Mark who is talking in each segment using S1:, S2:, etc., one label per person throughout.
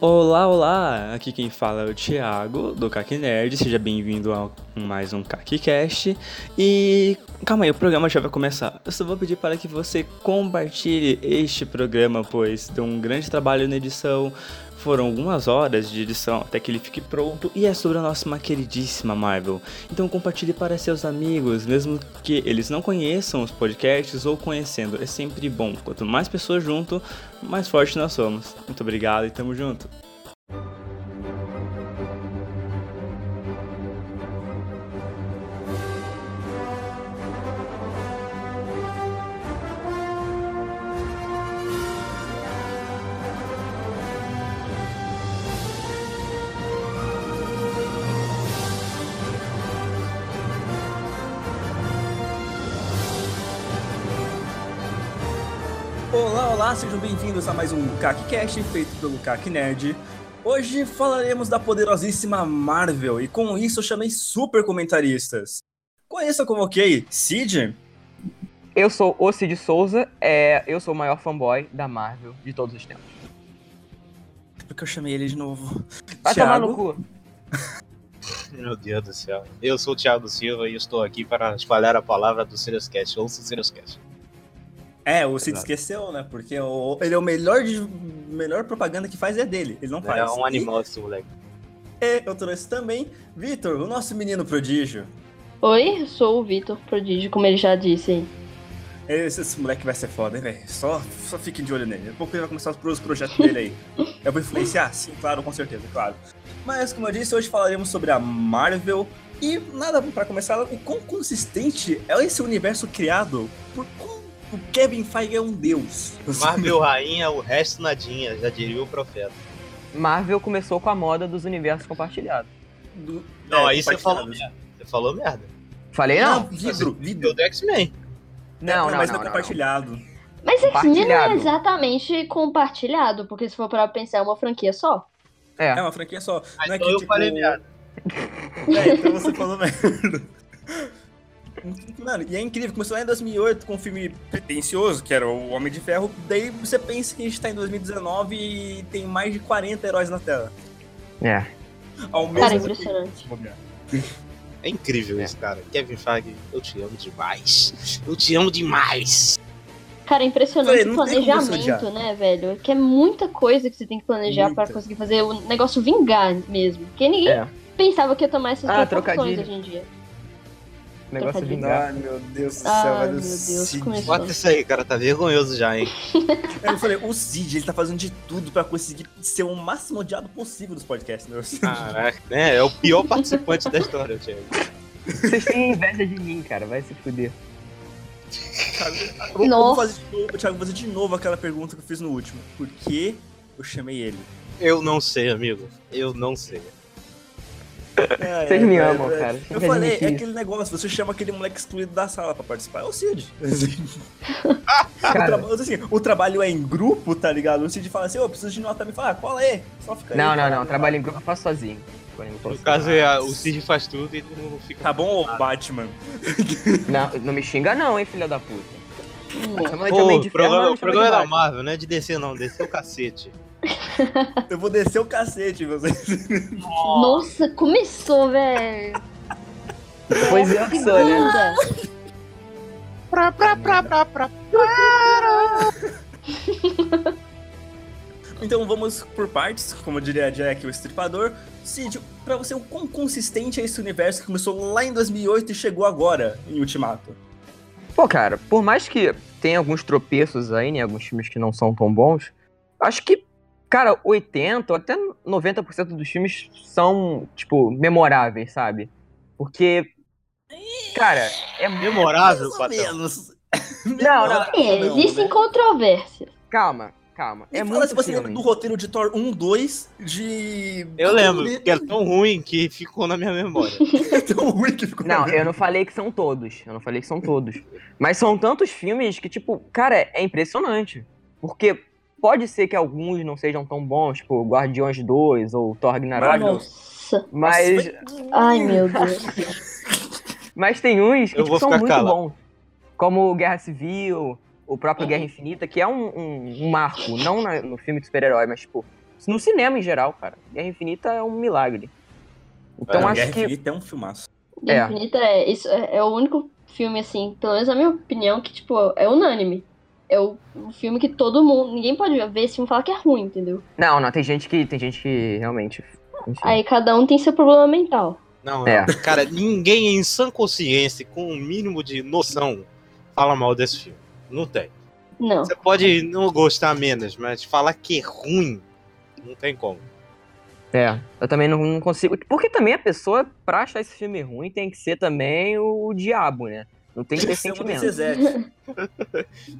S1: Olá, olá! Aqui quem fala é o Thiago, do CAC Nerd. Seja bem-vindo a mais um CACCast. E calma aí, o programa já vai começar. Eu só vou pedir para que você compartilhe este programa, pois deu um grande trabalho na edição. Foram algumas horas de edição até que ele fique pronto e é sobre a nossa queridíssima Marvel. Então compartilhe para seus amigos, mesmo que eles não conheçam os podcasts ou conhecendo, é sempre bom. Quanto mais pessoas junto, mais forte nós somos. Muito obrigado e tamo junto.
S2: Olá, olá, sejam bem-vindos a mais um CACCast feito pelo CAC Nerd. Hoje falaremos da poderosíssima Marvel e com isso eu chamei super comentaristas. Com isso eu convoquei Cid,
S3: Eu sou o Cid Souza, é, eu sou o maior fanboy da Marvel de todos os tempos.
S2: porque eu chamei ele de novo.
S3: Vai tomar
S2: Thiago,
S3: no cu.
S4: Meu Deus do céu. Eu sou o Thiago Silva e estou aqui para espalhar a palavra do Sirius Cash. Ouça o Sirius Cash.
S2: É, o Cid
S4: Exato.
S2: esqueceu, né? Porque o- ele é o melhor de- melhor propaganda que faz é dele, ele não faz.
S4: É um animal esse moleque.
S2: E eu trouxe também Vitor, o nosso menino prodígio.
S5: Oi, eu sou o Vitor Prodígio, como ele já disse. hein?
S2: Esse, esse moleque vai ser foda, hein, velho? Só, só fiquem de olho nele. Daqui a pouco ele vai começar os pro- os projetos dele aí. Eu vou influenciar? Sim, claro, com certeza, claro. Mas, como eu disse, hoje falaremos sobre a Marvel. E, nada, pra começar, o quão consistente é esse universo criado por como o Kevin Feige é um deus.
S4: Marvel Rainha, o resto nadinha, já diria o profeta.
S3: Marvel começou com a moda dos universos compartilhados.
S2: Do-
S4: Não,
S2: é,
S4: aí você
S2: compartilhados.
S4: falou merda. Você falou merda.
S3: Falei
S2: Não,
S3: não?
S2: vidro, vidro.
S4: Eu do X-Men.
S3: Não,
S2: É,
S3: não, não,
S2: mas
S3: não,
S2: é
S3: não.
S2: compartilhado.
S5: Mas X-Men não é
S3: Compartilhado.
S5: exatamente compartilhado, porque se for pra pensar, é uma franquia só.
S3: É.
S2: É uma franquia só.
S4: Ah,
S2: não é
S4: então
S2: que,
S4: eu
S2: tipo,
S4: falei merda.
S2: É, então você falou merda. Mano, e é incrível, começou lá em 2008 com um filme pretencioso, que era o Homem de Ferro, daí você pensa que a gente tá em 2019 e tem mais de 40 heróis na tela.
S3: É.
S2: Ao
S5: Cara,
S2: mesmo tempo.
S5: impressionante.
S4: É incrível
S3: É.
S4: isso, cara. Kevin Feige, eu te amo demais. Eu te amo demais.
S5: Cara, é impressionante
S2: Falei, não
S5: o
S2: tem como você
S5: planejamento,
S2: odiar.
S5: né, velho? Que é muita coisa que você tem que planejar pra
S2: Muita.
S5: conseguir fazer o negócio vingar mesmo. Porque ninguém
S3: É.
S5: pensava que ia tomar essas
S3: Ah,
S5: proporções
S3: trocadilho.
S5: hoje em dia.
S3: Negócio é
S5: Trocadilho.
S3: vingar.
S2: meu Deus do
S5: Ah,
S2: olha o
S5: meu Deus, é
S2: Cid.
S5: começou.
S4: Bota isso aí, cara. Tá vergonhoso já, hein?
S2: Eu falei, o Cid, ele tá fazendo de tudo pra conseguir ser o máximo odiado possível dos podcasts, meu.
S4: Caraca, né? É o pior participante da história, Thiago.
S3: Vocês têm inveja de mim, cara. Vai se fuder.
S2: Thiago, eu vou- eu vou
S5: Nossa.
S2: fazer de novo, Thiago, eu vou fazer de novo aquela pergunta que eu fiz no último. Por que eu chamei ele?
S4: Eu não sei, amigo. Eu não sei.
S2: É,
S3: Vocês
S2: é,
S3: me
S2: é,
S3: amam,
S2: é.
S3: cara.
S2: Eu
S3: Quer
S2: falei,
S3: admitir
S2: é
S3: isso?
S2: aquele negócio, você chama aquele moleque excluído da sala pra participar, é o Cid. o,
S3: Cara,
S2: traba- assim, o trabalho é em grupo, tá ligado? O Cid fala assim, ô, preciso de nota, me fala, ah, cola aí, só fica aí.
S3: não, não, não. Trabalho em grupo eu faço sozinho. Trabalho em grupo eu
S4: No
S3: faço
S4: caso, é, o Cid faz tudo e todo mundo fica.
S2: Tá bom, ô Batman?
S3: sozinho. Não, não me xinga não, hein, filha da puta.
S5: Hum.
S3: Chama de
S4: Ô,
S3: Homem
S4: o
S3: de Ferro, mas
S4: programa,
S3: me
S4: o
S3: chama de
S4: programa é da
S3: Batman.
S4: Marvel, não é de descer, não. Descer o cacete.
S2: Eu vou descer o cacete, vocês.
S5: Nossa, começou, velho.
S3: Pois eu que sou, né?
S5: Segunda.
S2: Então vamos por partes, como diria Jack, o estripador. Cid, pra você, o quão consistente é esse universo que começou lá em 2008 e chegou agora, em Ultimato?
S3: Pô, cara, por mais que tenha alguns tropeços aí, né? Alguns filmes que não são tão bons, acho que, cara, 80 ou até 90% dos filmes são, tipo, memoráveis, sabe? Porque. Cara, é muito.
S4: Memorável,
S2: Mais ou
S4: patrão.
S2: menos.
S3: Não, não,
S5: É,
S2: Não,
S5: existem
S2: né?
S5: controvérsias.
S3: calma, calma.
S2: Me
S3: é
S2: fala
S3: muito
S2: se você lembra
S3: filme.
S2: do roteiro de Thor 1, 2, de...
S4: Eu lembro, porque era tão ruim que ficou na minha memória.
S2: É tão ruim que ficou.
S3: Não, eu não falei que são todos. Eu não falei que são todos. Mas são tantos filmes que, tipo, cara, é impressionante. Porque pode ser que alguns não sejam tão bons, tipo Guardiões 2 ou Thor Ragnarok.
S2: Maravilhoso.
S5: Nossa.
S3: Mas
S5: Ai, meu Deus.
S3: Mas tem uns que
S4: Eu
S3: tipo,
S4: vou
S3: são
S4: ficar
S3: muito
S4: calado.
S3: bons. Como Guerra Civil, o próprio Guerra Infinita, que é um, um- um marco, não na- no filme de super-herói, mas tipo, No cinema em geral, cara. Guerra Infinita é um milagre. Então
S2: Cara,
S3: acho
S2: Guerra
S3: que.
S2: Infinita é um filmaço.
S3: É.
S5: Guerra Infinita é, isso é, é o único filme, assim, pelo menos na minha opinião, que, tipo, é unânime. É o, um filme que todo mundo. Ninguém pode ver esse filme e falar que é ruim, entendeu?
S3: Não, não, tem gente que. Tem gente que realmente. enfim.
S5: Aí cada um tem seu problema mental.
S4: Não,
S3: É.
S4: não. cara, ninguém em sã consciência, com o mínimo de noção, fala mal desse filme. Não tem.
S5: Não.
S4: Você pode não gostar menos, mas falar que é ruim, não tem como.
S3: É, eu também não, não consigo. Porque também a pessoa, pra achar esse filme ruim, tem que ser também o, o diabo, né? Não tem que ter
S2: Esse é um
S3: sentimento.
S2: DCZ.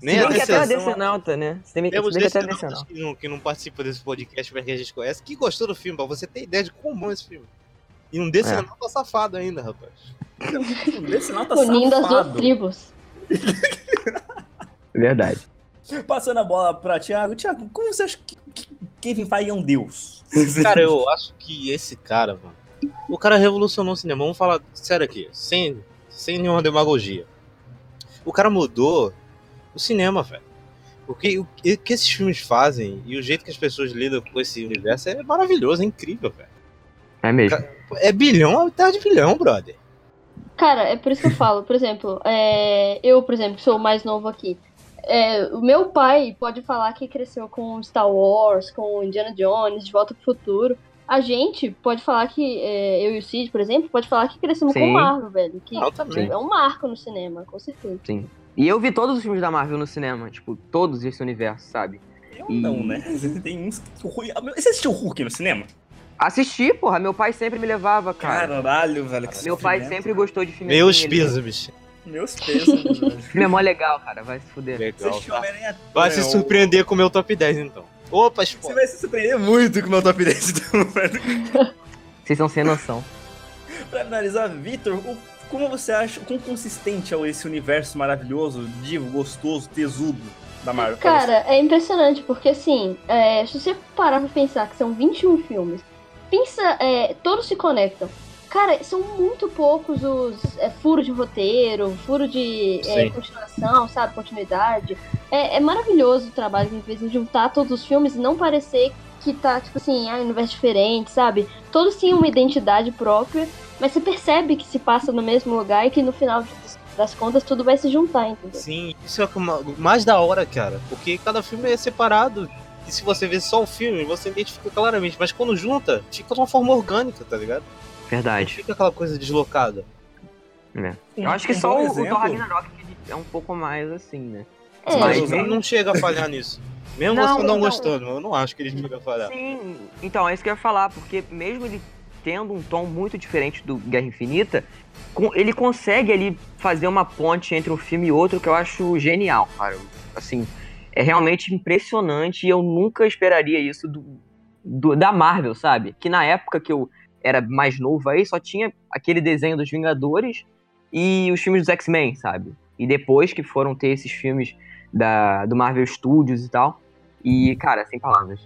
S4: Nem
S3: Você
S4: a
S3: tem que até a
S4: decepção.
S3: decenalta, né? Você tem,
S4: Temos
S3: você tem que até a é
S4: decenautas
S3: decenalta.
S4: que não, que não participam desse podcast, mas que a gente conhece, que gostou do filme, pra você ter ideia de quão bom é esse filme. E um
S3: É.
S4: decenalta safado ainda, rapaz.
S2: Esse não tá
S5: Unindo as duas
S2: safado.
S5: tribos.
S3: Verdade.
S2: Passando a bola pra Thiago. Thiago, como você acha que que Kevin Feige é um deus?
S4: Cara, eu acho que esse cara, mano. O cara revolucionou o cinema. Vamos falar sério aqui, sem, sem nenhuma demagogia. O cara mudou o cinema, velho. Porque o que, o que esses filmes fazem e o jeito que as pessoas lidam com esse universo é maravilhoso, é incrível, velho.
S3: É mesmo.
S4: É bilhão atrás de bilhão, brother.
S5: Cara, é por isso que eu falo. Por exemplo, é, eu, por exemplo, que sou o mais novo aqui. é, o meu pai pode falar que cresceu com Star Wars, com Indiana Jones, De Volta pro Futuro. A gente pode falar que, é, eu e o Cid, por exemplo, pode falar que crescemos com
S3: Sim.
S5: Marvel, velho. Que
S4: Não, também.
S5: é um marco no cinema, com certeza.
S3: E eu vi todos os filmes da Marvel no cinema, tipo, todos esse universo, sabe?
S2: Eu não, né? Tem uns que. o Hulk- Você assistiu o Hulk no cinema?
S3: Assisti, porra, meu pai sempre me levava, cara.
S2: Caralho, velho. que
S3: meu pai
S2: sofrimento.
S3: sempre gostou de filme
S4: Meus
S3: assim, ele-
S4: pêsames.
S2: Meus pesos, velho.
S3: Filme é mó legal, cara, vai se fuder.
S2: Você
S4: Legal.
S2: assistiu Homem-Aranha
S4: Vai se
S2: Não.
S4: surpreender com o meu top 10, então. Opa,
S2: Você
S4: spoiler.
S2: vai se surpreender muito com o meu top 10 então, velho.
S3: Vocês são sem noção.
S2: Pra finalizar, Vitor, o- como você acha, quão consistente é esse universo maravilhoso, divo, gostoso, tesudo da Marvel? pra você?
S5: Cara, é impressionante, porque assim, é, se você parar pra pensar que são 21 filmes, pensa, é, todos se conectam. Cara, são muito poucos os é, furos de roteiro, furo de é,
S4: Sim.
S5: continuação, sabe? Continuidade. É, é maravilhoso o trabalho que ele fez em juntar todos os filmes e não parecer que tá, tipo assim, ah, universo diferente, sabe? Todos têm uma identidade própria, mas você percebe que se passa no mesmo lugar e que no final das contas tudo vai se juntar, entendeu?
S4: Sim, isso é o que ma- mais da hora, cara. Porque cada filme é separado. E se você vê só o filme, você identifica claramente. Mas quando junta, fica de uma forma orgânica, tá ligado?
S3: Verdade.
S4: Fica aquela coisa deslocada.
S2: Um-
S3: Eu acho que
S2: um
S3: só
S2: bom
S3: o, o
S2: exemplo-
S3: Thor Ragnarok que é um pouco mais assim, né?
S5: É,
S4: Mas
S2: Mas-
S4: ele não chega a falhar nisso. Mesmo
S3: Não,
S4: você não,
S3: não.
S4: gostando, eu não acho que ele chega a falhar.
S3: Sim, então é isso que eu ia falar, porque mesmo ele tendo um tom muito diferente do Guerra Infinita, com- ele consegue ali fazer uma ponte entre um filme e outro que eu acho genial, cara. Assim, é realmente impressionante e eu nunca esperaria isso do, do- da Marvel, sabe? Que na época que eu era mais novo aí, só tinha aquele desenho dos Vingadores e os filmes dos X-Men, sabe? E depois que foram ter esses filmes da, do Marvel Studios e tal. E, cara, sem palavras.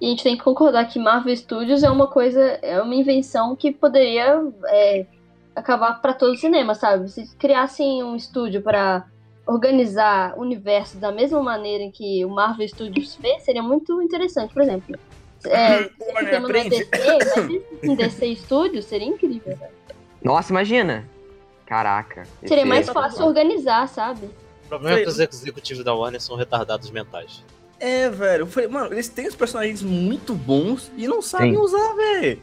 S5: E a gente tem que concordar que Marvel Studios é uma coisa, é uma invenção que poderia é, acabar pra todo o cinema, sabe? Se criassem um estúdio pra organizar o universo da mesma maneira que o Marvel Studios fez, seria muito interessante, por exemplo. É, esse
S2: Warner,
S5: tema não é
S2: aprende.
S5: DC, mas em DC Studios seria incrível.
S3: Nossa, imagina! Caraca.
S5: Seria
S3: esse-
S2: é
S3: é-
S5: mais fácil organizar, sabe?
S4: O problema é que
S2: Sim.
S4: os executivos da Warner são retardados mentais.
S2: É, velho. Eu falei, mano, eles têm os personagens muito bons e não sabem
S3: Sim.
S2: usar, velho.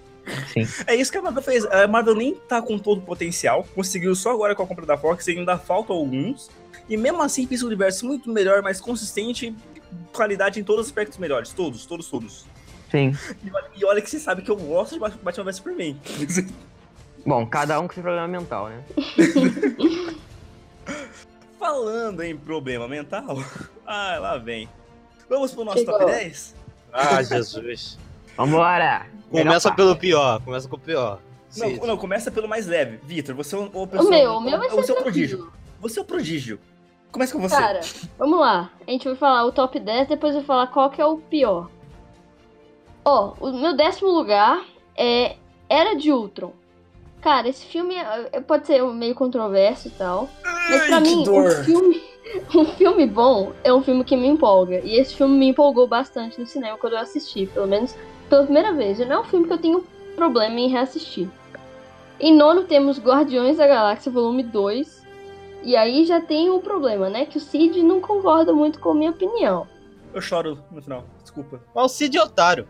S3: Sim.
S2: É isso que a Marvel fez. A Marvel nem tá com todo o potencial. Conseguiu só agora com a compra da Fox, ainda faltam alguns. E mesmo assim fez um universo muito melhor, mais consistente, qualidade em todos os aspectos melhores. Todos, todos, todos.
S3: Sim.
S2: E olha que você sabe que eu gosto de Batman vs Superman.
S3: Bom, cada um com seu problema mental, né?
S2: Falando em problema mental, ah, lá vem. Vamos pro nosso
S5: Chegou.
S2: top 10?
S4: Ah, Jesus.
S3: Vambora!
S4: Começa
S3: Melhor
S4: pelo pior, começa com o pior. Sim.
S2: Não, não, começa pelo mais leve. Vitor, você é um- uma
S5: O
S2: pessoa-
S5: meu, o meu vai
S2: Você
S5: ser
S2: é um prodígio.
S5: tranquilo.
S2: Você é o prodígio. Começa com você.
S5: Cara, vamos lá. A gente vai falar o top 10, depois eu vou falar qual que é o pior. Ó, o meu décimo lugar é Era de Ultron. Cara, esse filme é- é- pode ser meio controverso e tal. Mas pra
S2: que
S5: mim,
S2: dor.
S5: o filme. um filme bom é um filme que me empolga. E esse filme me empolgou bastante no cinema quando eu assisti, pelo menos pela primeira vez. E não é um filme que eu tenho problema em reassistir. Em nono temos Guardiões da Galáxia Volume 2. E aí já tem um problema, né? Que o Cid não concorda muito com a minha opinião.
S2: Eu choro no final, desculpa.
S4: Mas o Cid é otário.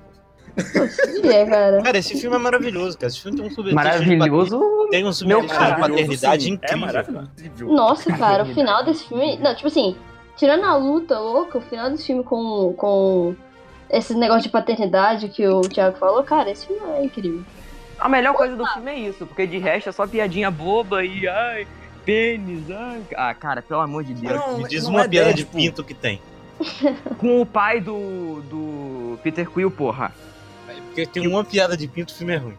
S5: Pô, Cid é, cara.
S4: Cara, esse filme é maravilhoso, cara. Esse filme tem um subtexto. de
S3: Maravilhoso.
S4: pater- Tem um subtexto de
S2: É Maravilhoso,
S4: paternidade
S2: sim. É
S4: incrível.
S2: maravilhoso. incrível.
S5: Nossa, cara, o final desse filme. Não, tipo assim, tirando a luta louca, o final desse filme com, com esses negócios de paternidade que o Thiago falou, cara, esse filme é incrível.
S3: A melhor coisa do filme é isso, porque de resto é só piadinha boba e ai, pênis, ai. Ah, cara, pelo amor de Deus.
S2: Não,
S4: Me diz
S2: não
S4: uma
S2: é
S4: piada de
S2: Deadpool.
S4: pinto que tem.
S3: Com o pai do. do Peter Quill, porra.
S4: Porque tem uma piada de pinto, o filme é ruim.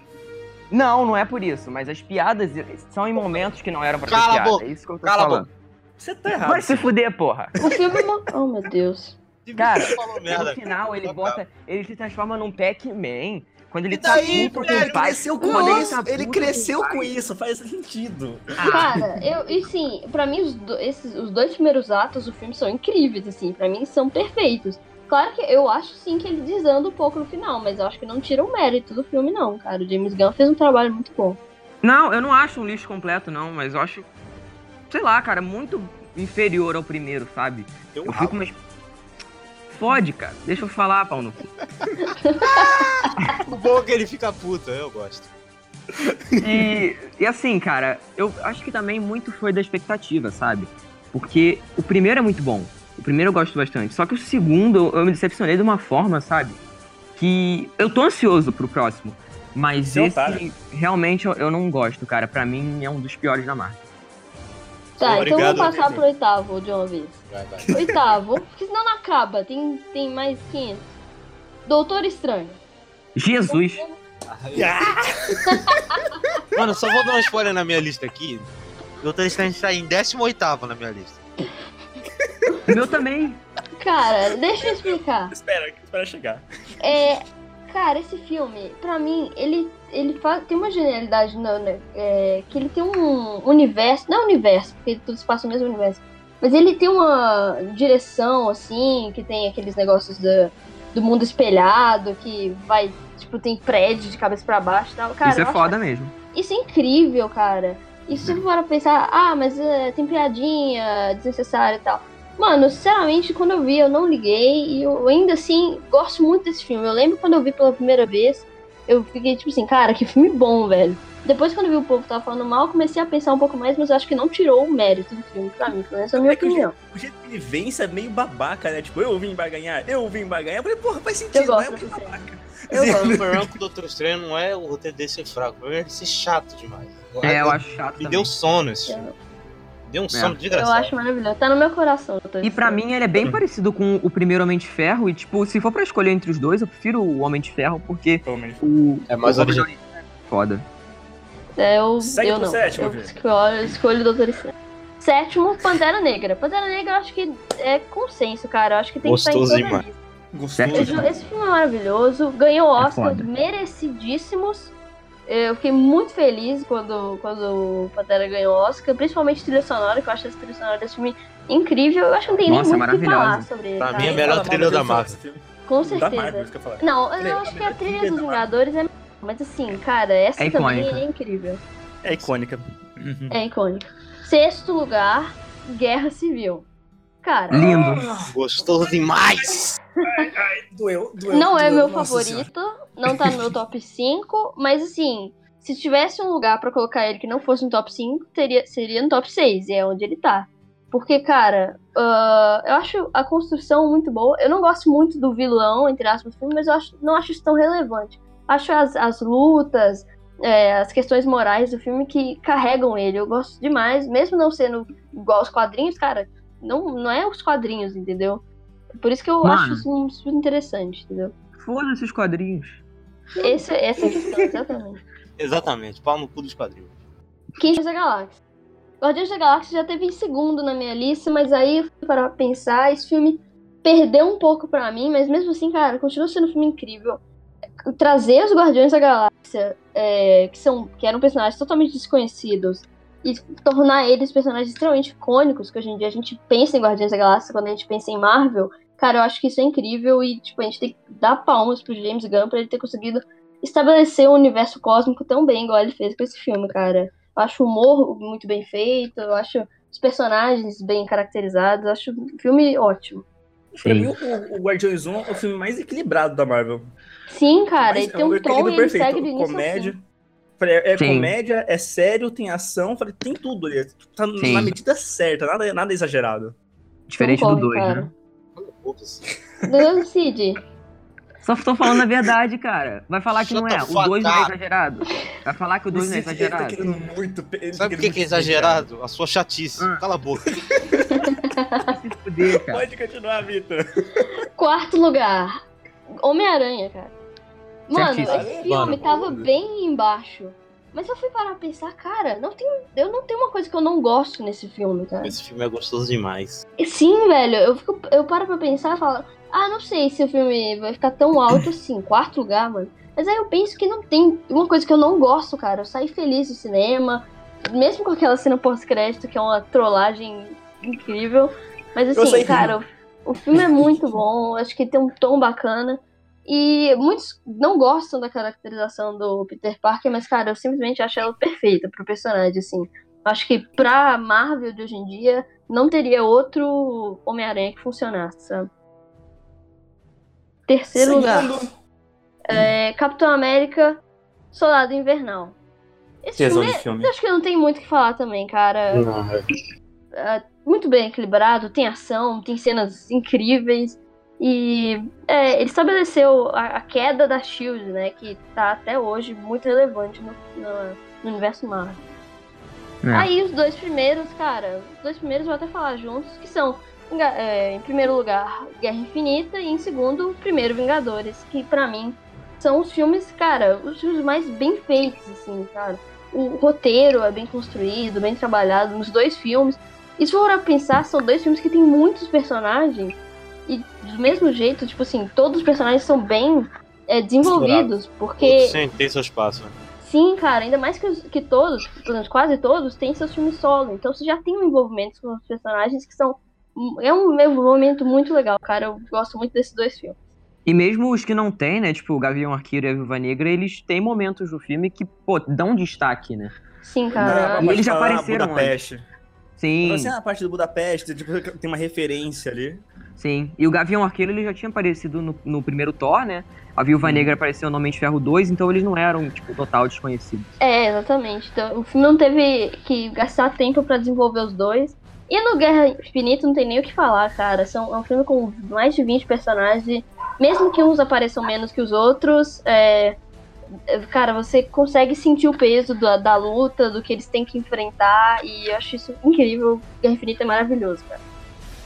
S3: Não, não é por isso, mas as piadas são em momentos que não eram pra
S4: Cala a
S3: ser piada.
S4: boca,
S3: É isso que eu tô
S4: cala a
S3: falando.
S2: Você tá errado.
S3: Vai se fuder, porra.
S5: O filme é uma. Oh, meu Deus.
S3: Cara,
S4: falou merda.
S3: No final, ele
S4: Total.
S3: bota. Ele se transforma num Pac-Man. Quando ele
S2: E daí,
S3: tá puto
S2: velho,
S3: com o
S2: ele
S3: pai.
S2: cresceu com
S3: Quando
S2: isso,
S3: tá
S2: Ele
S3: puto com o
S2: cresceu
S3: pai-
S2: com isso, faz sentido.
S3: Ah,
S5: Cara, eu. E sim, pra mim, os, do- esses, os dois primeiros atos do filme são incríveis, assim. Pra mim, são perfeitos. Claro que eu acho sim que ele desanda um pouco no final, mas eu acho que não tira o mérito do filme, não, cara. O James Gunn fez um trabalho muito bom.
S3: Não, eu não acho um lixo completo, não, mas eu acho. Sei lá, cara, muito inferior ao primeiro, sabe?
S4: Tem um
S3: Eu
S4: rabo.
S2: Ah.
S3: fico mais. Pode, cara. Deixa eu falar, Paulo.
S4: O bom é que ele fica puto, eu gosto.
S3: E, e assim, cara, eu acho que também muito foi da expectativa, sabe? Porque o primeiro é muito bom. O primeiro eu gosto bastante. Só que o segundo eu me decepcionei de uma forma, sabe? Que eu tô ansioso pro próximo. Mas
S2: Você é um
S3: esse
S2: otário.
S3: realmente eu, eu não gosto, cara. Pra mim é um dos piores da marca.
S5: Tá, então
S4: Obrigado,
S5: vamos passar
S4: Vitor.
S5: pro oitavo de uma vez.
S4: Vai, vai.
S5: Oitavo, porque senão não acaba. Tem, tem mais 500. Doutor Estranho.
S3: Jesus!
S4: Mano, só vou dar uma spoiler na minha lista aqui. Doutor Strange está em 18 na minha lista.
S3: O meu também.
S5: Cara, deixa eu explicar.
S2: Espera, espera chegar.
S5: É, cara, esse filme, pra mim, ele, ele faz, tem uma genialidade não, né? É, que ele tem um universo, não é universo, porque tudo se passa no mesmo universo, mas ele tem uma direção, assim, que tem aqueles negócios da- do mundo espelhado, que vai, tipo, tem prédio de cabeça pra baixo e tal. Cara,
S3: Isso
S5: eu
S3: é
S5: acho
S3: foda mesmo.
S5: Isso é incrível, cara. E
S2: É.
S5: se você for pensar, ah, mas é, tem piadinha desnecessária e tal. Mano, sinceramente, quando eu vi, eu não liguei. E eu ainda assim gosto muito desse filme. Eu lembro quando eu vi pela primeira vez, eu fiquei tipo assim, cara, que filme bom, velho. Depois, quando eu vi o povo tava falando mal, eu comecei a pensar um pouco mais, mas eu acho que não tirou o mérito do filme pra mim, pelo menos é a minha
S2: É que o jeito-
S5: opinião.
S2: O jeito que ele vence é meio babaca, né? Tipo, eu vim pra ganhar, eu vim pra ganhar. Eu falei, porra, faz sentido,
S5: Eu gosto
S2: não é
S5: desse
S2: muito babaca.
S5: Eu gosto.
S4: O problema com o Doutor Strange não é o roteiro desse ser fraco, o problema é ser chato demais.
S3: É, eu acho chato
S4: Me
S3: também.
S4: deu sono esse filme. Deu um sono
S5: Eu
S4: desgraçado.
S5: acho maravilhoso. Tá no meu coração. doutor
S3: E pra
S5: Estranho.
S3: mim ele é bem parecido com o primeiro Homem de Ferro. E, tipo, se for pra escolher entre os dois, eu prefiro o Homem de Ferro, porque
S2: Homem.
S3: o.
S4: É mais
S3: o Robert
S4: original.
S3: Downey Jr. é Foda.
S5: É, eu,
S2: Segue
S5: eu
S2: pro
S5: não.
S2: sétimo,
S5: eu
S2: Vivi.
S5: escolho, eu escolho o Doutor Estranho. Sétimo, Pantera Negra. Pantera Negra eu acho que é consenso, cara. Eu acho que tem
S4: Gostoso
S5: que estar em toda a
S4: demais. É
S5: lista.
S2: Gostoso.
S3: Certo.
S5: Esse, esse filme é maravilhoso. Ganhou Oscars
S3: foda.
S5: merecidíssimos. Eu fiquei muito feliz quando, quando o Pantera ganhou Oscar, principalmente trilha sonora, que eu acho essa trilha sonora desse filme incrível. Eu acho que não tem
S3: Nossa,
S5: nem
S3: é
S5: muito o que
S3: maravilhosa.
S5: falar sobre ele.
S4: Pra
S5: cara.
S4: mim é
S2: Nem
S4: melhor
S2: fala mal
S4: trilha
S2: do
S4: da
S2: James
S4: Marvel.
S2: Fox, filme
S5: Com
S2: Da Marvel,
S5: certeza.
S2: isso que eu ia falar.
S5: Não, eu
S2: Peraí,
S5: acho que
S2: a
S5: a trilha
S2: né? trilha
S5: dos
S2: da
S5: Vingadores é. Mas assim, cara, essa
S3: É
S5: também
S3: icônica.
S5: é incrível.
S2: É icônica.
S5: É icônico. Sexto lugar, Guerra Civil. Cara,
S3: Lindo.
S4: Gostoso demais!
S2: Doeu, doeu.
S5: não é
S2: doeu,
S5: meu
S2: nossa senhora.
S5: favorito, não tá no meu top 5, mas assim, se tivesse um lugar pra colocar ele que não fosse no top 5, teria, seria no top 6, e é onde ele tá. Porque, cara, ah, eu acho a construção muito boa. Eu não gosto muito do vilão, entre aspas, do filme, mas eu acho- não acho isso tão relevante. Acho as, as lutas, é, as questões morais do filme que carregam ele. Eu gosto demais, mesmo não sendo igual aos quadrinhos, cara, não, não é os quadrinhos, entendeu? Por isso que eu
S3: Mano.
S5: acho isso um- super interessante, entendeu?
S3: Foda-se os quadrinhos.
S5: Esse, essa é a questão, exatamente.
S4: Exatamente, pau no cu dos quadrinhos.
S5: Guardiões da Galáxia. Guardiões da Galáxia já teve em segundo na minha lista, mas aí eu fui para pensar, esse filme perdeu um pouco pra mim, mas mesmo assim, cara, continua sendo um filme incrível. Trazer os Guardiões da Galáxia, é, que, são, que eram personagens totalmente desconhecidos, e tornar eles personagens extremamente icônicos, que hoje em dia a gente pensa em Guardiões da Galáxia quando a gente pensa em Marvel. Cara, eu acho que isso é incrível e, tipo, a gente tem que dar palmas pro James Gunn pra ele ter conseguido estabelecer um universo cósmico tão bem igual ele fez com esse filme, cara. Eu acho o humor muito bem feito, eu acho os personagens bem caracterizados, eu acho o filme ótimo.
S2: Pra mim, o, o Guardiões 1 é o filme mais equilibrado da Marvel.
S5: Sim, cara,
S2: Mas
S5: ele
S2: é
S5: tem um tom
S2: equilíbrio
S5: e ele segue do início ao
S2: comédia.
S5: fim.
S2: Falei, é
S3: Sim.
S2: comédia, é sério, tem ação, falei, tem tudo ali. Tá
S3: Sim.
S2: na medida certa, nada, nada exagerado.
S3: Diferente
S5: Concordo,
S3: do 2,
S5: cara.
S3: né?
S4: Foda-se.
S5: Não, Cid,
S3: Só tô falando a verdade, cara. Vai falar que não é.
S4: Shut the
S3: O 2 não é
S4: fuck up.
S3: exagerado. Vai falar que o 2 não é
S2: Ele tá
S3: exagerado.
S2: querendo muito. pe- ele tá
S4: Sabe o
S2: querendo
S4: que, que é
S2: muito
S4: exagerado? A sua chatice.
S3: Ah.
S4: Cala a boca.
S3: Se fuder, cara.
S2: Pode continuar, Vitor.
S5: quarto lugar, Homem-Aranha, cara. Mano,
S3: Certíssimo.
S5: esse
S4: Mano,
S5: filme tava
S4: mano.
S5: bem embaixo. Mas eu fui parar a pensar, cara, não tem, eu não tenho uma coisa que eu não gosto nesse filme, cara.
S4: Esse filme é gostoso demais.
S5: Sim, velho, eu, fico, eu paro pra pensar e falo, ah, não sei se o filme vai ficar tão alto assim, quarto lugar, mano. Mas aí eu penso que não tem uma coisa que eu não gosto, cara. Eu saí feliz do cinema, mesmo com aquela cena pós-crédito, que é uma trollagem incrível. Mas
S2: Eu
S5: assim,
S2: saí
S5: cara, o, o filme é muito bom, acho que tem um tom bacana. E muitos não gostam da caracterização do Peter Parker, mas, cara, eu simplesmente acho ela perfeita pro personagem, assim. Acho que pra Marvel de hoje em dia, não teria outro Homem-Aranha que funcionasse. sabe? Terceiro lugar, é Capitão América, Soldado Invernal. Esse
S2: Tesão
S5: filme,
S2: de filme.
S5: eu acho que não tem muito o que falar também, cara. Muito bem equilibrado, tem ação, tem cenas incríveis. E é, ele estabeleceu a, a queda da SHIELD, né? Que tá até hoje muito relevante no, no- no universo Marvel.
S3: É.
S5: Aí os dois primeiros, cara, os dois primeiros vou até falar juntos, que são, em ga- é, em primeiro lugar, Guerra Infinita e em segundo, o Primeiro Vingadores, que pra mim são os filmes, cara, os filmes mais bem feitos, assim, cara. O roteiro é bem construído, bem trabalhado nos dois filmes. E se for a pensar, são dois filmes que tem muitos personagens e do mesmo jeito, tipo assim, todos os personagens são bem é, desenvolvidos, porque
S4: Todos Sem ter seu espaço.
S5: Sim, cara, ainda mais que, os- que todos, pelo menos quase todos, têm seus filmes solo. Então você já tem um envolvimento com os personagens que são. É um envolvimento muito legal, cara. Eu gosto muito desses dois filmes.
S3: E mesmo os que não tem, né? Tipo, o Gavião Arqueiro e a Viúva Negra, eles têm momentos do filme que, pô, dão destaque, né?
S5: Sim, cara.
S3: Não, eles já apareceram
S2: Ah, Budapeste.
S3: Sim,
S4: assim,
S2: Apareceu na parte do Budapeste, tipo, tem uma referência ali.
S3: sim. E o Gavião Arqueiro, ele já tinha aparecido no, no primeiro Thor, né? A Viúva Negra apareceu no Homem de Ferro 2, então eles não eram, tipo, total desconhecidos.
S5: É, exatamente. Então o filme não teve que gastar tempo pra desenvolver os dois. E no Guerra Infinita não tem nem o que falar, cara. São, é um filme com mais de 20 personagens. e Mesmo que uns apareçam menos que os outros, é, é, cara, você consegue sentir o peso da, da luta, do que eles têm que enfrentar. E eu acho isso incrível. Guerra Infinita é maravilhoso, cara.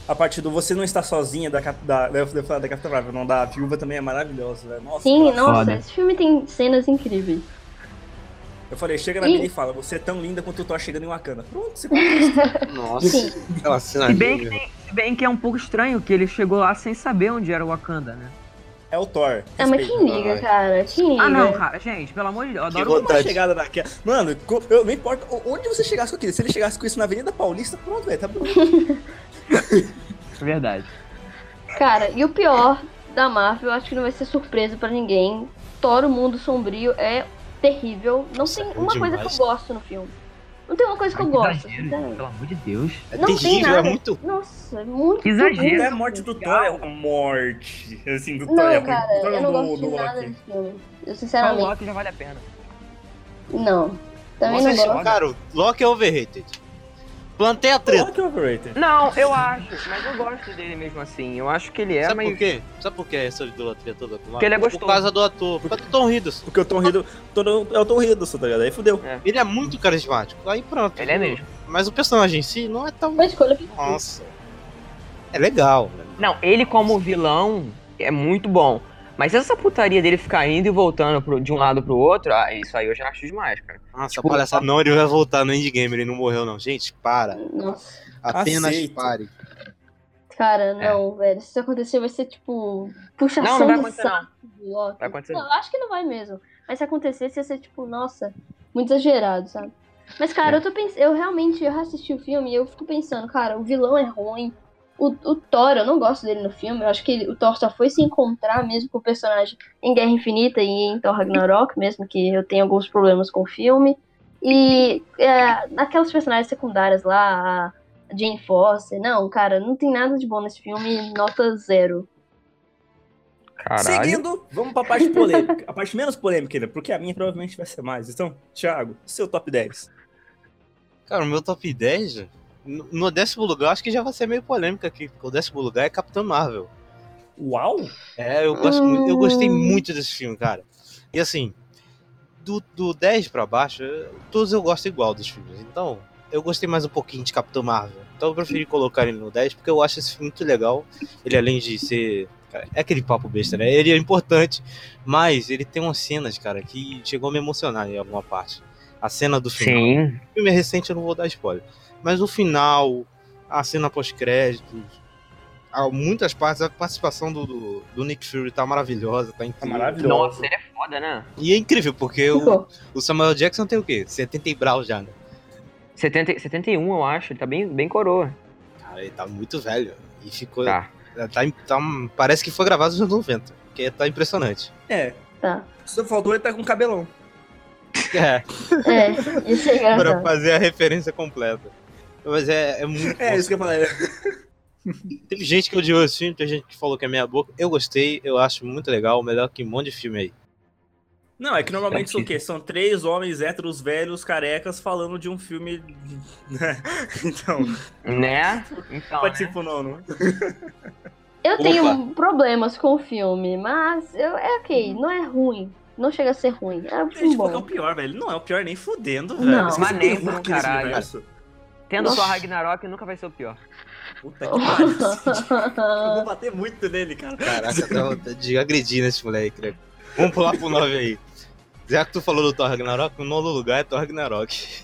S2: A parte do Você Não Está Sozinha, da, Cap- da, da, da, da Capitã Marvel, não, da Viúva também é maravilhosa, né? Nossa,
S5: Sim,
S2: cara,
S5: nossa,
S3: foda.
S5: esse filme tem cenas incríveis.
S2: Eu falei, chega na
S5: Sim.
S2: mina e fala, você é tão linda quanto eu tô chegando em Wakanda. Pronto, você pode
S4: Nossa,
S5: Sim.
S4: aquela cena
S3: Se bem que,
S4: linda.
S3: tem- se bem que é um pouco estranho que ele chegou lá sem saber onde era o Wakanda, né?
S2: É o Thor.
S5: Ah, mas
S2: Respeita.
S5: quem liga,
S4: vai.
S5: cara? Quem liga?
S3: Ah, não, cara, gente, pelo amor de Deus, eu
S4: Né? Que
S3: adoro
S2: Uma
S4: vontade.
S2: chegada daquela. Mano, co- eu, não importa o- onde você chegasse com aquilo. Se ele chegasse com isso na Avenida Paulista, pronto, velho, tá bom.
S3: É Verdade.
S5: Cara, e o pior da Marvel, eu acho que não vai ser surpresa pra ninguém. Thor, o mundo sombrio é terrível. Não
S4: Nossa,
S5: tem
S4: é
S5: uma coisa que eu
S4: demais.
S5: gosto no filme. Não tem uma coisa que eu
S3: Ai,
S5: gosto.
S3: exagero, então. gente,
S5: sinceramente.
S3: pelo amor de Deus.
S4: É
S5: não tem
S4: terrível, é
S5: nada.
S4: muito.
S5: Nossa, é muito.
S3: Que exagero.
S2: Não é a morte do Thor, é a morte. Assim, do
S5: Não,
S2: Thor é ruim.
S5: cara,
S2: do Thor
S5: eu
S2: do-
S5: não gosto
S2: do
S5: de nada
S2: Loki.
S5: desse filme. Eu
S3: Só o
S5: sinceramente,
S3: Loki já vale a pena.
S5: não. Também
S4: Nossa,
S5: não gosto.
S4: Cara, o Loki é overrated. Plantei a treta.
S2: Loki é overrated.
S3: Não, eu acho, mas eu gosto dele mesmo assim. Eu acho que ele é,
S4: Sabe
S3: mas.
S4: por quê? Sabe por que essa idolatria toda com o Loki?
S3: Porque ele é gostoso.
S4: Por causa do ator, por causa do Tom Hiddleston.
S2: Porque o Tom Hiddleston todo- é o Tom Hiddleston, tá ligado? Aí fudeu.
S4: Ele é muito carismático. Aí pronto.
S3: Ele é mesmo.
S4: Mas o personagem em si não é tão.
S5: Uma escolha que
S4: Nossa. É legal, né?
S3: Não, ele como vilão é muito bom. Mas essa putaria dele ficar indo e voltando pro- de um lado pro outro, ah, isso aí eu já acho demais, cara.
S4: Nossa,
S3: Tipo,
S4: olha só. Não, ele vai voltar no endgame, ele não morreu, não. Gente, para.
S5: Nossa,
S4: Apenas
S2: Aceito.
S4: pare.
S5: cara, não, velho. Se isso acontecer, vai ser tipo. Puxação
S3: Não,
S4: Tá
S3: não vai
S5: de
S3: acontecer
S5: saco
S3: não.
S5: do Loki.
S3: Vai acontecer
S5: Não,
S3: não.
S5: eu acho que não vai mesmo. Mas se acontecesse, ia ser tipo, nossa, muito exagerado, sabe? Mas, cara, eu tô pens... eu realmente eu assisti o filme e eu fico pensando, cara, o vilão é ruim. O, o Thor, eu não gosto dele no filme. Eu acho que ele- o Thor só foi se encontrar mesmo com o personagem em Guerra Infinita e em Thor Ragnarok, mesmo que eu tenha alguns problemas com o filme. E é, aquelas personagens secundárias lá, a Jane Foster. Não, cara, não tem nada de bom nesse filme. Nota zero.
S3: Caralho.
S2: Seguindo, vamos pra parte polêmica. A parte menos polêmica ainda, porque a minha provavelmente vai ser mais. Então, Thiago, seu top 10.
S4: Cara, o meu top 10, no no décimo lugar, eu acho que já vai ser meio polêmica aqui, porque o décimo lugar é Capitão Marvel.
S2: Uau!
S4: É, eu, gosto, muito- eu gostei muito desse filme, cara. E assim, do, do 10 pra baixo, eu- todos eu gosto igual dos filmes. Então, eu gostei mais um pouquinho de Capitão Marvel. Então eu preferi colocar ele no 10, porque eu acho esse filme muito legal. Ele além de ser... cara, é aquele papo besta, né? Ele é importante, mas ele tem umas cenas, cara, que chegou a me emocionar em alguma parte. A cena do final
S3: Sim.
S4: filme é recente, eu não vou dar spoiler. Mas o final, a cena pós-créditos, há muitas partes, a participação do, do, do Nick Fury tá maravilhosa, tá
S2: Tá
S4: incrível.
S2: maravilhoso.
S3: Nossa, ele é foda, né?
S4: e é incrível, porque o,
S5: Ficou.
S4: o Samuel Jackson tem o quê? 70 e brau já, né?
S3: 70, 71, eu acho. Ele tá bem, bem coroa.
S4: Cara, ele tá muito velho. E ficou.
S3: Tá.
S4: tá- tá- parece que foi gravado nos anos 90, porque tá impressionante.
S2: É,
S5: Tá.
S2: só faltou ele tá com cabelão.
S4: É,
S5: É, isso é
S4: pra
S5: engraçado.
S4: fazer a referência completa. Mas é, é muito.
S2: É, isso que eu falei.
S4: Teve gente que odiou esse filme, teve gente que falou que é meia boca. Eu gostei, eu acho muito legal, melhor que um monte de filme aí.
S2: Não, é que normalmente são o quê? São três homens héteros velhos, carecas, falando de um filme. né? então,
S3: Né? Então, né?
S2: participo não, não.
S5: Eu tenho
S4: Opa.
S5: problemas com o filme, mas eu, é ok.
S3: Uhum.
S5: Não é ruim. Não chega a ser ruim. É um filme
S2: Gente, qual que é o
S5: bom.
S2: pior, velho? Não é o pior nem fudendo,
S5: Não.
S2: velho. Esquece
S3: Mas
S2: que
S3: nem
S2: tem
S3: por um
S2: aqui nesse
S3: caralho.
S2: universo.
S3: Tendo só
S5: Nossa.
S3: Ragnarok, nunca vai ser o pior.
S2: Puta que pariu.
S3: é um
S2: Eu vou bater muito nele, cara.
S4: Caraca, dá vontade de agredir nesse moleque, né? Vamos pular pro 9 aí. Já que tu falou do Thor Ragnarok, o nono lugar é Thor Ragnarok.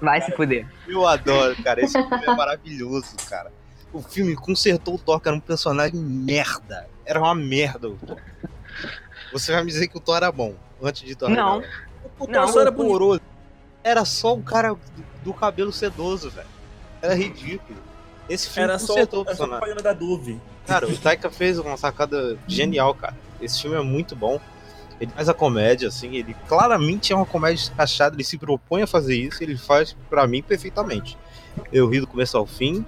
S3: Vai se fuder.
S4: Eu adoro, cara. Esse filme é maravilhoso, cara. O filme consertou o Thor, cara, um personagem merda. Era uma merda o Thor. Você vai me dizer que o Thor era bom antes de Thor
S3: Não.
S4: Ragnarok. O Thor
S3: Não,
S4: só era
S3: o Thor-
S4: horroroso. Era só o cara do- do cabelo sedoso, velho. Era ridículo. Esse filme
S2: Era só,
S4: consertou o
S2: era só a
S4: personagem.
S2: propaganda da Dove.
S4: Cara, o Taika fez uma sacada genial, cara. Esse filme é muito bom. Ele faz a comédia, assim, ele claramente é uma comédia escrachada, ele se propõe a fazer isso, ele faz pra mim perfeitamente. Eu ri do começo ao fim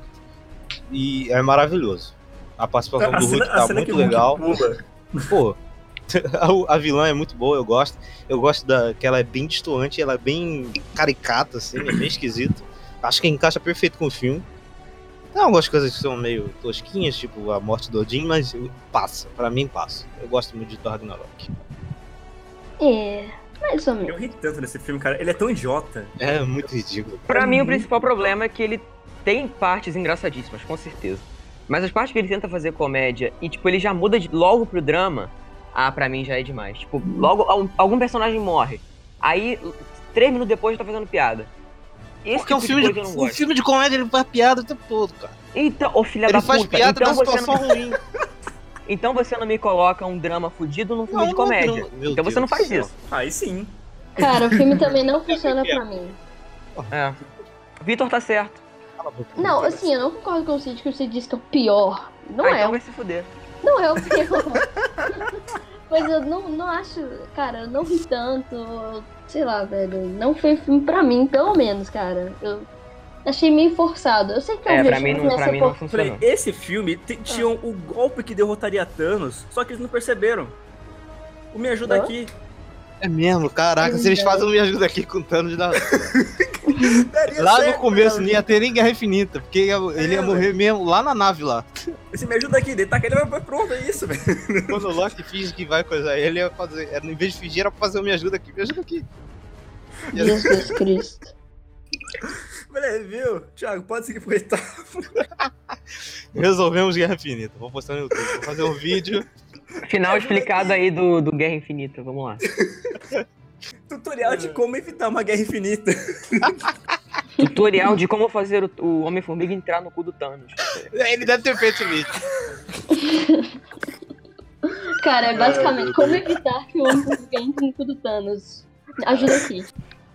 S4: e é maravilhoso. A participação do Hulk tá muito legal.
S2: pula.
S4: Pô, a, a vilã é muito boa, eu gosto. Eu gosto da que ela é bem distoante, ela é bem caricata, assim, é bem esquisito. Acho que encaixa perfeito com o filme. Tem algumas coisas que são meio tosquinhas, tipo a morte do Odin, mas passa, pra mim passa. Eu gosto muito de Thor Ragnarok.
S5: É, mais ou menos.
S2: Eu ri tanto desse filme, cara. Ele é tão idiota.
S4: É muito ridículo.
S3: Pra mim, o principal problema é que ele tem partes engraçadíssimas, com certeza. Mas as partes que ele tenta fazer comédia e, tipo, ele já muda de- logo pro drama, ah, pra mim já é demais. Tipo, logo al- algum personagem morre. Aí, três minutos depois, já tá fazendo piada. Esse
S4: Porque é um
S3: tipo
S4: filme
S3: coisa
S4: de,
S3: eu não
S4: um
S3: gosto.
S4: filme de comédia, ele faz piada o tempo todo, cara.
S3: Então, ô filha
S4: ele
S3: da
S4: faz
S3: puta,
S4: piada
S3: então
S4: da
S3: você,
S4: situação
S3: não,
S4: ruim.
S3: então você não me coloca um drama fudido num filme
S4: Não,
S3: de
S4: não é
S3: comédia.
S4: drama. Meu
S3: então
S4: Deus
S3: você não
S4: do
S3: faz
S4: céu.
S3: isso.
S2: Aí sim.
S5: Cara, o filme também não funciona pra mim.
S3: É. Vitor tá certo.
S4: Cala a boca.
S5: Não, assim, eu não concordo com o Cid que o Cid disse que é o pior. Não
S3: ah,
S5: é,
S3: então vai se fuder.
S5: não é o pior. Mas eu não, não acho, cara, eu não ri tanto. Sei lá, velho. Não foi um filme pra mim, pelo menos, cara. Eu achei meio forçado. Eu sei que
S3: É,
S5: eu
S3: pra mim não, pra mim não funcionou.
S2: Falei, esse filme t- tinha o golpe que derrotaria Thanos, só que eles não perceberam. O Me Ajuda
S5: Hã?
S2: Aqui.
S4: É mesmo, caraca, se eles fazem um me ajuda aqui com o Thanos da.
S2: Daria
S4: Lá no
S2: certo,
S4: começo
S2: cara.
S4: não ia ter nem Guerra Infinita, porque ia- ele ia
S2: É,
S4: morrer mesmo lá na nave lá.
S2: Esse Me Ajuda Aqui, deitar que ele vai pronto, é isso, velho.
S4: Quando o Loki finge que vai coisar ele, ia fazer. Era, em vez de fingir, era pra fazer o me ajuda aqui, me ajuda aqui.
S5: Jesus Cristo.
S2: Moleque, "É, viu? Thiago, pode seguir pro oitavo.
S4: Resolvemos Guerra Infinita. Vou postar no YouTube, vou fazer um vídeo.
S3: Final explicado aí do, do Guerra Infinita, vamos lá.
S2: Tutorial
S4: É.
S2: de como evitar uma guerra infinita.
S3: Tutorial de como fazer o, o Homem-Formiga entrar no cu do Thanos.
S4: Ele deve ter feito isso.
S5: Cara, é basicamente como evitar que o homem fique no cu do Thanos. Ajuda aqui.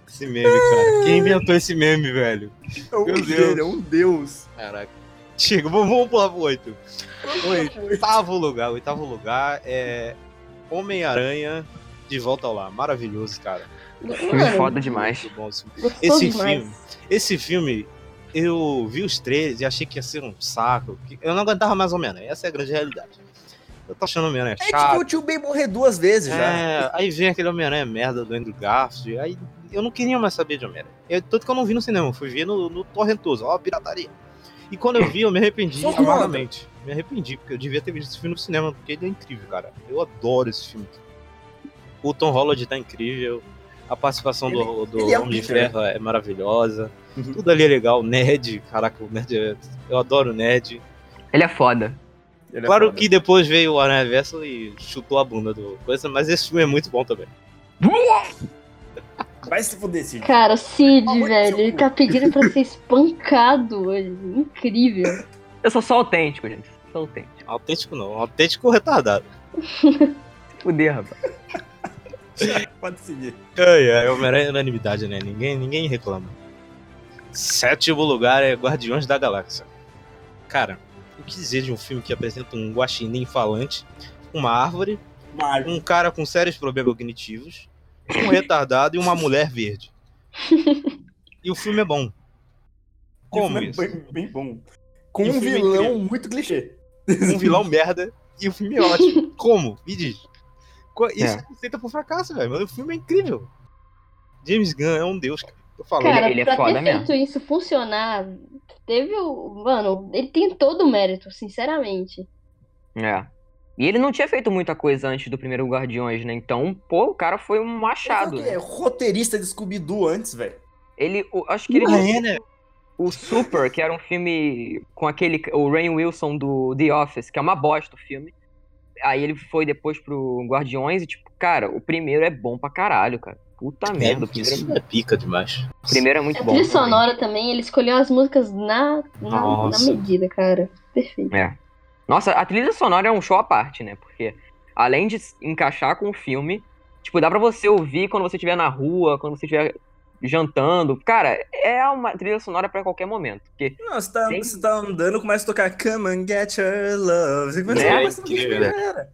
S4: Esse meme, cara. Quem inventou esse meme, velho?
S2: É um
S4: Meu Deus.
S2: gênio, é um deus.
S4: Caraca. Chega, vamos, vamos pular pro oito. Oito. Oitavo lugar. Oitavo lugar é Homem-Aranha de volta ao lar. Maravilhoso, cara.
S3: Filme
S5: Mano,
S3: foda demais.
S4: Muito bom esse filme.
S5: gostoso
S4: Esse
S5: demais.
S4: filme. Esse filme, eu vi os três e achei que ia ser um saco. que Eu não aguentava mais Homem-Aranha. Essa é a grande realidade. Eu tô achando Homem-Aranha
S2: É
S4: chato.
S2: tipo o tio Ben morrer duas vezes já.
S4: É, aí vem aquele Homem-Aranha merda do Andrew Garfield. Aí eu não queria mais saber de Homem-Aranha. Eu- Tanto que eu não vi no cinema, eu fui ver no, no Torrentoso, ó, pirataria. E quando eu vi, eu me arrependi
S2: Sou contra.
S4: amargamente. Me arrependi, porque eu devia ter visto esse filme no cinema, porque ele é incrível, cara. Eu adoro esse filme. O Tom Holland tá incrível. A participação do, do
S2: ele é um
S4: Homem de
S2: Peter, né?
S4: Ferro é maravilhosa.
S2: Uhum.
S4: Tudo ali é legal. Ned, caraca, o Ned é... Eu adoro o Ned.
S3: Ele é foda.
S2: Ele é
S4: Claro
S2: foda.
S4: que depois veio o Aranha Verso e chutou a bunda do coisa, mas esse filme é muito bom também.
S2: Vai se fuder, Cid.
S5: Cara, o Cid,
S2: Olha
S5: velho, ele
S2: o-
S5: tá pedindo pra ser espancado hoje. Incrível.
S3: Eu sou só autêntico, gente. Só autêntico.
S4: Autêntico não, autêntico retardado.
S3: Fuder, rapaz.
S2: Pode seguir.
S4: Ai, ai, Homem-Aranha é unanimidade, né? Ninguém, ninguém reclama. Sétimo lugar é Guardiões da Galáxia. Cara, o que dizer de um filme que apresenta um guaxinim falante, uma árvore,
S2: Marvel.
S4: um cara com sérios problemas cognitivos, um retardado e uma mulher verde. E o filme é bom. Como
S2: Filme é
S4: isso?
S2: Bem, bem bom. Com
S4: E o
S2: um
S4: filme é
S2: vilão
S4: incrível.
S2: muito clichê.
S4: um vilão merda e o filme é ótimo. Como? Me diz. Co- Isso
S3: É.
S4: é receita pro fracasso, velho. Mas o filme é incrível. James Gunn é um deus, cara. Tô falando.
S5: Cara,
S3: ele é
S5: pra
S3: foda
S5: ter
S3: mesmo.
S5: feito isso funcionar, teve o. Mano, ele tem todo o mérito, sinceramente.
S3: É. E ele não tinha feito muita coisa antes do primeiro Guardiões, né? Então, pô, o cara foi um machado.
S2: Ele foi é o quê? roteirista de Scooby-Doo antes, velho.
S3: Ele, o- acho que ele.
S4: Ah, é, né?
S3: O Super, que era um filme com aquele. O Rain Wilson do The Office, que é uma bosta o filme. Aí ele foi depois pro Guardiões e, tipo, cara, o primeiro é bom pra caralho, cara. Puta merda, o
S4: É,
S3: primeiro,
S4: isso é pica demais.
S3: o primeiro é muito
S5: A
S3: bom.
S5: trilha
S3: também.
S5: sonora também, ele escolheu as músicas na, na, na
S4: Nossa.
S5: medida, cara. Perfeito.
S3: É. Nossa, a trilha sonora é um show à parte, né? Porque além de se encaixar com o filme, tipo, dá pra você ouvir quando você estiver na rua, quando você estiver jantando. Cara, é uma trilha sonora pra qualquer momento. Porque
S2: Não, você tá,
S3: Sim.
S2: você tá andando, começa a tocar Come and Get Your Love. Você começa
S3: É,
S2: a começa a
S4: incrível,
S2: já era.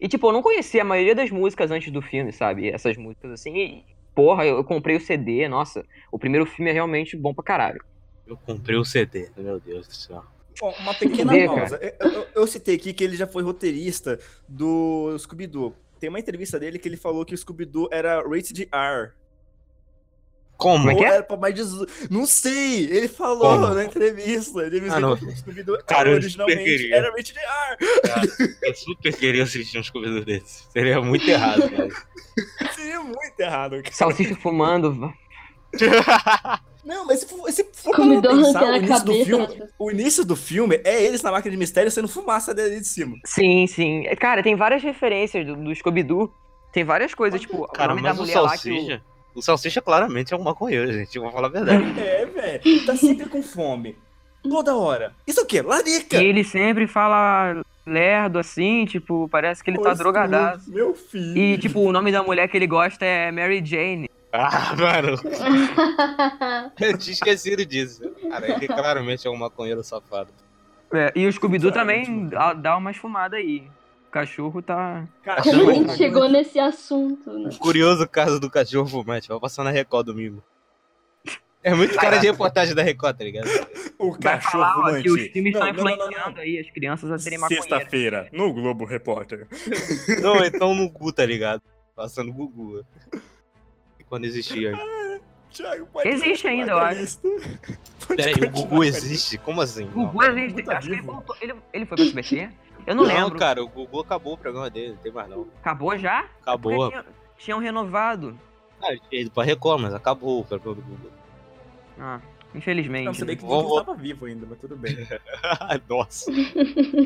S3: E, tipo, eu não conhecia a maioria das músicas antes do filme, sabe? Essas músicas assim. E, porra, eu eu comprei o CD, nossa. O primeiro filme é realmente bom pra caralho.
S4: Eu comprei o CD. Meu Deus do céu.
S2: Bom, uma pequena
S3: Cadê,
S2: pausa. Eu, eu- eu citei aqui que ele já foi roteirista do Scooby-Doo. Tem uma entrevista dele que ele falou que o Scooby-Doo era rated R.
S4: Como?
S3: Como é que
S2: Ou
S3: é?
S2: era pra mais 18. Não sei! Ele falou
S4: Como?
S2: na entrevista. Ele me
S4: Ah, não.
S2: explicou que o Scooby-Doo
S4: Cara, eu
S2: originalmente
S4: preferia.
S2: era rated R.
S4: Eu super queria assistir uns cobertores desses. Seria muito errado, velho.
S2: Seria muito errado, cara.
S3: Salsicha fumando. v-
S2: Não, mas se for, se for pra
S5: Comidor
S2: pensar,
S5: arrancando
S2: o
S5: a
S2: início, do
S5: cabeça.
S2: filme, o início do filme é eles na máquina de mistério sendo fumaça dele de cima.
S3: Sim, sim. É, Cara, tem várias referências do, do Scooby-Doo. Tem várias coisas, tipo,
S4: Cara,
S3: o nome da
S4: mas o
S3: mulher lá que. o-
S4: Salsicha... O Salsicha claramente é um maconheiro, gente. Eu vou falar a verdade.
S2: É, velho. Tá sempre com fome. Toda hora. Isso é o quê? Larica!
S3: E ele sempre fala lerdo assim, tipo, parece que ele tá
S2: Pois
S3: drogadaço.
S2: tudo, Meu filho.
S3: E, tipo, o nome da mulher que ele gosta é Mary Jane.
S4: Ah, mano. Eu tinha esquecido disso. Cara, ele claramente é um maconheiro safado.
S3: É, e o Scooby-Doo
S2: Claramente,
S3: também dá- dá umas fumadas aí. O cachorro tá.
S2: Cara,
S5: Como a
S2: mas-
S5: gente chegou nesse assunto, né?
S4: O curioso caso do cachorro fumante. Vai passar na Record domingo. É muito cara de reportagem da Record, tá ligado?
S2: O
S3: Vai
S2: cachorro
S3: falar ó, que os
S2: fumante.
S3: filmes
S2: Não,
S3: estão
S2: não, não, não, não.
S3: influenciando aí as crianças a serem maconheiras.
S2: Sexta-feira, no Globo Repórter.
S4: Não, então no Gu, tá ligado? Passando Gugu. Quando existia.
S2: Thiago, pode
S3: Existe
S2: continuar
S3: ainda,
S2: com
S3: eu acho.
S2: isso. Pode
S4: Peraí, o
S2: continuar com
S4: Gugu
S2: isso.
S4: existe? Como assim?
S3: O Gugu,
S2: cara,
S3: gente,
S2: muito
S3: acho que ele
S2: tá vivo.
S3: voltou. Ele, ele foi pro SBT? Eu não, lembro.
S4: cara, o Gugu acabou o programa dele, não tem mais não.
S3: Acabou já? Porque
S4: Acabou.
S3: tinha- tinham renovado.
S4: Ah, ele pra Record, mas acabou o programa do Gugu.
S3: Ah,
S2: Não,
S3: infelizmente.
S2: você bem que o
S4: Vovô.
S2: Gugu estava vivo ainda, mas tudo bem.
S4: Nossa.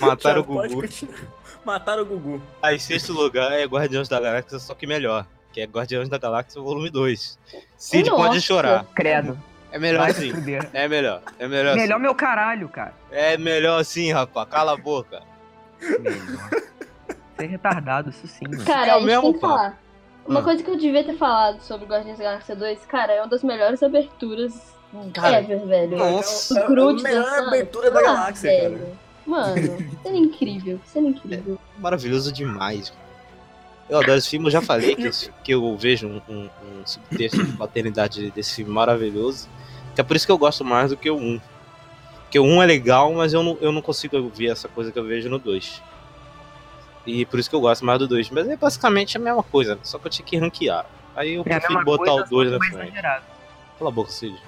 S4: Mataram o
S2: Thiago, pode
S4: Gugu.
S2: continuar. Mataram o Gugu.
S4: Aí, sexto lugar é Guardiões da Galáxia, só que melhor. Que é Guardiões da Galáxia Volume 2. Cid
S5: Nossa.
S4: pode chorar.
S3: Credo.
S4: É melhor
S3: Vai
S4: assim.
S3: se fuder.
S4: É melhor. É melhor assim.
S3: Melhor meu caralho, cara.
S4: É melhor assim, rapaz. Cala a boca.
S3: Melhor. Você é retardado, isso sim. mano.
S4: É
S5: Cara,
S4: o
S5: a gente
S4: mesmo
S5: tem que
S4: papo.
S5: falar. Uma
S4: Ah.
S5: coisa que eu devia ter falado sobre Guardiões da Galáxia 2, cara, é uma das melhores aberturas
S4: Cara,
S5: ever, velho.
S4: Nossa.
S5: O Groot
S2: é a melhor
S5: dançando.
S2: abertura da
S5: Ah,
S2: galáxia,
S5: velho.
S2: cara.
S5: Mano, cena incrível, cena incrível.
S4: maravilhoso demais, cara. Eu adoro esse filme, eu já falei que, esse- que eu vejo um, um- um subtexto de paternidade desse filme maravilhoso. Que é por isso que eu gosto mais do que o 1. Porque o 1 é legal, mas eu não, eu não consigo ver essa coisa que eu vejo no 2. E por isso que eu gosto mais do 2. Mas é basicamente a mesma coisa, só que eu tinha que ranquear. Aí
S3: É
S4: eu
S3: a
S4: prefiro
S3: mesma
S4: botar
S3: coisa,
S4: o 2 na
S3: mais
S4: frente.
S3: exagerado.
S4: Cala a boca, Cid.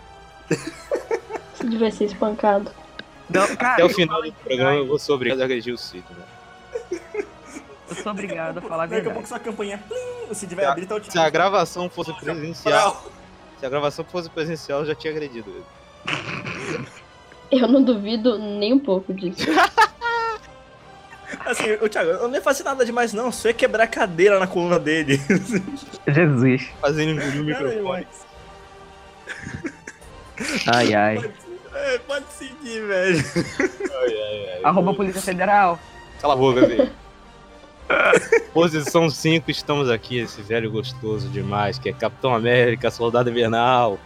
S5: Você devia ser espancado.
S3: Não, cara,
S4: Até o
S3: eu
S4: final
S3: falo
S4: do
S3: em
S4: programa
S3: verdade,
S4: eu vou sobre a agredir o Cid, né?
S3: Eu sou obrigado a falar a
S2: Daqui a
S3: verdade.
S2: pouco sua campanha. plim, O Cid vai
S4: Se a-
S2: abrir, tá o
S4: Se a gravação fosse presencial, se a gravação fosse presencial, eu já tinha agredido ele.
S5: Eu não duvido nem um pouco disso.
S2: Assim, o Thiago, eu não ia fazer nada demais, não. Só ia quebrar a cadeira na coluna dele.
S3: Jesus.
S4: Fazendo engolir o microfone.
S3: Ai, ai.
S2: É, pode seguir, velho.
S3: Arroba a Polícia Federal.
S4: Cala a boca, velho. Posição 5, estamos aqui, esse velho gostoso demais, que é Capitão América, Soldado Invernal,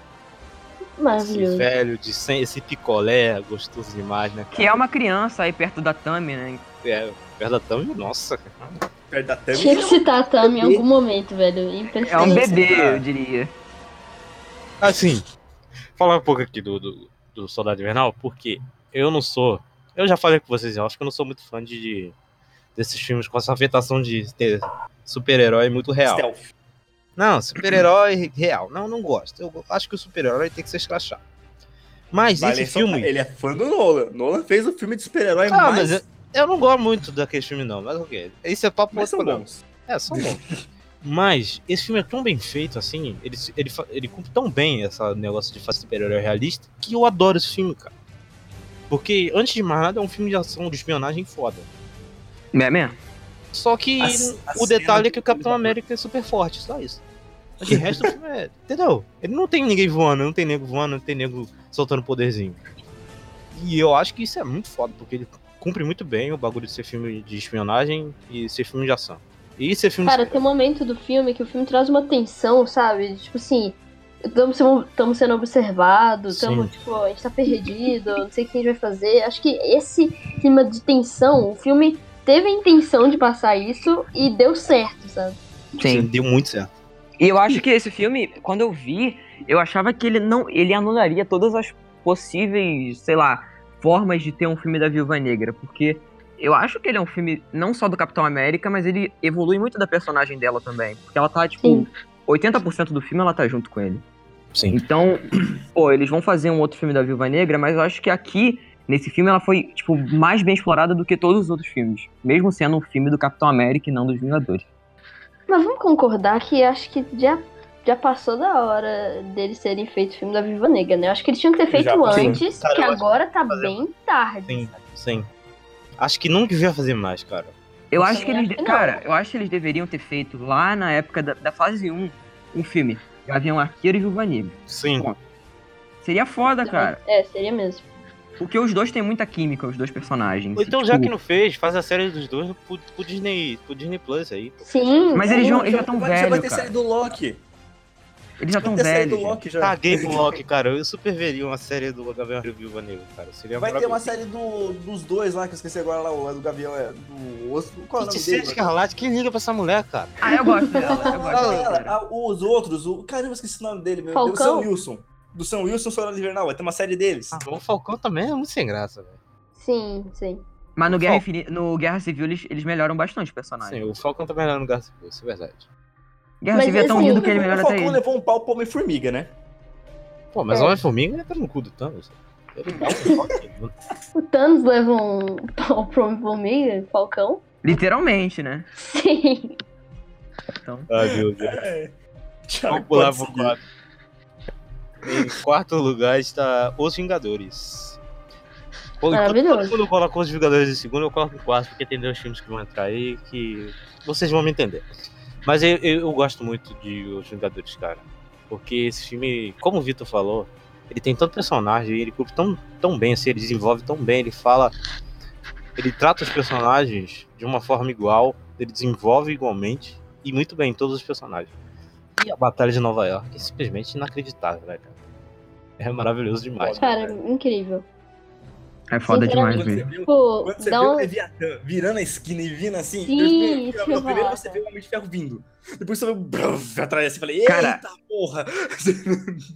S4: esse
S5: Maravilhoso.
S4: velho de sem, esse picolé gostoso demais, né?
S3: Que é uma criança aí perto da Tami, né?
S4: É, perda tão nossa, cara.
S2: Perto da thumb.
S5: Tinha que citar a Tami em algum momento, velho.
S3: É um
S5: Impressionante.
S3: bebê, eu diria.
S4: Assim, falar um pouco aqui do, do, do Soldado Invernal, porque eu não sou. Eu já falei com vocês, eu acho que eu não sou muito fã de, de- desses filmes com essa afetação de ter super-herói muito real.
S2: Stealth.
S4: Não, super-herói real. Não, não gosto. Eu go- acho que o super-herói tem que ser escrachado. Mas
S2: Vale
S4: esse
S2: só-
S4: filme.
S2: Ele é fã do Nolan. Nolan fez o filme de super-herói
S4: Ah,
S2: mais...
S4: mas eu, eu não gosto muito daquele filme, não. Mas o quê? Isso é papo
S2: mais
S4: outro
S2: são
S4: programa.
S2: bons.
S4: É, só bom. mas esse filme é tão bem feito, assim. Ele, se- ele, fa- ele cumpre tão bem esse negócio de fazer super-herói realista que eu adoro esse filme, cara. Porque, antes de mais nada, é um filme de ação, de espionagem foda.
S3: É mesmo?
S4: Só que
S2: A c- a
S4: o
S2: cena
S4: detalhe é que
S2: do
S4: o Capitão
S2: filme-
S4: América é super forte, só isso. Mas de resto, o filme é. Entendeu? Ele não tem ninguém voando, não tem nego voando, não tem nego soltando poderzinho. E eu acho que isso é muito foda, porque ele cumpre muito bem o bagulho de ser filme de espionagem e ser filme de ação. E ser filme
S5: Cara,
S4: de...
S5: tem um momento do filme que o filme traz uma tensão, sabe? Tipo assim, estamos sendo observados,
S4: Sim.
S5: estamos, tipo, a gente tá perdido, não sei o que a gente vai fazer. Acho que esse clima de tensão, o filme teve a intenção de passar isso e deu certo, sabe?
S4: Sim, deu muito certo.
S3: E eu acho que esse filme, quando eu vi, eu achava que ele não, ele anularia todas as possíveis, sei lá, formas de ter um filme da Viúva Negra, porque eu acho que ele é um filme não só do Capitão América, mas ele evolui muito da personagem dela também, porque ela tá tipo
S5: Sim.
S3: 80% do filme ela tá junto com ele.
S4: Sim.
S3: Então, pô, eles vão fazer um outro filme da Viúva Negra, mas eu acho que aqui nesse filme ela foi tipo mais bem explorada do que todos os outros filmes, mesmo sendo um filme do Capitão América e não dos Vingadores.
S5: Mas vamos concordar que acho que já, já passou da hora deles terem feito o filme da Viva Negra, né? Acho que eles tinham que ter feito
S2: Já passou.
S5: antes,
S4: Cara,
S5: que
S4: eu acho
S5: agora tá
S4: fazer-
S5: bem tarde.
S4: Sim, sim. Acho que não devia fazer mais, cara.
S3: Eu
S5: Sim,
S3: acho que eles.
S5: acho
S3: de-
S5: que não.
S3: cara, eu acho que eles deveriam ter feito lá na época da, da fase 1 um filme. Gavião Arqueiro e Viúva Negra.
S4: Sim.
S3: Seria foda, cara.
S5: É, seria mesmo.
S3: Porque os dois têm muita química, os dois personagens.
S4: Ou então, já que
S3: Tipo,
S4: não fez, faz a série dos dois pro, pro Disney, pro Disney Plus aí.
S5: Sim.
S3: Mas eles,
S5: sim.
S3: vão, eles já estão
S2: Vai- já vai
S3: velhos,
S2: ter
S3: cara.
S2: série do Loki.
S3: Eles já
S2: Vai
S3: estão
S2: ter série do
S3: velhos. gente.
S2: Loki já.
S4: Caguei pro Loki, cara. Eu super veria uma série do Gabriel Viúva Negra, cara. Seria
S2: Vai ter uma
S4: maravilhoso.
S2: série do- dos dois lá, que eu esqueci agora lá, o é do Gavião, é do Osso. Qual é o nome
S4: Feiticeira
S2: dele?
S4: Escarlate, quem liga pra essa mulher, cara?
S3: Ah, eu gosto dela. Eu gosto
S2: Ah,
S3: dela.
S2: ela,
S3: cara.
S2: ah, os outros, o caramba, eu esqueci o nome dele, meu
S5: Falcão?
S2: do Sam Wilson. Do Sam Wilson, Soldado Invernal, vai ter uma série deles.
S4: Ah, o Falcão também é muito sem graça, velho.
S5: Sim, sim.
S3: Mas no Guerra,
S4: Ó.
S3: Infini- no Guerra Civil eles, eles melhoram bastante o personagem.
S4: Sim, o Falcão também era no Garça Civil, isso é verdade.
S3: Guerra
S5: Mas
S3: Civil é tão
S5: esse-
S3: lindo que ele
S2: o
S3: melhora até
S2: Falcão
S3: ele.
S2: levou um pau pro Homem-Formiga, né?
S4: Pô, mas
S5: É.
S4: o Homem-Formiga entra no cu do Thanos. Eu não dava um toque, mano.
S5: O Thanos leva um pau pro Homem-Formiga, Falcão.
S3: Literalmente, né?
S5: Sim.
S3: Então.
S4: Ai, meu Deus.
S2: É. Thiago,
S4: Vamos pular
S2: pode
S4: pro
S2: seguir.
S4: quarto. Em quarto lugar está Os Vingadores. Pô, enquanto-
S5: Maravilhoso.
S4: Quando eu coloco Os Vingadores em segundo, eu coloco em quarto, porque tem dois filmes que vão entrar aí que vocês vão me entender. Mas eu, eu- eu gosto muito de Os Vingadores, cara. Porque esse filme, como o Vitor falou, ele tem tanto personagem, ele cumpre tão, tão bem, assim, ele desenvolve tão bem, ele fala. Ele trata os personagens de uma forma igual, ele desenvolve igualmente e muito bem todos os personagens. E a Batalha de Nova York é simplesmente inacreditável, né, cara? É maravilhoso demais.
S5: Cara,
S2: né?
S5: incrível.
S3: É foda
S5: Sim,
S3: demais
S2: Quando você
S3: mesmo.
S2: viu,
S5: Tipo,
S2: quando você
S5: dá
S2: viu
S5: um-
S2: o Leviatã virando a esquina e vindo assim,
S5: Sim,
S2: eu esperei-
S5: isso que eu
S2: não,
S5: ia
S2: primeiro
S5: falar,
S2: você
S5: cara.
S2: vê o Homem de Ferro vindo. Depois você vê o bruf atrás assim, eu falei,
S3: Cara.
S2: eita porra!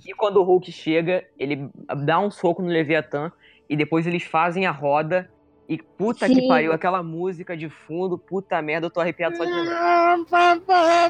S3: E quando o Hulk chega, ele dá um soco no Leviatã e depois eles fazem a roda. E puta que
S5: Sim.
S3: pariu, aquela música de fundo, puta merda, eu tô arrepiado só de
S5: Ah.
S3: lembrar.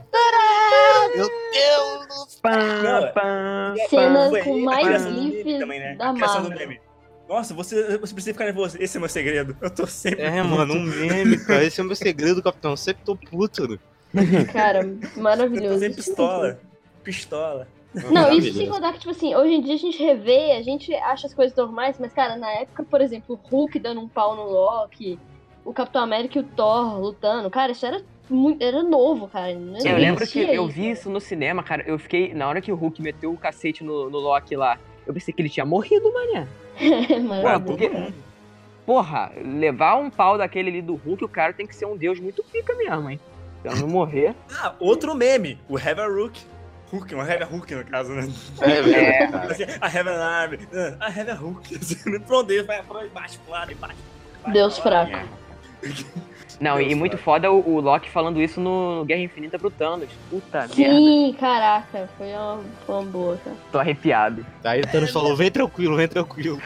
S4: Meu Deus do céu.
S2: Não,
S3: Pam,
S2: E aí,
S5: Cena
S2: foi
S5: com
S2: a
S5: mais
S2: criação do meme
S5: gifs
S2: também, né?
S5: da
S2: A criação do
S5: Marvel.
S2: meme. Nossa, você, você precisa ficar nervoso. Esse é meu segredo. Eu tô sempre.
S4: É, mano, um meme, cara. Esse é o meu segredo, capitão. Eu sempre tô puto. né?
S5: um, Cara,
S2: Eu tô
S5: maravilhoso.
S2: sempre pistola. Pistola.
S5: Não, isso
S4: Maravilhoso.
S5: sem contar que, tipo assim, hoje em dia a gente revê, a gente acha as coisas normais, mas, cara, na época, por exemplo, o Hulk dando um pau no Loki, o Capitão América e o Thor lutando, cara, isso era muito. Era novo, cara. não
S3: Eu lembro que
S5: existia
S3: eu vi isso no cinema, cara. Eu fiquei. Na hora que o Hulk meteu o cacete no, no Loki lá, eu pensei que ele tinha morrido, mané.
S5: É
S3: Porra,
S5: maravilhoso.
S3: porque. Porra, levar um pau daquele ali do Hulk, o cara tem que ser um deus muito pica mesmo, hein? Se eu não morrer.
S2: Ah, outro meme. O Have a Rook. Hulk, uma Have a Hulk no caso, né?
S4: É, velho, cara.
S2: Assim, I have an arm. Ah, I have a Hulk. Assim, pronto, ele vai pra baixo, pro lado e baixo.
S5: Deus fraco.
S3: Não, e
S2: Deus,
S3: muito foda o, o Loki falando isso no Guerra Infinita pro Thanos. Puta merda,
S5: Sim, caraca, foi uma, foi uma boa, cara.
S3: tô arrepiado.
S4: Aí o Thanos falou, vem tranquilo, vem tranquilo.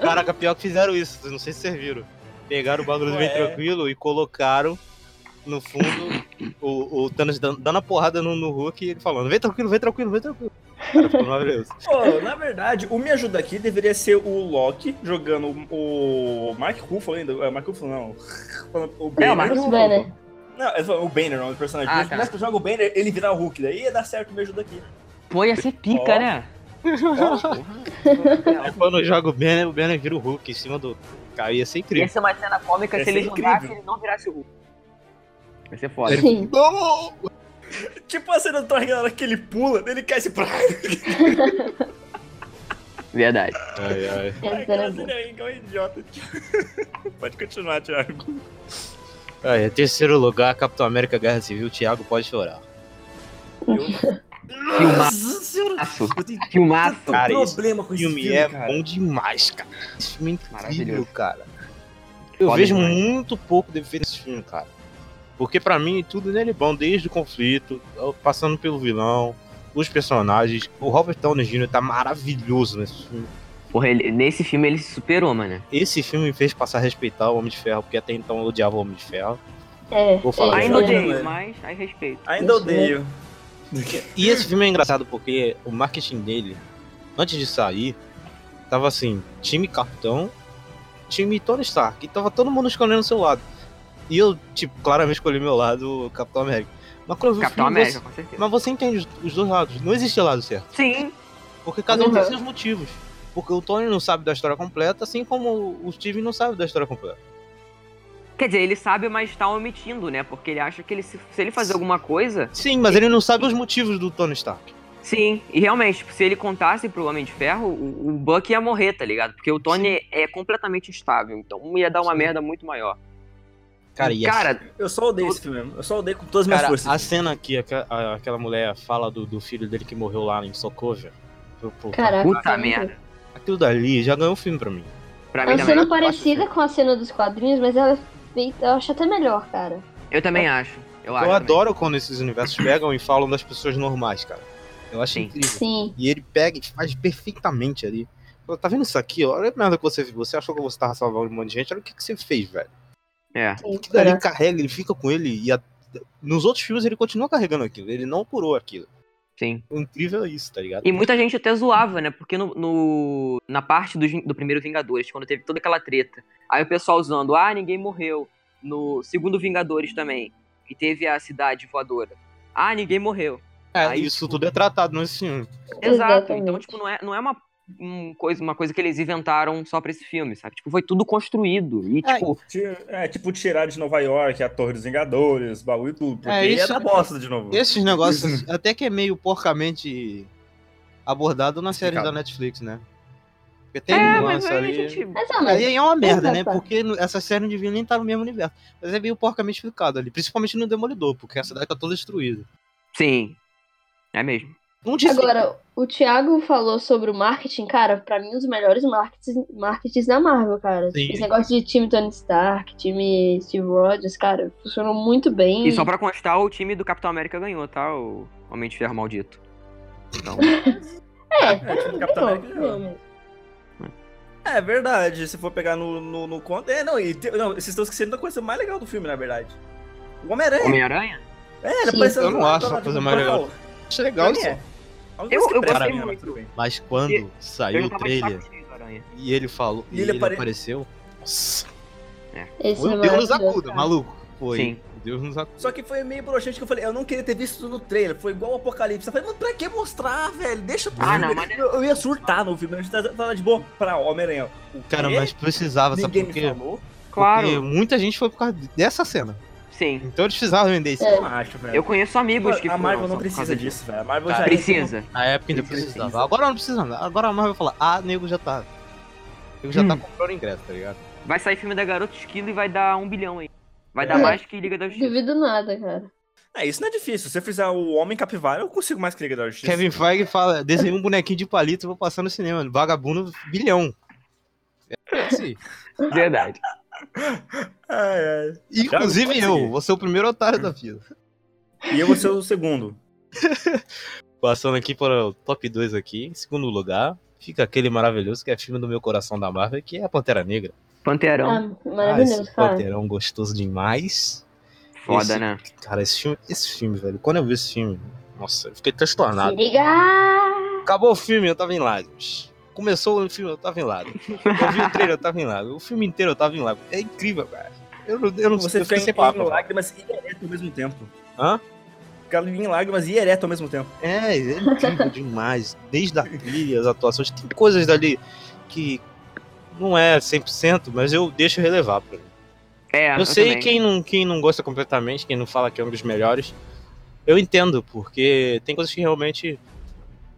S4: Caraca, pior que fizeram isso, não sei se vocês viram. Pegaram o bagulho do
S2: Ué.
S4: Bem Tranquilo e colocaram no fundo o, o Thanos dan- dando a porrada no, no Hulk e ele falando: Vem tranquilo, vem tranquilo, vem tranquilo. Cara, ficou maravilhoso.
S2: Pô, na verdade, o Me Ajuda Aqui deveria ser o Loki jogando o o Mark Ruffalo ainda. É, Mark Ruffalo não. Falando O Banner.
S3: o Mark
S5: Bruce Banner.
S2: Não, ele falou o Banner, é o nome do personagem.
S3: Ah,
S2: Mas
S3: tá.
S2: Mas que joga o Banner, ele virar o Hulk. Daí ia dar certo o Me Ajuda Aqui.
S3: Pô, ia ser pica,
S2: Ó.
S3: né?
S4: Aí quando joga o Banner, o Banner vira o Hulk em cima do. Cara, ia ser
S3: Ia
S4: incrível.
S3: ser uma cena cômica
S2: Ia
S3: se
S2: ser
S3: ele jogasse e
S2: incrível.
S3: ele não virasse o Hulk. Vai ser foda.
S5: Sim.
S4: Não!
S2: Tipo a cena do Thor na hora que ele pula, daí ele cai esse pra.
S3: Verdade.
S4: Ai, ai.
S5: Essa
S2: Aquela
S5: era boa.
S2: cena é igual um idiota. Pode continuar, Thiago.
S4: Ai, em terceiro lugar, Capitão América Guerra Civil, Thiago pode chorar.
S2: Nossa senhora,
S3: Aço.
S2: eu tenho
S3: Filmaço.
S4: Cara, esse
S2: problema com
S4: O
S2: esse
S4: filme é bom demais, cara. Esse filme é incrível,
S3: Maravilhoso.
S4: cara. Eu
S3: Foda
S4: vejo
S3: demais.
S4: muito pouco defeito nesse filme, cara. Porque pra mim tudo nele é bom, desde o conflito, ao- passando pelo vilão, os personagens. O Robert Downey Jr. tá maravilhoso nesse filme.
S3: Porra, ele- nesse filme ele se superou, mano.
S4: Esse filme me fez passar a respeitar o Homem de Ferro, porque até então eu odiava o Homem de Ferro.
S5: É.
S4: Vou falar.
S5: esse
S3: Ainda
S2: Ainda
S5: era-
S2: odeio,
S3: odeio,
S2: mano.
S3: mas aí respeito.
S2: Ainda odeio.
S4: E esse filme é engraçado porque o marketing dele, antes de sair, tava assim, time Capitão, time Tony Stark. E tava todo mundo escolhendo o seu lado. E eu, tipo, claramente escolhi meu lado, o Capitão América. Mas quando eu vi
S3: Capitão
S4: o filme,
S3: América, com
S4: Você,
S3: certeza.
S4: mas você entende os- os dois lados. Não existe lado certo.
S3: Sim.
S4: Porque cada um tem
S5: Uhum.
S4: seus motivos. Porque o Tony não sabe da história completa, assim como o Steve não sabe da história completa.
S3: Quer dizer, ele sabe, mas tá omitindo, né? Porque ele acha que ele se, se ele fazer alguma coisa.
S4: Sim, mas ele não sabe os motivos do Tony Stark.
S3: Sim. E realmente, tipo, se ele contasse pro Homem de Ferro, o, o Buck ia morrer, tá ligado? Porque o Tony é completamente instável. Então ia dar uma
S4: Sim.
S3: merda muito maior.
S4: Cara, e é
S3: Cara,
S2: Eu só odeio esse filme. Eu só odeio com todas as minhas
S4: Cara,
S2: forças.
S4: a cena que aqua- a- aquela mulher fala do, do filho dele que morreu lá em Sokovia, pro- pro-
S5: Caraca.
S3: puta
S5: cara.
S3: merda.
S4: aquilo dali já ganhou um filme pra mim.
S3: Pra
S5: É
S3: mim
S5: uma
S3: também.
S5: cena parecida com a cena dos quadrinhos, mas ela é feita. Eu acho até melhor, cara.
S3: Eu também acho. Eu, acho
S4: Eu
S3: também.
S4: adoro quando esses universos pegam e falam das pessoas normais, cara. Eu acho
S3: Sim.
S4: incrível.
S5: Sim.
S4: E ele pega e faz perfeitamente ali. Pô, Tá vendo isso aqui? ó? Olha a merda que você fez. Você achou que você tava salvando um monte de gente? Olha o que, que você fez, velho.
S3: É.
S5: sim
S4: Aquilo ali
S5: cara.
S4: carrega, ele fica com ele e a- nos outros filmes ele continua carregando aquilo. Ele não curou aquilo.
S3: Sim.
S4: O incrível é isso, tá ligado?
S3: E muita gente até zoava, né? Porque no, no- na parte do, do primeiro Vingadores, quando teve toda aquela treta, aí o pessoal usando, ah, ninguém morreu. No segundo Vingadores também, que teve a cidade voadora. Ah, ninguém morreu.
S4: É,
S3: Aí,
S4: isso
S3: tipo-
S4: tudo é tratado nesse filme.
S3: Exato.
S5: Exatamente.
S3: Então, tipo, não é, não é uma, um coisa, uma coisa que eles inventaram só pra esse filme, sabe? Tipo, foi tudo construído. E,
S4: É,
S3: tipo,
S2: Ti- É tipo tirar de Nova York a Torre dos Vingadores, bagulho e tudo. Porque
S4: É,
S2: é,
S4: isso-
S2: da bosta de novo.
S4: Esses negócios até que é meio porcamente abordado na série
S2: Explicado.
S4: da Netflix, né? Porque tem
S3: é, mas
S4: nuance
S3: aí a
S4: ali.
S3: gente.
S5: Exatamente.
S4: Aí é uma merda, né?
S5: Exato.
S4: Porque no- essa série não devia nem estar no mesmo universo. Mas é meio porcamente explicado ali. Principalmente no Demolidor, porque a cidade tá toda destruída.
S3: Sim. É mesmo.
S4: Não diz
S5: Agora, o Thiago falou sobre o marketing, cara, pra mim os melhores marketings, marketings da Marvel, cara.
S4: Sim.
S5: Esse negócio de time Tony Stark, time Steve Rogers, cara, funcionou muito bem.
S3: E só pra constar, o time do Capitão América ganhou, tá? O Homem de Ferro Maldito. Então,
S5: É,
S2: É, time do Capitão
S5: ganhou,
S2: América
S5: ganhou
S2: ganhou.
S5: mesmo.
S2: É verdade, se for pegar no, no, no conto. É, não, e te- não, vocês estão esquecendo da coisa mais legal do filme, na verdade. O Homem-Aranha.
S3: Homem-Aranha?
S2: É, ele
S5: Sim.
S2: apareceu
S4: Eu não
S2: lá,
S4: acho
S2: lá,
S4: a coisa
S2: lá,
S4: mais
S2: lá,
S4: legal.
S2: lá.
S4: isso é legal
S2: Pra
S4: isso.
S2: mim é. A única
S3: Eu-
S2: coisa que
S3: eu
S2: presta
S4: gostei
S2: pra mim, mas tudo bem.
S4: Mas quando
S3: E-
S4: saiu
S3: eu
S4: o
S3: tava
S4: trailer
S3: de saco cheio do Aranha.
S4: e ele falou.
S2: E
S4: E
S2: ele
S4: ele,
S2: apare-
S4: apareceu. Nossa,
S5: Esse é
S4: Deus nos
S5: maravilhoso,
S4: acuda,
S5: cara.
S4: maluco. Foi.
S3: Sim.
S4: Deus nos acuda.
S2: Só que foi meio broxante que eu falei, eu não queria ter visto isso no trailer, foi igual o Apocalipse. Eu falei, mas pra que mostrar, velho? Deixa pro
S3: Ah,
S2: filme.
S3: não, mas-
S2: eu, eu ia surtar no filme, a gente tá falando de boa pra Homem-Aranha. O
S4: Cara,
S2: quê?
S4: mas precisava, sabe
S2: ninguém
S4: por
S2: me
S4: quê?
S2: falou.
S3: Claro,
S4: Porque muita gente foi por causa dessa cena.
S3: sim.
S4: Então eles precisavam vender isso.
S2: Eu não acho, velho.
S3: É. Eu conheço amigos que
S2: a Marvel
S3: foram
S2: não
S3: só por causa Tá,
S2: precisa disso, velho. A Marvel
S4: Cara,
S2: já
S3: Precisa.
S4: Na época ainda
S2: Precisa.
S4: precisava. Agora não precisa. nada. Agora a Marvel vai falar, ah, nego já tá. Nego já tá comprando ingresso, tá ligado?
S3: Vai sair filme da Garota Esquilo e vai dar um bilhão aí. Vai dar
S5: É.
S3: mais que Liga da Justiça.
S5: Duvido nada, cara.
S2: É, isso não é difícil. Se eu fizer o Homem Capivara, eu consigo mais que Liga da Justiça.
S4: Kevin Feige fala, desenhei um bonequinho de palito e vou passar no cinema. Vagabundo, bilhão. É assim.
S3: Verdade.
S2: Ai, ai.
S4: Inclusive
S2: Já não consegui.
S4: eu, vou ser o primeiro otário da fila.
S2: E eu vou ser o segundo.
S4: Passando aqui para o top 2 aqui, em segundo lugar, fica aquele maravilhoso que é filme do meu coração da Marvel, que é a Pantera Negra.
S3: Panterão.
S5: Ah, maravilhoso,
S4: esse
S5: cara.
S4: Panterão gostoso demais.
S3: Foda,
S4: esse-
S3: né?
S4: Cara, esse filme, esse filme, velho, quando eu vi esse filme, nossa, eu fiquei transtornado.
S5: Se liga!
S4: Acabou o filme, eu tava em lágrimas. Começou o filme, eu tava em lágrimas. Eu vi o trailer, eu tava em lágrimas. O filme inteiro eu tava em lágrimas. É incrível, cara. Eu não, eu não
S2: Você
S4: eu
S2: fica
S4: fiquei
S2: em,
S4: sem palavras.
S2: lágrimas e ereto ao mesmo tempo.
S4: Hã?
S2: Fica em lágrimas e ereto ao mesmo tempo.
S4: É, é incrível demais. Desde a trilha, as atuações. Tem coisas dali que não é 100%, mas eu deixo relevar pra mim.
S3: É,
S4: eu sei
S3: também.
S4: quem não, quem não gosta completamente, quem não fala que é um dos melhores. Eu entendo, porque tem coisas que realmente.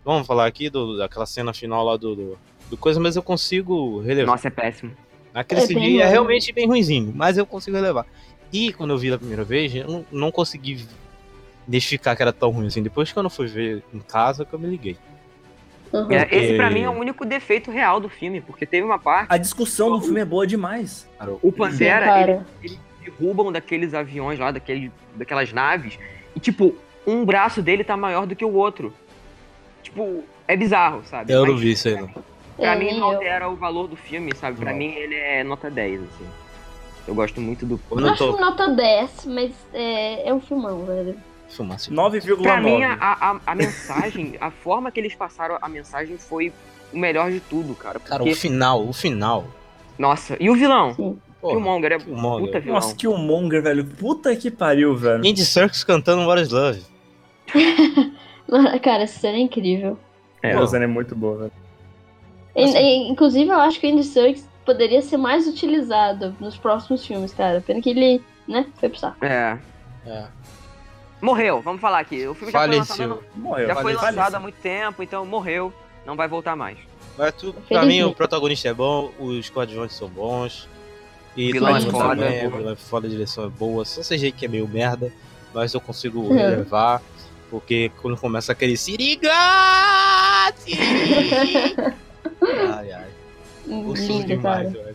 S4: Vamos falar aqui do, daquela cena final lá do, do, do coisa, mas eu consigo relevar.
S3: Nossa, é péssimo.
S4: Aquele
S5: É
S4: CD
S5: bem
S4: é
S5: ruim.
S4: realmente bem ruinzinho, mas eu consigo levar. E quando eu vi da primeira vez, eu não, não consegui identificar que era tão ruim assim. Depois que eu não fui ver em casa, que eu me liguei.
S5: Uhum.
S3: É, Esse pra
S4: Ok.
S3: mim é o único defeito real do filme, porque teve uma parte.
S2: A discussão do filme é boa demais.
S4: Cara,
S3: O
S5: Sim,
S3: Pantera,
S5: cara.
S3: eles derrubam daqueles aviões lá, daquele, daquelas naves, e tipo, um braço dele tá maior do que o outro. Tipo, é bizarro, sabe?
S4: Eu não
S3: Mas
S4: vi isso ainda.
S3: Pra
S5: É,
S3: mim
S5: nem
S3: não
S5: eu.
S3: altera o valor do filme, sabe? Pra
S4: Não.
S3: mim ele é nota 10, assim. Eu gosto muito do.
S4: Eu
S5: Eu
S4: não
S5: acho
S4: tô
S5: nota 10, mas é, é um filmão, velho.
S4: filmando assim.
S2: 9,9.
S3: Pra mim, é a, a, a mensagem, a forma que eles passaram a mensagem foi o melhor de tudo, cara. Porque,
S4: Cara, o final, o final.
S3: Nossa, e o vilão?
S4: Porra,
S3: Killmonger é
S4: Killmonger.
S3: puta vilão.
S2: Nossa, Killmonger, velho. Puta que pariu, velho.
S4: Andy Serkis cantando What is Love.
S5: Cara, essa cena é incrível.
S3: É,
S2: Pô, Zana é muito boa, velho.
S5: E-
S2: Assim-
S5: e, inclusive, eu acho que o Andy Serkis poderia ser mais utilizado nos próximos filmes, cara. Pena que ele, né, foi pro saco.
S3: É.
S4: É.
S3: Morreu, vamos falar aqui. O filme já foi
S4: Faleceu.
S3: lançado, né?
S2: Morreu.
S3: já foi
S2: Faleceu.
S3: lançado há muito tempo, então morreu. Não vai voltar mais.
S4: Mas tu, pra mim,
S5: Felizmente.
S4: o protagonista é bom, os coadjuvantes são bons. E
S3: Vilão
S5: é
S4: todo mundo
S5: foda.
S4: também é, o vilão é foda, a direção é boa. Só CG que é meio merda, mas eu consigo
S5: É.
S4: relevar. Porque quando começa aquele Siriga! ai, ai. Gostoso
S5: Lindo,
S4: demais,
S5: cara.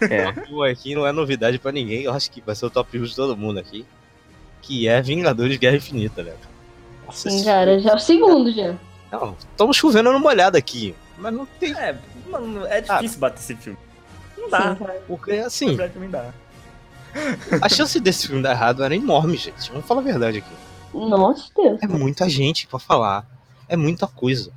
S4: velho.
S3: É.
S4: Top 1 aqui não é novidade pra ninguém. Eu acho que vai ser o top 1 de todo mundo aqui. Que é Vingadores Guerra Infinita, né? velho. Nossa,
S5: Sim,
S4: esse
S5: cara, já é o segundo já.
S4: filme- Não, estamos chovendo no molhado aqui. Mas não tem.
S2: É, mano,
S4: Ah.
S2: é difícil bater esse filme. Não dá.
S5: Sim, cara.
S4: Porque assim.
S2: Na verdade, não dá.
S4: A chance desse filme dar errado era enorme, gente. Vamos falar a verdade aqui.
S5: Nossa, Deus.
S4: É muita gente pra falar. É muita coisa.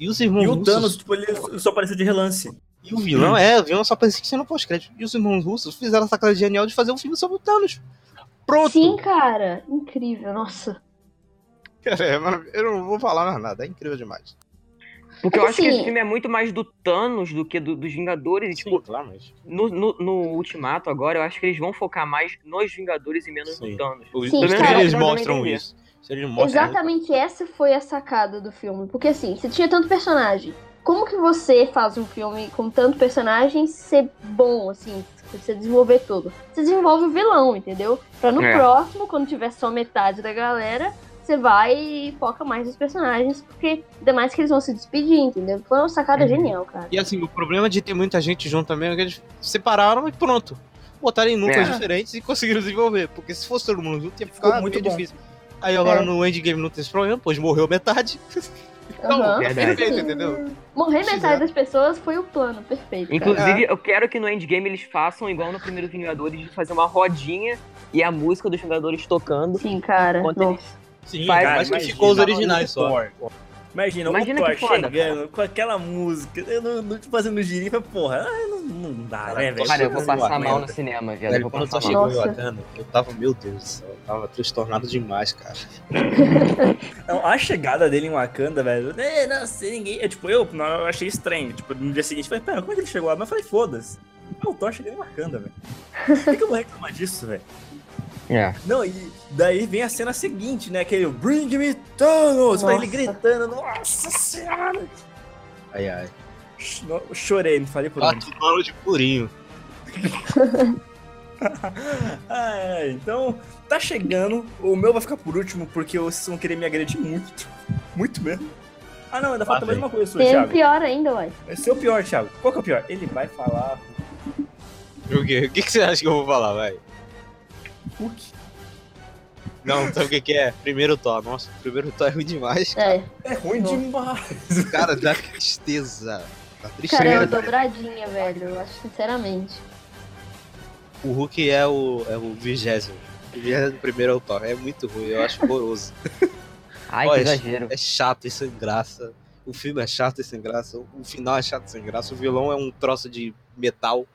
S4: E os irmãos
S2: E o
S4: russos.
S2: Thanos, tipo, ele só apareceu de relance.
S4: E o vilão,
S3: Hum.
S4: é, o vilão só apareceu que você não pós-crédito. E os irmãos russos fizeram essa cara genial de fazer um filme sobre o Thanos. Pronto!
S5: Sim, cara. Incrível, nossa.
S4: Cara, é maravilhoso. eu não vou falar mais nada, é incrível demais.
S3: Porque eu acho que
S5: Assim-
S3: esse filme é muito mais do Thanos do que do- dos Vingadores. E, tipo,
S4: claro, mas...
S3: no, no, no Ultimato agora, eu acho que eles vão focar mais nos Vingadores e menos
S4: Sim.
S3: no Thanos.
S4: Os,
S5: Sim,
S4: os
S5: cara,
S4: trailers
S3: eu não
S4: mostram
S3: entendi.
S4: isso. Os trailers mostram
S5: Exatamente essa foi a sacada do filme. Porque assim, você tinha tanto personagem. como que você faz um filme com tanto personagem ser bom, assim, você desenvolver tudo? Você desenvolve o vilão, entendeu? Pra no
S3: É.
S5: próximo, quando tiver só metade da galera, você vai e foca mais nos personagens, porque ainda mais que eles vão se despedir, entendeu? Foi uma sacada
S3: Uhum.
S5: genial, cara.
S4: E assim, o problema de ter muita gente junto também é que eles separaram e pronto. Botaram em núcleos
S3: É.
S4: diferentes e conseguiram desenvolver. Porque se fosse todo mundo junto, ia
S2: Ficou
S4: ficar
S2: muito
S4: muito
S2: bom.
S4: difícil. Aí agora
S5: É.
S4: no endgame não tem esse problema, pois morreu metade. Então,
S5: Aham.
S4: é
S3: Verdade.
S4: perfeito, entendeu?
S5: Morrer
S4: Fizeram.
S5: metade das pessoas foi o plano perfeito. cara.
S3: Inclusive, eu quero que no endgame eles façam igual no primeiro Vingadores de fazer uma rodinha e a música dos Vingadores tocando.
S5: Sim, cara.
S3: Enquanto
S5: Nossa.
S3: eles...
S4: Sim,
S3: Faz-
S4: mas que ficou os
S2: imagina,
S4: originais
S2: o
S4: só.
S2: Thor. Imagina,
S3: Imagina
S2: o Thor
S3: que foda,
S2: chegando com aquela música, eu não, não te fazendo girifa, porra, ah, não, não dá,
S4: Cara,
S2: né, velho?
S3: Cara, eu vou
S4: Sim,
S3: passar
S4: aguenta.
S3: mal né? no cinema, viado. Eu
S4: Velho,
S3: vou
S4: quando
S3: passar
S4: só
S3: mal.
S4: chegou em
S5: Nossa.
S4: Wakanda, eu tava, meu Deus do céu, eu tava transtornado demais, cara.
S2: Não, a chegada dele em Wakanda, velho, é, não sei ninguém. Eu, tipo, eu, não, eu achei estranho. Tipo, no dia seguinte, eu falei, pera, como é que ele chegou lá? Mas eu falei, foda-se. Ah, o Thor chegou em Wakanda, velho. Por que, que eu vou reclamar disso, velho?
S3: É.
S2: Não, e daí vem a cena seguinte, né? Aquele Bring me Thanos! Vai ele
S5: Nossa.
S2: gritando, nossa senhora!
S4: Ai, ai.
S2: Ch- no- eu Chorei, não falei por onde.
S4: Quatro manos de purinho.
S2: Ah, é, então, tá chegando. O meu vai ficar por último, porque vocês vão querer me agredir muito. Muito mesmo. Ah, não, ainda falta
S4: Lá
S2: mais
S4: vem.
S2: uma coisa sua,
S5: Tem um
S2: Thiago.
S5: pior ainda, ué.
S2: Esse é o pior, Thiago. Qual que é o pior? Ele vai falar
S4: O quê? O que, que você acha que eu vou falar, vai?
S2: Hulk.
S4: Não, sabe o que, que é? Primeiro Thor. Nossa, o primeiro Thor é ruim demais.
S5: É,
S2: É ruim demais.
S4: Cara, dá tristeza. Dá tristeza.
S5: cara, é uma dobradinha, velho. Eu acho, sinceramente.
S4: O Hulk é o, é o vigésimo. O vigésimo primeiro é o Thor. É muito ruim, eu acho horroroso.
S3: Ai,
S4: Olha,
S3: que exagero.
S4: É chato e sem graça. O filme é chato e sem graça. O final é chato e sem graça. O vilão é um troço de metal.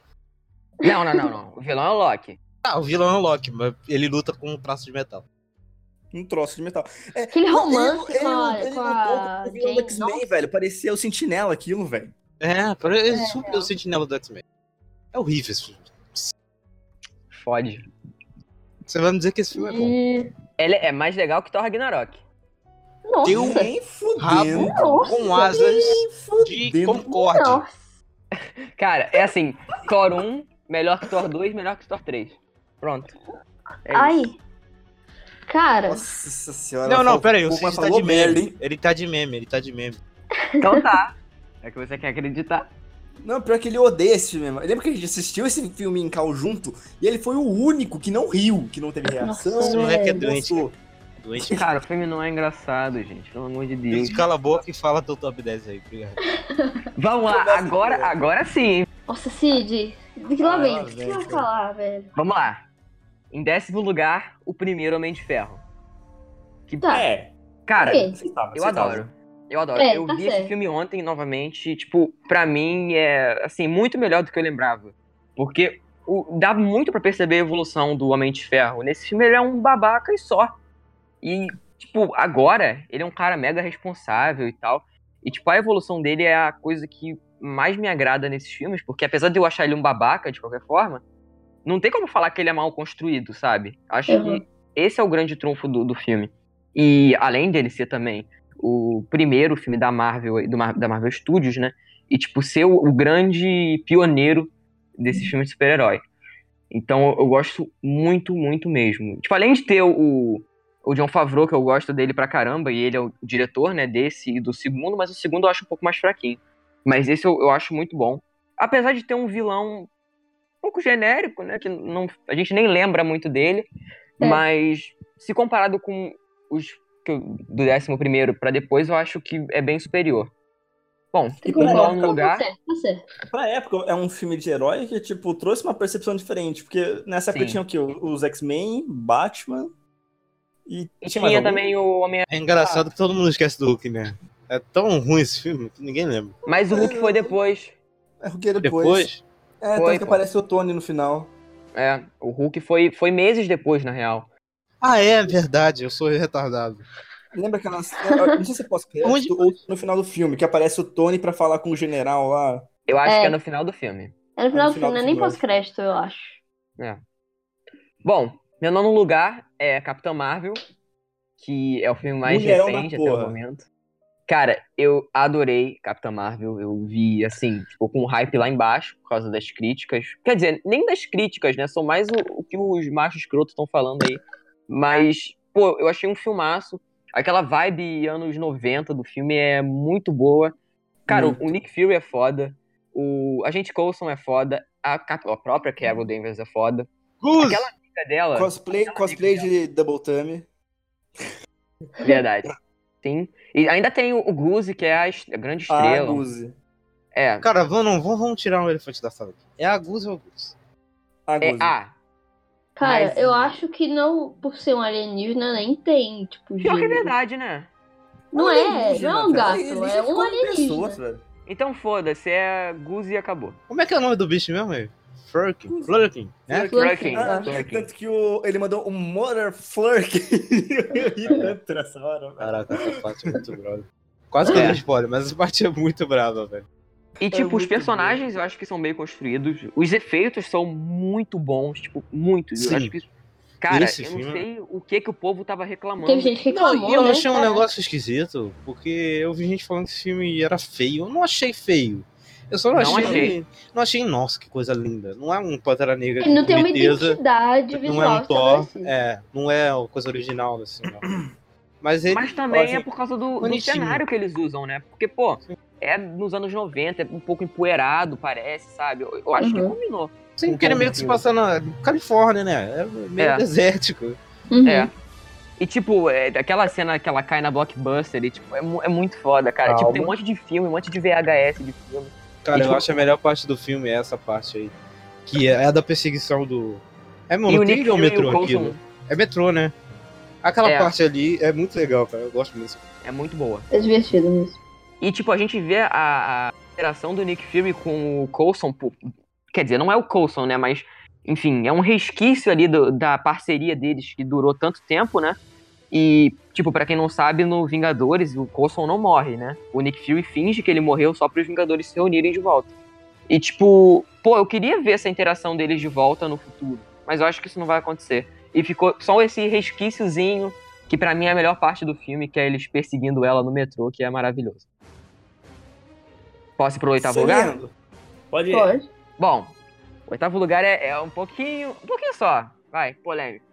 S3: Não, não, não, não. O vilão é o Loki.
S4: Ah, o vilão é o Loki, mas ele luta com um troço de metal.
S2: Um troço de metal. É,
S5: Aquele romance
S2: ele-
S5: com a-
S2: ele
S5: com
S4: é
S2: lutou
S5: a
S2: com o
S4: um
S2: vilão do
S5: Jane,
S2: X-Men,
S5: nossa.
S2: velho. Parecia o Sentinela aquilo, velho.
S4: É, parece é, super o sentinela do X-Men. É horrível esse filme.
S3: Fode.
S4: Você vai me dizer que esse filme é bom.
S5: E...
S3: Ele é mais legal que Thor Ragnarok.
S5: Nossa.
S4: Deu um
S2: Nem fudendo.
S4: Rabo com asas de concorde.
S5: Nossa.
S3: Cara, é assim, Thor 1, melhor que Thor 2, melhor que Thor 3. Pronto. É isso.
S5: Ai. Cara,
S2: Nossa senhora.
S4: Não,
S2: ela
S4: não,
S2: falou
S4: pera aí, o
S2: pouco, mas
S4: Cid tá
S2: falou
S4: de
S2: merda,
S4: meme.
S2: hein?
S4: Ele tá de meme, ele tá de meme.
S3: Então tá. É que você quer acreditar.
S2: Não, pior que ele odeia esse filme. mesmo. Lembra que a gente assistiu esse filme em Cal junto? E ele foi o único que não riu, que não teve reação.
S5: Nossa,
S4: Esse moleque é
S5: velho.
S4: doente.
S2: gostou.
S4: Doente.
S3: Cara, o filme não é engraçado, gente. Pelo amor de Deus.
S4: Gente, Cala a boca e fala teu top 10 aí, obrigado.
S3: Vamos lá, agora, agora sim, hein?
S5: nossa, Cid. De que
S2: Ah,
S5: lá vem?
S2: lá
S5: O que
S2: vem,
S5: que eu vou
S2: cara.
S5: falar, velho?
S3: Vamos lá. Em décimo lugar, o primeiro Homem de Ferro. Que,
S5: Tá.
S2: É,
S3: cara,
S5: ok.
S2: aceitável,
S3: eu
S2: aceitável.
S3: adoro. Eu adoro.
S5: É,
S3: eu
S5: tá
S3: vi esse
S5: certo.
S3: filme ontem novamente, e, tipo, pra mim é assim, muito melhor do que eu lembrava. Porque o- dá muito pra perceber a evolução do Homem de Ferro. Nesse filme ele é um babaca e só. E, tipo, agora ele é um cara mega responsável e tal. E, tipo, a evolução dele é a coisa que mais me agrada nesses filmes, porque apesar de eu achar ele um babaca de qualquer forma, não tem como falar que ele é mal construído, sabe? Acho
S5: Uhum.
S3: que esse é o grande trunfo do, do filme. E além dele ser também o primeiro filme da Marvel, do Mar- da Marvel Studios, né? E, tipo, ser o, o grande pioneiro desse filme de super-herói. Então, eu, eu gosto muito, muito mesmo. Tipo, além de ter o, o John Favreau, que eu gosto dele pra caramba, e ele é o diretor, né, desse e do segundo, mas o segundo eu acho um pouco mais fraquinho. Mas esse eu, eu acho muito bom. Apesar de ter um vilão um pouco genérico, né, que não, a gente nem lembra muito dele,
S5: É.
S3: mas se comparado com os que eu- do décimo primeiro pra depois, eu acho que é bem superior. um Bom,
S5: Tem
S3: em
S5: como
S3: nono
S5: falar.
S3: lugar...
S5: Tá certo, tá certo.
S2: Pra época, é um filme de herói que, tipo, trouxe uma percepção diferente. Porque nessa época
S3: Sim.
S2: tinha o quê? Os X-Men, Batman. E
S3: E
S2: tinha mais
S3: tinha
S2: algum?
S3: também o Homem.
S4: É engraçado que todo mundo esquece do Hulk, né? É tão ruim esse filme que ninguém lembra.
S3: Mas o Hulk foi depois.
S2: É o que é depois.
S4: Depois,
S2: É,
S3: Foi,
S2: tanto que
S3: pô.
S2: aparece o Tony no final.
S3: É, o Hulk foi, foi meses depois, na real.
S4: Ah, é verdade, eu sou retardado.
S2: Lembra aquelas. eu Não sei se é pós-crédito ou no final do filme, que aparece o Tony pra falar com o general lá.
S3: Eu acho
S5: É.
S3: que é no final do filme.
S5: É no final
S2: no
S5: do filme,
S2: final
S5: não é
S2: do
S5: nem
S2: filme, eu
S5: pós-crédito, eu acho.
S3: Bom, meu nono lugar é Capitão Marvel, que é o filme mais
S2: Mulherão da
S3: recente até o
S2: porra.
S3: momento. Cara, eu adorei Capitã Marvel. Eu vi, assim, tipo, com um hype lá embaixo por causa das críticas. Quer dizer, nem das críticas, né? São mais o, o que os machos escroto estão falando aí. Mas, pô, eu achei um filmaço. Aquela vibe anos 90 do filme é muito boa. Cara, o- o Nick Fury é foda. O Agente Coulson é foda. A, Cap- a própria
S2: Uhum.
S3: Carol Danvers é foda.
S4: Goose!
S3: Aquela amiga dela.
S6: Cosplay, cosplay de Double Tummy.
S3: Verdade. Sim. E ainda tem o o Goose, que é a, est- a grande
S6: Ah,
S3: estrela.
S6: Guzi.
S3: É.
S4: Cara, vamos, vamos, vamos tirar um elefante da sala aqui. É a Goose ou a Goose?
S6: Ah,
S3: é
S6: Guzi.
S3: ah,
S5: Cara,
S6: Mas-
S5: eu acho que não, por ser um alienígena, nem tem, tipo,
S3: pior que é
S5: gênero.
S3: verdade, né?
S5: Não é,
S2: alienígena,
S5: não é um
S2: velho.
S5: gato,
S2: Alienígena
S5: é um
S2: como
S5: alienígena.
S2: pessoas, velho.
S3: Então foda-se, é Goose e acabou.
S4: Como é que é o nome do bicho mesmo? aí? Flurkin? Flurkin, né?
S3: Flurkin.
S2: Ah,
S3: Flurkin.
S2: tanto que o, ele mandou um Mother Flurk. Eu ri tanto nessa hora, velho.
S4: Caraca, essa parte é muito brava. Quase que eu
S3: É.
S4: não spoiler, mas essa parte é muito brava, velho. É
S3: E, tipo, os
S6: muito
S3: personagens eu acho que são bem construídos. Os efeitos são muito bons, tipo, muito.
S4: Sim.
S3: Eu acho que isso- Cara,
S4: Esse
S3: eu
S4: filme- é
S3: não sei o que que o povo tava reclamando.
S5: Teve gente que
S4: Não,
S5: reclamou,
S4: e eu
S5: né,
S4: achei um
S5: cara?
S4: negócio esquisito, porque eu vi gente falando que esse filme era feio. Eu não achei feio. Eu só não,
S3: Não
S4: achei,
S3: achei.
S4: Não achei, nossa, que coisa linda. Não é um Pantera Negra
S5: Ele não tem uma
S4: boniteza,
S5: identidade
S4: não
S5: visual assim?
S4: é um Thor,
S5: estabelecida.
S4: é, não é uma coisa original assim, não. Mas ele
S3: Mas também
S4: assim,
S3: é por causa do, do
S4: bonitinho.
S3: cenário que eles usam, né? Porque, pô, é nos anos 90, é um pouco empoeirado, parece, sabe? Eu, eu acho que
S5: Uhum.
S3: combinou.
S4: Sim, porque ele meio que se passa na Califórnia, né? É meio
S3: É.
S4: desértico.
S5: Uhum.
S3: É. E, tipo, é, aquela cena que ela cai na blockbuster, e, tipo, é, mu- é muito foda, cara. Tipo,
S4: Calma.
S3: tem um monte de filme, um monte de VHS de filme.
S4: Cara,
S3: E,
S4: eu
S3: tipo-
S4: acho a melhor parte do filme é essa parte aí. Que é a da perseguição do. É
S3: e o
S4: monotrilho ou
S3: Fury e o
S4: metrô
S3: Coulson
S4: aquilo? É metrô, né? Aquela
S3: É.
S4: parte ali é muito legal, cara. Eu gosto muito.
S3: é muito boa.
S5: É divertido mesmo.
S3: E, tipo, a gente vê a, a interação do Nick Fury com o Coulson, por... quer dizer, não é o Coulson, né? Mas, enfim, é um resquício ali do- da parceria deles que durou tanto tempo, né? E, tipo, pra quem não sabe, no Vingadores o Coulson não morre, né? O Nick Fury finge que ele morreu só para os Vingadores se reunirem de volta. E, tipo, pô, eu queria ver essa interação deles de volta no futuro, mas eu acho que isso não vai acontecer. E ficou só esse resquíciozinho, que pra mim é a melhor parte do filme, que é eles perseguindo ela no metrô, que é maravilhoso. Posso ir pro oitavo lugar?
S2: Sonhando. Pode
S4: É.
S2: ir.
S5: Pode.
S3: Bom, o oitavo lugar é, é um pouquinho. Um pouquinho só. Vai, polêmico.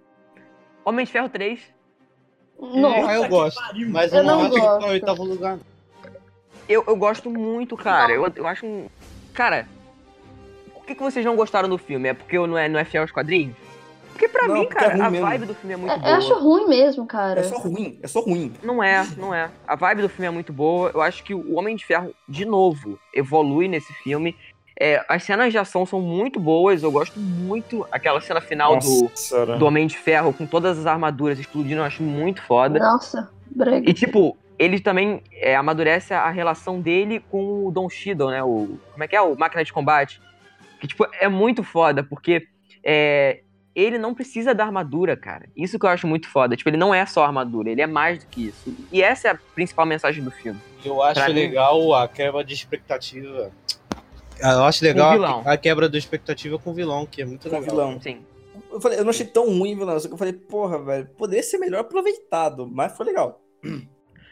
S3: Homem de Ferro 3.
S5: Nossa.
S4: Ah, eu gosto. Mas eu,
S5: Eu não
S4: não acho que tá
S5: gosto.
S4: em oitavo lugar.
S3: Eu, eu gosto muito, cara. Eu, eu acho um. Cara, o que, que vocês não gostaram do filme? É porque eu não é, não é fiel aos quadrinhos? Porque pra
S6: Não,
S3: mim,
S6: porque é
S3: cara,
S6: ruim
S3: a
S6: mesmo.
S3: vibe do filme é muito
S5: Eu,
S3: boa.
S5: eu acho ruim mesmo, cara.
S2: É só ruim, é só ruim.
S3: Não é, não é. A vibe do filme é muito boa. Eu acho que o Homem de Ferro, de novo, evolui nesse filme. É, as cenas de ação são muito boas. Eu gosto muito. Aquela cena final do, do Homem de Ferro com todas as armaduras explodindo, eu acho muito foda.
S5: Nossa, brega.
S3: E, tipo, ele também é, amadurece a relação dele com o Don Cheadle, né? O, como é que é? O Máquina de Combate. Que, tipo, é muito foda, porque é, ele não precisa da armadura, cara. Isso que eu acho muito foda. Tipo, ele não é só armadura, ele é mais do que isso. E essa é a principal mensagem do filme.
S4: Eu acho
S3: Pra mim-
S4: legal a quebra de expectativa. Ah, Eu acho legal
S3: Com
S4: a-
S3: vilão.
S4: a, quebra de expectativa com o vilão, que é muito
S6: Com
S4: legal.
S6: vilão.
S3: Sim.
S6: Eu, falei, eu não achei tão ruim, vilão. Só que eu falei, porra, velho, poderia ser melhor aproveitado, mas foi legal.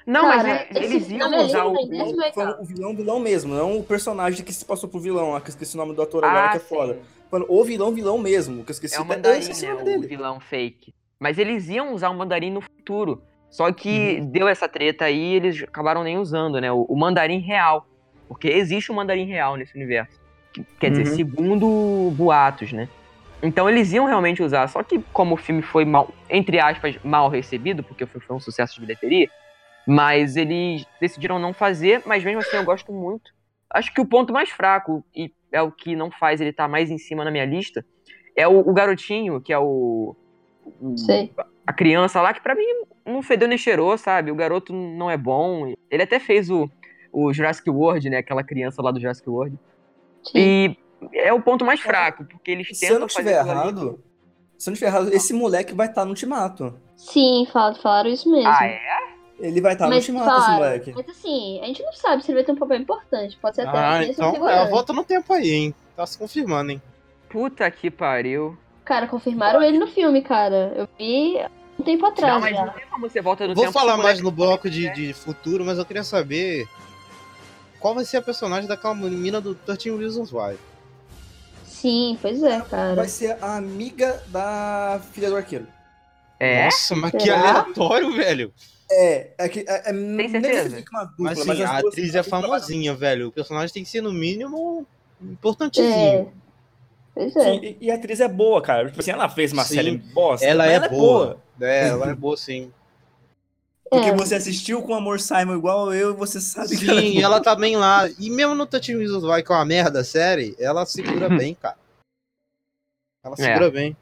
S3: Não,
S5: Cara,
S3: mas ele-
S5: esse
S3: eles
S5: filme
S3: iam
S5: é
S3: usar
S5: lindo,
S3: o.
S5: hein? Esse vai
S6: Falando
S5: cá.
S6: o vilão, vilão mesmo, não o personagem que se passou pro vilão lá, que eu esqueci o nome do
S5: Ah,
S6: ator
S2: Ah,
S6: agora, que é
S3: sim.
S6: foda. Falando o vilão, vilão mesmo, que eu esqueci
S3: É o
S6: até- eu
S3: Mandarim,
S6: esqueci
S3: né?
S6: o nome
S3: O
S6: dele.
S3: vilão fake. Mas eles iam usar o Mandarim no futuro. Só que
S6: Uhum.
S3: deu essa treta aí e eles acabaram nem usando, né? O, o Mandarim real. Porque existe um Mandarim real nesse universo. Que- Quer dizer,
S6: Uhum.
S3: segundo boatos, né? Então eles iam realmente usar. Só que como o filme foi mal, entre aspas, mal recebido, porque o filme foi um sucesso de bilheteria, mas eles decidiram não fazer, mas mesmo assim eu gosto muito. Acho que o ponto mais fraco, e é o que não faz ele estar mais em cima na minha lista, é o, o garotinho, que é o. o-
S5: Sei.
S3: A criança lá, que pra mim não fedeu nem cheirou, sabe? O garoto não é bom. Ele até fez o, o Jurassic World, né? Aquela criança lá do Jurassic World.
S5: Sim.
S3: E é o ponto mais fraco, porque eles
S6: Se eu
S3: tentam
S6: não
S3: fazer
S6: estiver
S3: aquilo ali. Tá.
S6: errado, se eu não estiver errado, esse moleque vai estar no ultimato.
S5: Sim, fal- falaram isso mesmo.
S3: Ah, é?
S6: Ele vai estar no
S5: mas,
S6: Tá
S5: tá,
S6: ultimato, esse
S5: falaram,
S6: moleque.
S5: mas assim, a gente não sabe se ele vai ter um papel importante. Pode ser até
S4: Ah,
S5: mesmo
S4: então é,
S5: segurança.
S4: volta no tempo aí, hein? Tá se confirmando, hein?
S3: Puta que pariu.
S5: Cara, confirmaram ele no filme, cara. Eu vi um tempo atrás.
S3: Não, mas
S5: já.
S3: não tem como você volta no
S4: Vou
S3: tempo.
S4: falar
S3: se o
S4: mais
S3: moleque- tá né?
S4: no bloco de, de futuro, mas eu queria saber qual vai ser a personagem daquela menina do 13 Reasons Why.
S5: Sim, pois é, cara.
S6: Vai ser a amiga da filha do arqueiro.
S3: É?
S4: Nossa, mas que
S5: Será?
S4: aleatório, velho.
S6: É, é que. É, é nem
S3: certeza?
S6: fica uma dupla,
S4: Mas,
S6: mas,
S4: assim,
S6: as
S4: a
S6: duas-
S4: atriz é famosinha, velho. O personagem tem que ser, no mínimo, importantezinho.
S5: É. Pois é.
S6: Sim, e, e a atriz é boa, cara. Tipo assim, ela fez uma
S4: Sim.
S6: série bosta.
S4: Ela
S6: mas
S4: é boa. É, ela é boa, sim.
S6: Porque
S5: É.
S6: você assistiu com o Amor Simon igual eu e você sabe que ela é
S4: Sim, ela tá bem lá. E mesmo no Touch Reasons Why, que é uma merda a série, ela segura bem, cara. Ela segura bem.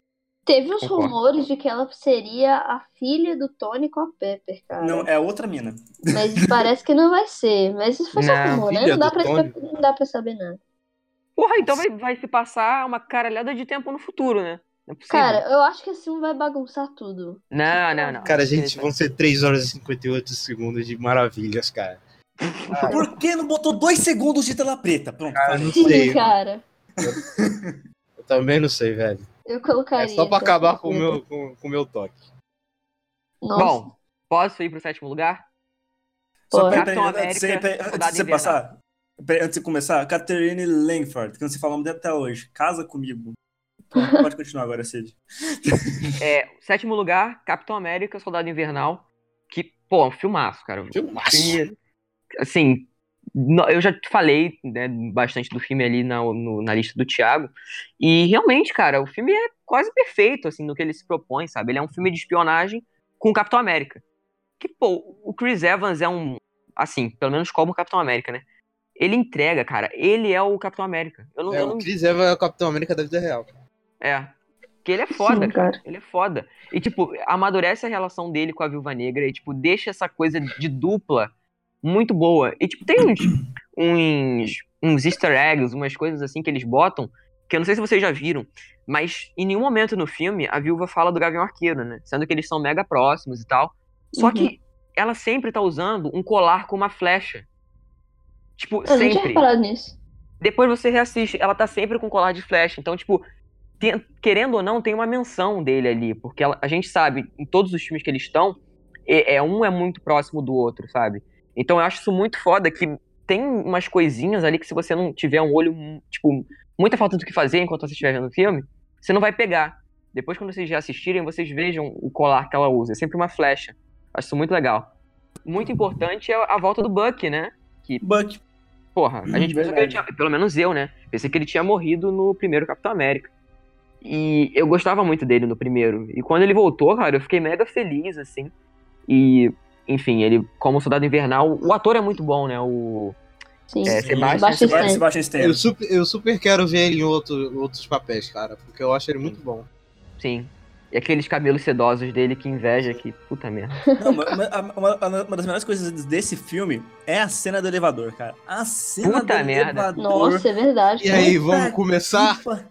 S5: Teve uns
S3: Concordo.
S5: rumores de que ela seria a filha do Tony com a Pepper, cara.
S6: Não, é outra mina.
S5: Mas parece que não vai ser. Mas isso foi só
S3: Não,
S5: rumor, né?
S4: filha
S5: Não dá,
S4: do
S5: pra,
S4: Tony.
S5: não dá pra saber nada.
S3: Porra, então vai, vai se passar uma caralhada de tempo no futuro, né? Não é possível.
S5: Cara, eu acho que esse filme vai bagunçar tudo.
S3: não, não, não.
S4: Cara, gente, vão ser 3 horas e 58 segundos de maravilhas, cara.
S6: Por que não botou dois segundos de tela preta? Pronto.
S4: Ah, não
S5: Sim,
S4: sei.
S5: cara.
S4: Eu também não sei, velho.
S5: Eu colocaria.
S4: É só pra
S5: tá?
S4: acabar com o meu, com, com o meu toque.
S5: Nossa.
S3: Bom, posso ir pro sétimo lugar?
S6: Só
S5: Pô,
S6: peraí,
S3: Capitão
S6: peraí, antes, de você-
S3: América,
S6: peraí, antes
S3: Soldado
S6: de você
S3: Invernal.
S6: passar. peraí, antes de começar, Catherine Langford, que não se fala o nome dela até hoje. Casa comigo. Pronto, pode continuar agora, Cid.
S3: É, sétimo lugar, Capitão América, Soldado Invernal. Que, pô, é um filmaço, cara.
S4: Filmaço.
S3: Filme, assim, no- eu já te falei né, bastante do filme ali na, no- na lista do Thiago. E realmente, cara, o filme é quase perfeito, assim, no que ele se propõe, sabe? Ele é um filme de espionagem com o Capitão América. Que, pô, o Chris Evans é um. Assim, pelo menos como o Capitão América, né? Ele entrega, cara. Ele é o Capitão América. Eu não.
S4: É,
S3: eu não-
S4: o Chris Evans é o Capitão América da vida real.
S3: é. Porque ele é
S5: Sim,
S3: foda,
S5: cara.
S3: ele é foda. E, tipo, amadurece a relação dele com a Viúva Negra e, tipo, deixa essa coisa de dupla muito boa. E, tipo, tem uns, uns, uns easter eggs, umas coisas assim que eles botam, que eu não sei se vocês já viram, mas em nenhum momento no filme a Viúva fala do Gavião Arqueiro, né? Sendo que eles são mega próximos e tal. Só
S5: Uhum.
S3: que ela sempre tá usando um colar com uma flecha. Tipo,
S5: Eu não tinha
S3: sempre.
S5: reparado nisso.
S3: Depois você reassiste, ela tá sempre com colar de flecha. Então, tipo, tem- querendo ou não, tem uma menção dele ali. Porque ela- a gente sabe, em todos os filmes que eles estão, é, é- um é muito próximo do outro, sabe? Então eu acho isso muito foda que tem umas coisinhas ali que se você não tiver um olho, mu- tipo, muita falta do que fazer enquanto você estiver vendo o filme, você não vai pegar. Depois, quando vocês já assistirem, vocês vejam o colar que ela usa. É sempre uma flecha. Acho isso muito legal. Muito importante é a volta do Buck, né?
S6: Buck.
S3: Porra, a gente pensou que ele
S6: verdade.
S3: tinha, pelo menos eu, né? Pensei que ele tinha morrido no primeiro Capitão América. E eu gostava muito dele no primeiro. E quando ele voltou, cara, eu fiquei mega feliz, assim. E, enfim, ele, como soldado invernal, o ator é muito bom, né? O.
S5: Sim.
S3: É, Sebastian-
S5: Sebastian
S6: Sebastian,
S5: Stan.
S6: Sebastian Stan.
S4: Eu super, eu super quero ver ele em outro- outros papéis, cara. Porque eu acho ele muito bom.
S3: Sim. E aqueles cabelos sedosos dele que inveja, que puta merda.
S6: Não, mas- mas a- uma, uma- uma das melhores coisas desse filme é a cena do elevador, cara. A cena
S3: Puta
S6: do
S3: merda.
S6: elevador.
S5: Nossa, é verdade.
S4: E aí,
S6: Puta
S4: vamos começar?
S6: Ufa.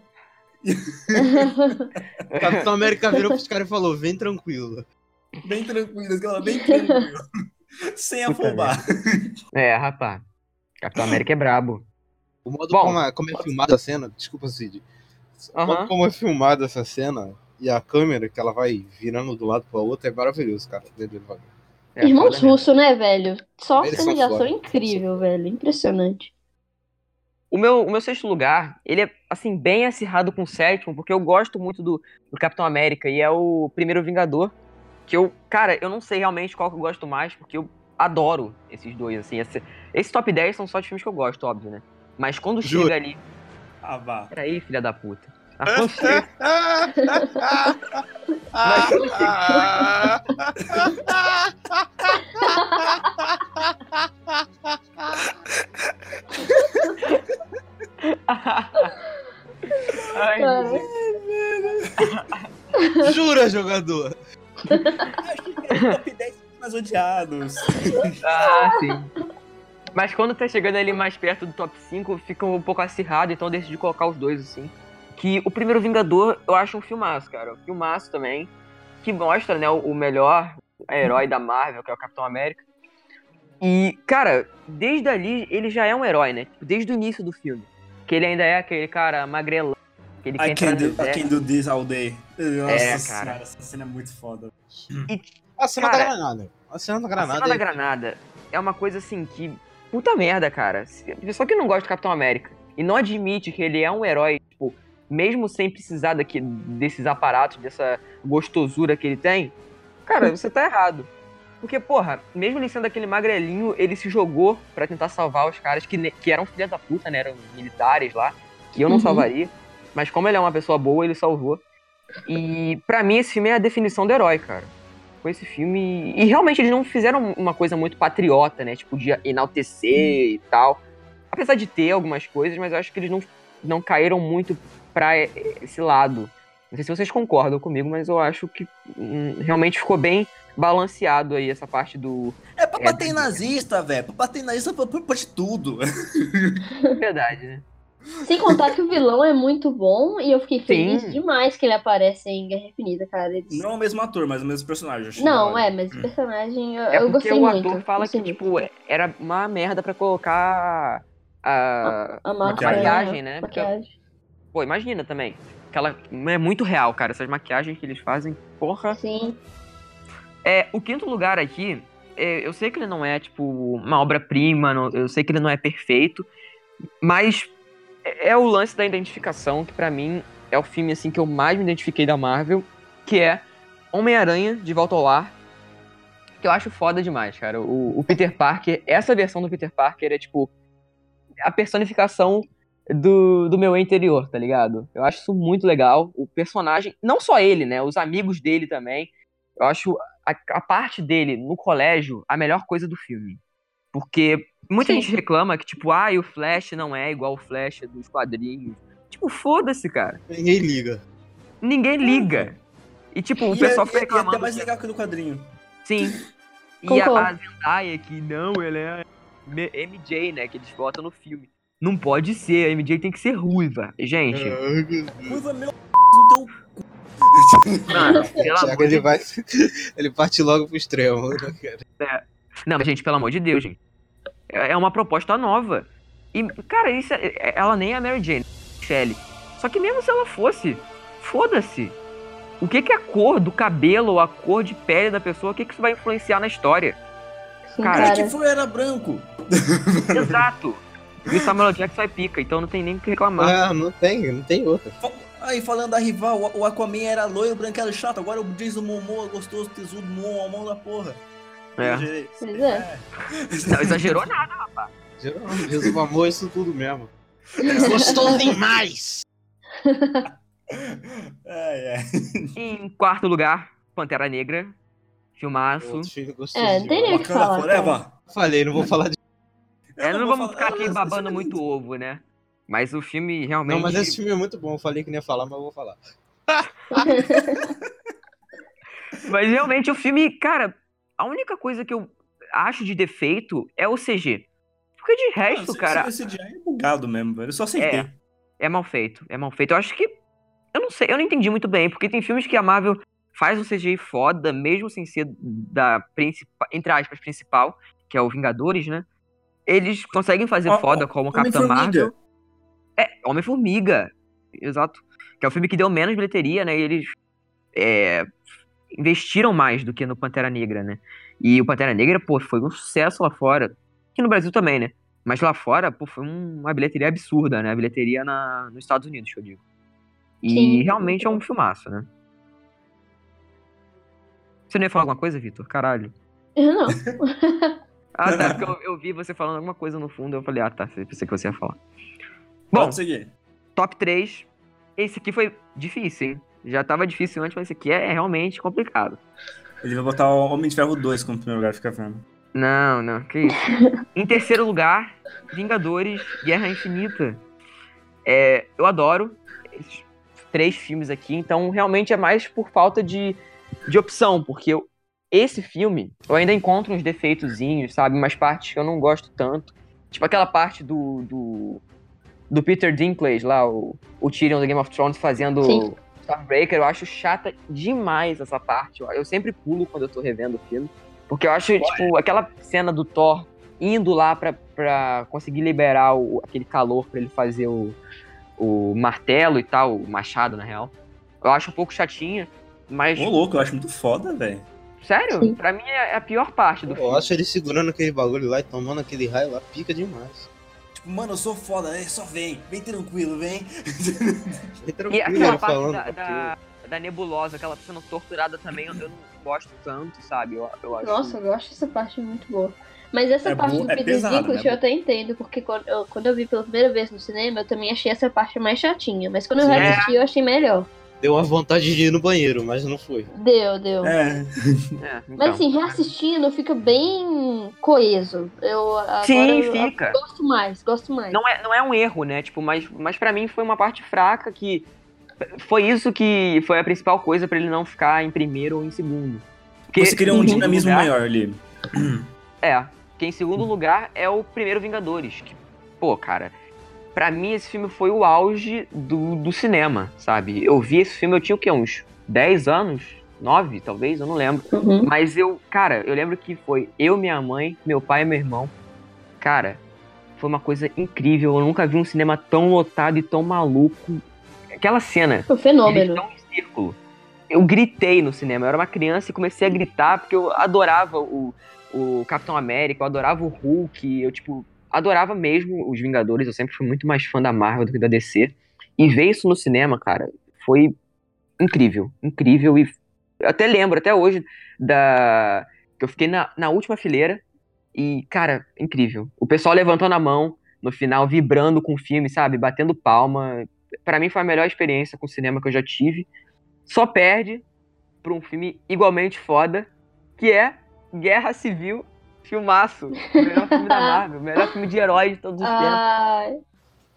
S3: É,
S4: Capitão América virou pros caras e falou: vem tranquilo.
S6: Bem tranquilo, aquela bem tranquilo. Sem
S3: Puta
S6: afobar.
S3: é, rapaz. Capitão América é brabo.
S4: O modo
S3: Bom.
S4: como, é, como é filmada a cena, desculpa, Cid. O modo
S3: Aham.
S4: como é filmada essa cena e a câmera que ela vai virando do lado pra outra é maravilhoso, cara. dentro do elevador.
S3: É,
S5: Irmãos
S3: foda mesmo.
S5: russos, né, velho? Só
S4: Eles
S5: cena de
S4: são
S5: ação
S4: foda.
S5: incrível, velho. Impressionante.
S3: O meu, o meu sexto lugar, ele é, assim, bem acirrado com o sétimo, porque eu gosto muito do, do Capitão América e é o primeiro Vingador. Que eu, cara, eu não sei realmente qual que eu gosto mais, porque eu adoro esses dois, assim. Esse, esse top 10 são só de filmes que eu gosto, óbvio, né? Mas quando
S4: Juro.
S3: chega ali.
S6: Ah, vá.
S3: Peraí, filha da puta. Mas quando chega- Ai,
S5: Cara,
S3: meu Deus.
S4: Jura, jogador?
S6: Top 10 mais odiados.
S3: Ah, sim. Mas quando tá chegando ali mais perto do top 5, fica um pouco acirrado, então eu decidi colocar os dois, assim. Que o primeiro Vingador, eu acho um filmaço, cara. Um filmaço também. Que mostra, né, o- o melhor herói da Marvel, que é o Capitão América. E, cara, desde ali ele já é um herói, né? Tipo, Desde o início do filme. Que ele ainda é aquele cara magrelão, que ele
S6: I
S3: quer entrar
S6: can,
S3: no
S6: do, I
S3: deserto.
S6: can do this all day. Nossa
S3: É, cara.
S6: senhora, essa cena é muito foda.
S4: A cena
S3: Cara,
S4: da granada. A cena da
S3: A
S4: granada.
S3: cena da granada é uma coisa assim que. Puta merda, cara. Se- A pessoa que não gosta do Capitão América e não admite que ele é um herói, tipo, mesmo sem precisar daqui, desses aparatos, dessa gostosura que ele tem, cara, você tá errado. Porque, porra, mesmo ele sendo aquele magrelinho, ele se jogou pra tentar salvar os caras que, ne- que eram filha da puta, né? Eram militares lá, que eu não
S5: Uhum.
S3: salvaria. Mas como ele é uma pessoa boa, ele salvou. E pra mim esse filme é a definição do herói, cara. Foi esse filme. E realmente eles não fizeram uma coisa muito patriota, né? Tipo, de enaltecer e tal. Apesar de ter algumas coisas, mas eu acho que eles não, não caíram muito pra e- esse lado. Não sei se vocês concordam comigo, mas eu acho que hum, realmente ficou bem balanceado aí essa parte do.
S6: É pra
S3: É,
S6: bater em
S3: é.
S6: nazista, velho. Pra bater em nazista, pra, pra, pra de tudo.
S3: Verdade, né?
S5: Sem contar que o vilão é muito bom e eu fiquei feliz
S3: Sim.
S5: demais que ele aparece em Guerra Infinita, cara. Eles-
S6: Não é o mesmo ator, mas é o mesmo personagem. eu achei da
S5: Não,
S6: hora.
S5: é, mas o personagem eu,
S3: É
S5: eu
S3: porque
S5: gostei
S3: o
S5: muito.
S3: ator fala que,
S5: gostei muito.
S3: tipo, era uma merda pra colocar a,
S5: a
S3: a
S5: máscara,
S3: maquiagem,
S5: né?
S3: né? Porque
S5: Maquiagem.
S3: Pô, imagina também. Aquela. É muito real, cara. Essas maquiagens que eles fazem, porra.
S5: Sim.
S3: É, o quinto lugar aqui, é, eu sei que ele não é, tipo, uma obra-prima, não- eu sei que ele não é perfeito, mas é, é o lance da identificação, que pra mim é o filme, assim, que eu mais me identifiquei da Marvel, que é Homem-Aranha, De Volta ao Lar, que eu acho foda demais, cara. O, o Peter Parker, essa versão do Peter Parker é, tipo, a personificação do, do meu interior, tá ligado? Eu acho isso muito legal. O personagem, não só ele, né? Os amigos dele também. Eu acho a, a parte dele no colégio a melhor coisa do filme. Porque muita
S5: Sim.
S3: gente reclama que, tipo, ah, e o Flash não é igual o Flash dos quadrinhos. Tipo, foda-se, cara.
S4: Ninguém liga.
S3: Ninguém liga. E, tipo, o
S6: Hum. E
S3: pessoal
S6: é,
S3: fica
S6: e é até
S3: reclamando.
S6: mais legal que no quadrinho.
S3: Sim. E a, a
S5: Concordo.
S3: Zendaya, que não, ela é M- MJ, né? Que eles botam no filme. Não pode ser, a MJ tem que ser ruiva. Gente,
S6: Hum.
S4: É,
S6: Ruiva meu c- no teu
S3: mano, pelo amor
S4: Thiago,
S3: de
S4: ele vai. Ele parte logo pro extremo. né,
S3: Não, mas, gente, pelo amor de Deus, gente. É é uma proposta nova. E, cara, isso é- é- ela nem é a Mary Jane, é a Shelley. Só que mesmo se ela fosse, foda-se. O que que a cor do cabelo ou a cor de pele da pessoa, o que que isso vai influenciar na história?
S5: Sim,
S3: Cara,
S5: cara.
S6: cara que foi era branco.
S3: Exato. E o Samuel L. Jackson é pica, então não tem nem o que reclamar.
S4: Ah, não tem, não tem outra.
S6: Fa- Aí falando da rival, o- o Aquaman era loiro, branquelo e chato. Agora o Jason Momoa é gostoso, tesudo, mão, mão da porra.
S3: É.
S6: Exagerei.
S5: Pois é.
S3: Não exagerou nada.
S4: Geralmente, o amor é isso tudo mesmo.
S3: É.
S4: Gostou demais!
S6: Ai, ai.
S3: Em quarto lugar, Pantera Negra. Filmaço.
S4: Outro filho gostoso
S5: É, não tem nem o
S4: demais.
S5: que
S6: Wakanda
S5: falar.
S6: Forever.
S5: cara.
S4: Falei, não vou falar de.
S3: É, não,
S6: vou
S3: vamos
S6: falar-
S3: ficar aqui
S6: Ah,
S3: babando
S6: isso é
S3: muito
S6: lindo.
S3: ovo, né? Mas o filme realmente.
S4: Não, mas esse filme é muito bom. Eu falei que não ia falar, mas eu vou falar.
S3: tipo, Mas realmente o filme, cara, a única coisa que eu acho de defeito é o CG. Porque de resto,
S6: Mano,
S3: É cara,
S6: Esse, esse dia é
S2: um
S6: bugado mesmo, velho. Eu só aceitei.
S3: É. é mal feito. É mal feito. Eu acho que. Eu não sei, eu não entendi muito bem, porque tem filmes que a Marvel faz um CGI foda, mesmo sem ser da principal, entre aspas, principal, que é o Vingadores, né? Eles conseguem fazer
S6: Ó,
S3: foda como um Capitão
S6: Homem-Formiga.
S3: Marvel. É, Homem-Formiga. Exato. Que é o filme que deu menos bilheteria, né? E eles é, investiram mais do que no Pantera Negra, né? E o Pantera Negra, pô, foi um sucesso lá fora. Aqui no Brasil também, né? Mas lá fora, pô, foi um- uma bilheteria absurda, né? A bilheteria na, nos Estados Unidos, que eu digo. E
S5: Sim.
S3: realmente é um filmaço, né? Você não ia falar alguma coisa, Vitor? Caralho.
S5: Não.
S3: Ah, tá. Porque eu, eu vi você falando alguma coisa no fundo. Eu falei, ah, tá. Pensei que você ia falar. Bom,
S6: Pode seguir.
S3: top 3. Esse aqui foi difícil, hein? Já tava difícil antes, mas esse aqui é, é realmente complicado.
S6: Ele vai botar o Homem de Ferro 2 como primeiro lugar, fica vendo.
S3: Não, não, que isso. em terceiro lugar, Vingadores, Guerra Infinita. É, eu adoro esses três filmes aqui, então realmente é mais por falta de, de opção, porque eu- esse filme eu ainda encontro uns defeitozinhos, sabe? Umas partes que eu não gosto tanto. Tipo aquela parte do. do, do Peter Dinklage lá, o, o Tyrion do Game of Thrones fazendo
S5: Sim.
S3: Starbreaker, eu acho chata demais essa parte. Eu, eu sempre pulo quando eu tô revendo o filme. Porque eu acho, tipo, aquela cena do Thor indo lá pra, pra conseguir liberar o, aquele calor pra ele fazer o, o martelo e tal, o machado, na real. Eu acho um pouco chatinha, mas.
S2: Ô, louco, eu acho muito foda, velho.
S3: Sério?
S5: Sim.
S3: Pra mim é a pior parte do
S4: Eu
S3: filme.
S4: acho ele segurando aquele bagulho lá e tomando aquele raio lá, pica demais.
S2: Tipo, mano, eu sou foda, né? Só vem, vem tranquilo, vem.
S4: É
S3: E
S4: tranquilo
S3: aquela
S4: ele
S3: parte
S4: falando.
S3: da,
S4: com
S3: da, da nebulosa, aquela sendo torturada também, eu, eu não gosto tanto, sabe? Eu, eu acho.
S5: Nossa, eu acho essa parte muito boa. Mas essa
S2: É
S5: parte
S2: boa-
S5: do
S2: é
S5: Peter
S2: pesada,
S5: Dinklage
S2: né?
S5: eu até entendo, porque quando eu, quando eu vi pela primeira vez no cinema, eu também achei essa parte mais chatinha. Mas quando eu
S4: Sim.
S5: reassisti, eu achei melhor.
S4: aquilo. Deu uma vontade de ir no banheiro, mas não foi.
S5: Deu, deu.
S2: É,
S3: É, então.
S5: Mas assim, reassistindo fica bem coeso. Eu agora
S3: Sim,
S5: eu- eu
S3: fica.
S5: gosto mais, gosto mais.
S3: Não é, não é um erro, né? Tipo, mas, mas para mim foi uma parte fraca que. Foi isso que foi a principal coisa pra ele não ficar em primeiro ou em segundo. Porque
S2: você queria
S3: em
S2: um
S3: segundo
S2: dinamismo
S3: lugar-
S2: maior ali.
S3: É, que em segundo lugar é o primeiro Vingadores. que, pô, cara, pra mim esse filme foi o auge do, do cinema, sabe? Eu vi esse filme, eu tinha o quê? Uns 10 anos? 9, talvez? Eu não lembro.
S5: Uhum.
S3: Mas eu, cara, eu lembro que foi eu, minha mãe, meu pai e meu irmão. Cara, foi uma coisa incrível. Eu nunca vi um cinema tão lotado e tão maluco. Aquela cena
S5: Foi um
S3: eles
S5: fenômeno.
S3: estão em círculo. Eu gritei no cinema, eu era uma criança e comecei a gritar porque eu adorava o, o Capitão América, eu adorava o Hulk, eu, tipo, adorava mesmo os Vingadores, eu sempre fui muito mais fã da Marvel do que da DC. E ver isso no cinema, cara, foi incrível, incrível. E eu até lembro, até hoje, da que eu fiquei na, na última fileira e, cara, incrível. O pessoal levantando a mão no final, vibrando com o filme, sabe? Batendo palma, Pra mim foi a melhor experiência com cinema que eu já tive. Só perde pra um filme igualmente foda, que é Guerra Civil, filmaço. O melhor filme da Marvel, o melhor filme de herói de todos os
S5: Ah.
S3: tempos.
S5: Ai,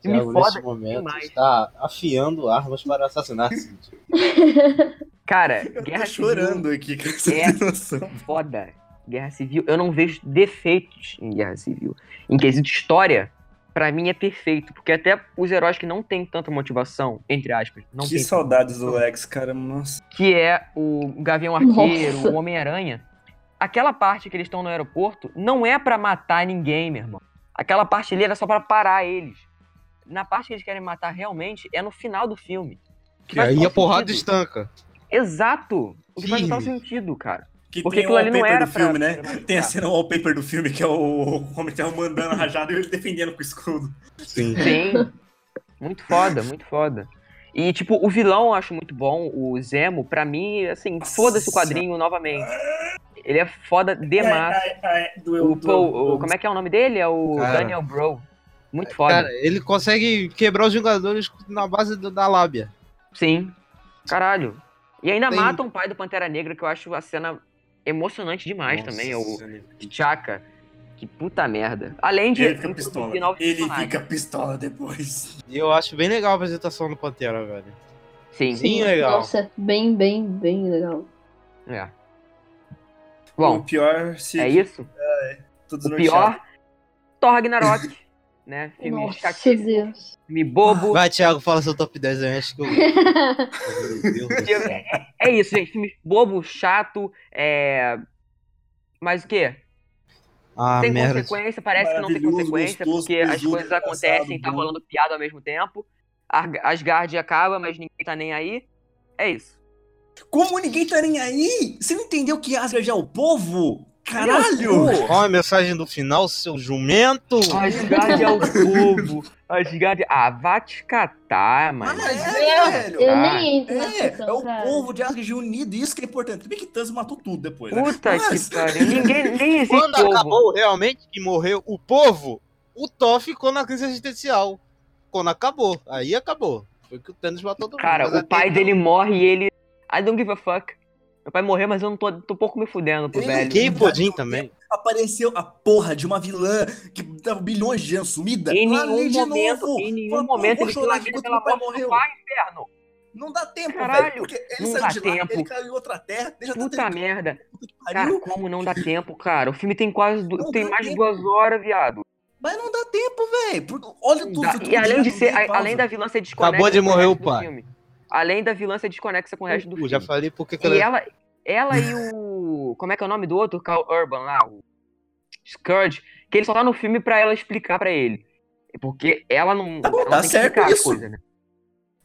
S3: Filme
S4: Thiago,
S3: foda
S4: nesse momento,
S3: demais.
S4: está afiando armas para assassinar Cid.
S3: Cara,
S2: Eu
S3: Guerra
S2: tô chorando aqui, cara, você
S3: assim, É.
S2: tem noção.
S3: Civil foda. Guerra Civil, eu não vejo defeitos em Guerra Civil. Em quesito história, pra mim é perfeito, porque até os heróis que não têm tanta motivação, entre aspas, não
S2: que
S3: têm
S2: saudades do Lex, cara, nossa.
S3: que é o Gavião Arqueiro,
S5: Nossa.
S3: o Homem-Aranha, aquela parte que eles estão no aeroporto não é pra matar ninguém, meu irmão. Aquela parte ali era só pra parar eles. Na parte que eles querem matar realmente é no final do filme. Que faz total sentido.
S4: estanca.
S3: Exato! O que faz total
S4: Filme.
S3: sentido, cara.
S2: Que
S3: Porque
S2: tem o
S3: aquilo ali não
S2: wallpaper
S3: era
S2: do filme,
S3: pra-
S2: né? Tem a cena wallpaper do filme, que é o Homem-Terra mandando a rajada e ele defendendo com o escudo.
S4: Sim.
S3: Sim. Muito foda, muito foda. E, tipo, o vilão eu acho muito bom, o Zemo, pra mim, assim, foda-se o quadrinho novamente. Ele é foda demais.
S2: Ai, ai, doeu, doeu,
S3: O, Paul-
S2: doeu.
S3: o- como é que é o nome dele? É o
S4: Cara.
S3: Daniel Bro. Muito foda.
S4: Cara, ele consegue quebrar os Vingadores na base do- da lábia.
S3: Sim. Caralho. E ainda
S4: Tem-
S3: matam o pai do Pantera Negra, que eu acho a cena emocionante demais também. O T'Chaka. Que puta merda. Além de. um
S2: Ele fica pistola.
S3: de novos
S2: Ele
S3: personagens.
S2: fica pistola depois.
S4: E eu acho bem legal a apresentação do Pantera, velho.
S3: Sim.
S4: Sim, é. legal.
S5: Nossa, bem, bem, bem legal.
S3: É.
S2: o
S3: Bom,
S2: pior se
S3: é isso.
S2: todos
S3: O pior. Thor Ragnarok. Né?
S2: é
S3: Filme
S5: Nossa,
S3: chatíssimo,
S5: Deus.
S3: filme bobo.
S4: Vai, Thiago, fala seu top 10, eu acho que eu... Meu Deus do céu.
S3: É- É isso, gente. Filme bobo, chato. É. Mas o quê?
S4: Ah,
S3: tem
S4: merda.
S3: consequência, parece que não tem
S2: Maravilhoso,
S3: consequência,
S2: gostoso,
S3: porque as
S2: tesudo,
S3: coisas
S2: engraçado,
S3: acontecem, tá
S2: bom.
S3: rolando piada ao mesmo tempo. Ar- Asgard acaba, mas ninguém tá nem aí. É isso.
S2: Como ninguém tá nem aí? Você não entendeu que Asgard é o povo?
S3: Meu
S2: Caralho!
S3: cu!
S4: Olha a mensagem do final, seu jumento!
S3: Asgard é o povo. Asgard. Ah, vá te catar, mano.
S2: Ah,
S5: Meu,
S2: velho!
S5: Eu
S3: Ah,
S5: nem entro nessa
S2: É, é
S5: questão,
S2: o
S5: cara.
S2: povo de Asgard unido, isso que é importante. Tudo bem que Thanos matou tudo depois, né?
S3: Puta
S2: Mas-
S3: que pariu. Ninguém nem existe
S4: Quando
S3: povo.
S4: acabou realmente que morreu o povo, o Thor ficou na crise existencial. Quando acabou, aí acabou. Foi que o Thanos matou todo mundo.
S3: Cara,
S4: Mas
S3: o
S4: até
S3: pai
S4: então-
S3: dele morre e ele. I don't give a fuck. Meu pai morreu, mas eu não tô, tô pouco me fudendo pro
S2: Ele
S3: velho.
S4: Gay Bodin é também.
S2: Apareceu a porra de uma vilã que dava bilhões de anos sumida.
S3: Em
S2: lá
S3: nenhum
S2: ali de
S3: momento,
S2: novo.
S3: em nenhum
S2: Fala, pô,
S3: momento
S2: vou
S3: ele se
S2: chorar
S3: lamenta
S2: enquanto
S3: pela
S2: meu pai
S3: morte do
S2: morreu.
S3: pai, inferno.
S2: Não dá tempo,
S3: Caralho,
S2: velho. Porque ele
S3: não
S2: saiu
S3: dá
S2: de lá,
S3: tempo.
S2: ele caiu em outra terra, deixa
S3: Puta merda.
S2: Puta que
S3: Cara,
S2: pariu.
S3: como não dá tempo, cara? O filme tem quase. du-
S2: Não
S3: tem
S2: dá
S3: mais de
S2: tempo.
S3: duas horas, viado.
S2: Mas não dá tempo, velho. porque Olha tudo.
S3: Dá-
S2: tudo
S3: E além de
S2: direto,
S3: ser.
S2: não tem
S3: a- Além
S2: pausa.
S3: da vilã ser desconexa.
S4: Acabou de
S3: com o
S4: morrer
S3: resto
S4: o
S3: do
S4: pai.
S3: filme. Além da vilã ser desconexa com o resto do
S4: Eu
S3: filme. é
S4: já falei porque que
S3: E
S4: ela...
S3: ela, ela e o. Como é que é o nome do outro? Carl Urban lá, o Scourge, que ele só tá no filme pra ela explicar pra ele. Porque ela não.
S2: Tá bom,
S3: ela
S2: tá
S3: tem que
S2: certo
S3: explicar as
S2: isso.
S3: coisas, né?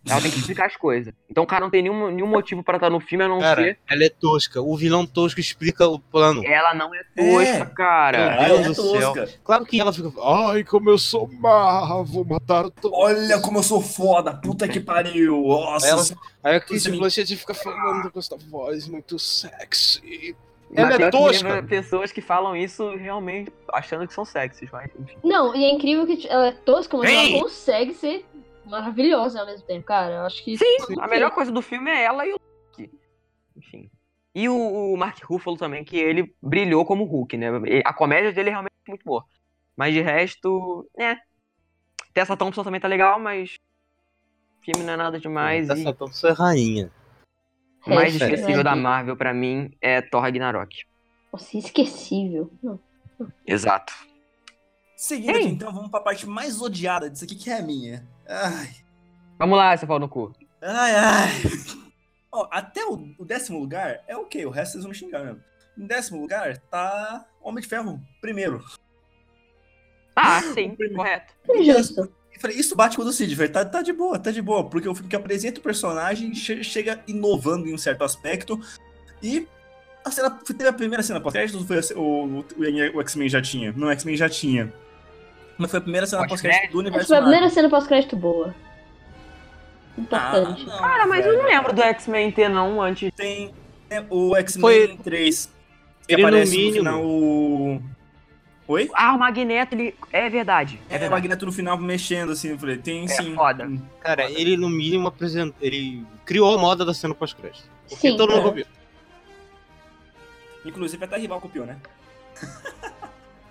S3: Ela tem que explicar as coisas. Então o cara não tem nenhum, nenhum motivo pra estar no filme a não
S4: Cara,
S3: um ser.
S4: ela é tosca. O vilão tosco explica o plano.
S3: Ela não é tosca, cara.
S4: Meu
S2: Ela é
S4: Deus do céu.
S2: tosca.
S4: Claro que ela fica. Ai, como eu sou marra, vou matar todo
S2: Olha como eu sou foda, puta que pariu. Nossa,
S4: Ela- Aí a
S2: Isso
S4: Kate
S2: me-
S4: Blanchett fica falando com essa voz muito sexy.
S3: Mas
S4: Ela é
S3: pior que
S4: tosca.
S3: lembra Pessoas que falam isso realmente achando que são sexys, mas enfim.
S5: Não, e é incrível que ela é tosca, mas
S4: Ei!
S5: ela consegue ser maravilhosa ao mesmo tempo, cara. Eu acho que.
S3: Sim, tipo, a melhor coisa do filme é ela e o Hulk. Enfim. E o, o Mark Ruffalo também, que ele brilhou como Hulk, né? Ele- A comédia dele é realmente muito boa. Mas de resto, né? Tessa Thompson também tá legal, mas. O filme não é nada demais. e
S4: Essa Thompson é rainha.
S5: O
S3: O mais
S5: resto, né?
S3: esquecível da Marvel pra mim é Thor Ragnarok.
S5: Nossa, esquecível. Não.
S3: Exato.
S2: Seguindo
S3: Ei.
S2: aqui, então, vamos pra parte mais odiada disso aqui, que é a minha. Ai,
S3: Vamos lá, seu pau no cu.
S2: ai, ai. Ó, até o, o décimo lugar é ok, o resto vocês vão me xingar mesmo. Em décimo lugar tá Homem de Ferro, primeiro.
S3: Ah, sim,
S2: primeiro.
S3: correto.
S5: Justo.
S2: Eu falei, isso bate com o do Cid, velho. Tá, tá de boa, tá de boa. Porque o filme que apresenta o personagem che- chega inovando em um certo aspecto. E a cena, teve a primeira cena pós-crédito, foi a ce- o, o, o X-Men já tinha. Não, o X-Men já tinha. Mas foi a primeira cena pós-crédito
S3: Pós-crédito?
S2: do
S5: Essa
S2: universo.
S5: foi a
S2: Marvel.
S5: primeira cena pós-crédito boa. Importante.
S2: não,
S3: Cara, Ah, mas eu não
S2: velho.
S3: lembro do X-Men ter, não, antes.
S2: Tem né, o
S4: Foi-
S2: X-Men 3. Que
S4: Ele no
S2: aparece no,
S4: mínimo.
S2: final o. Oi?
S3: Ah, o Magneto, ele. É verdade. É,
S2: É, o
S3: verdade. É
S2: Magneto no final mexendo assim, eu falei, tem sim.
S3: foda.
S4: Cara, ele no mínimo apresentou. Ele criou a moda da cena pós-crédito. Porque
S5: Sim.
S4: todo mundo
S5: cara.
S4: copiou.
S2: Inclusive até rival copiou, né?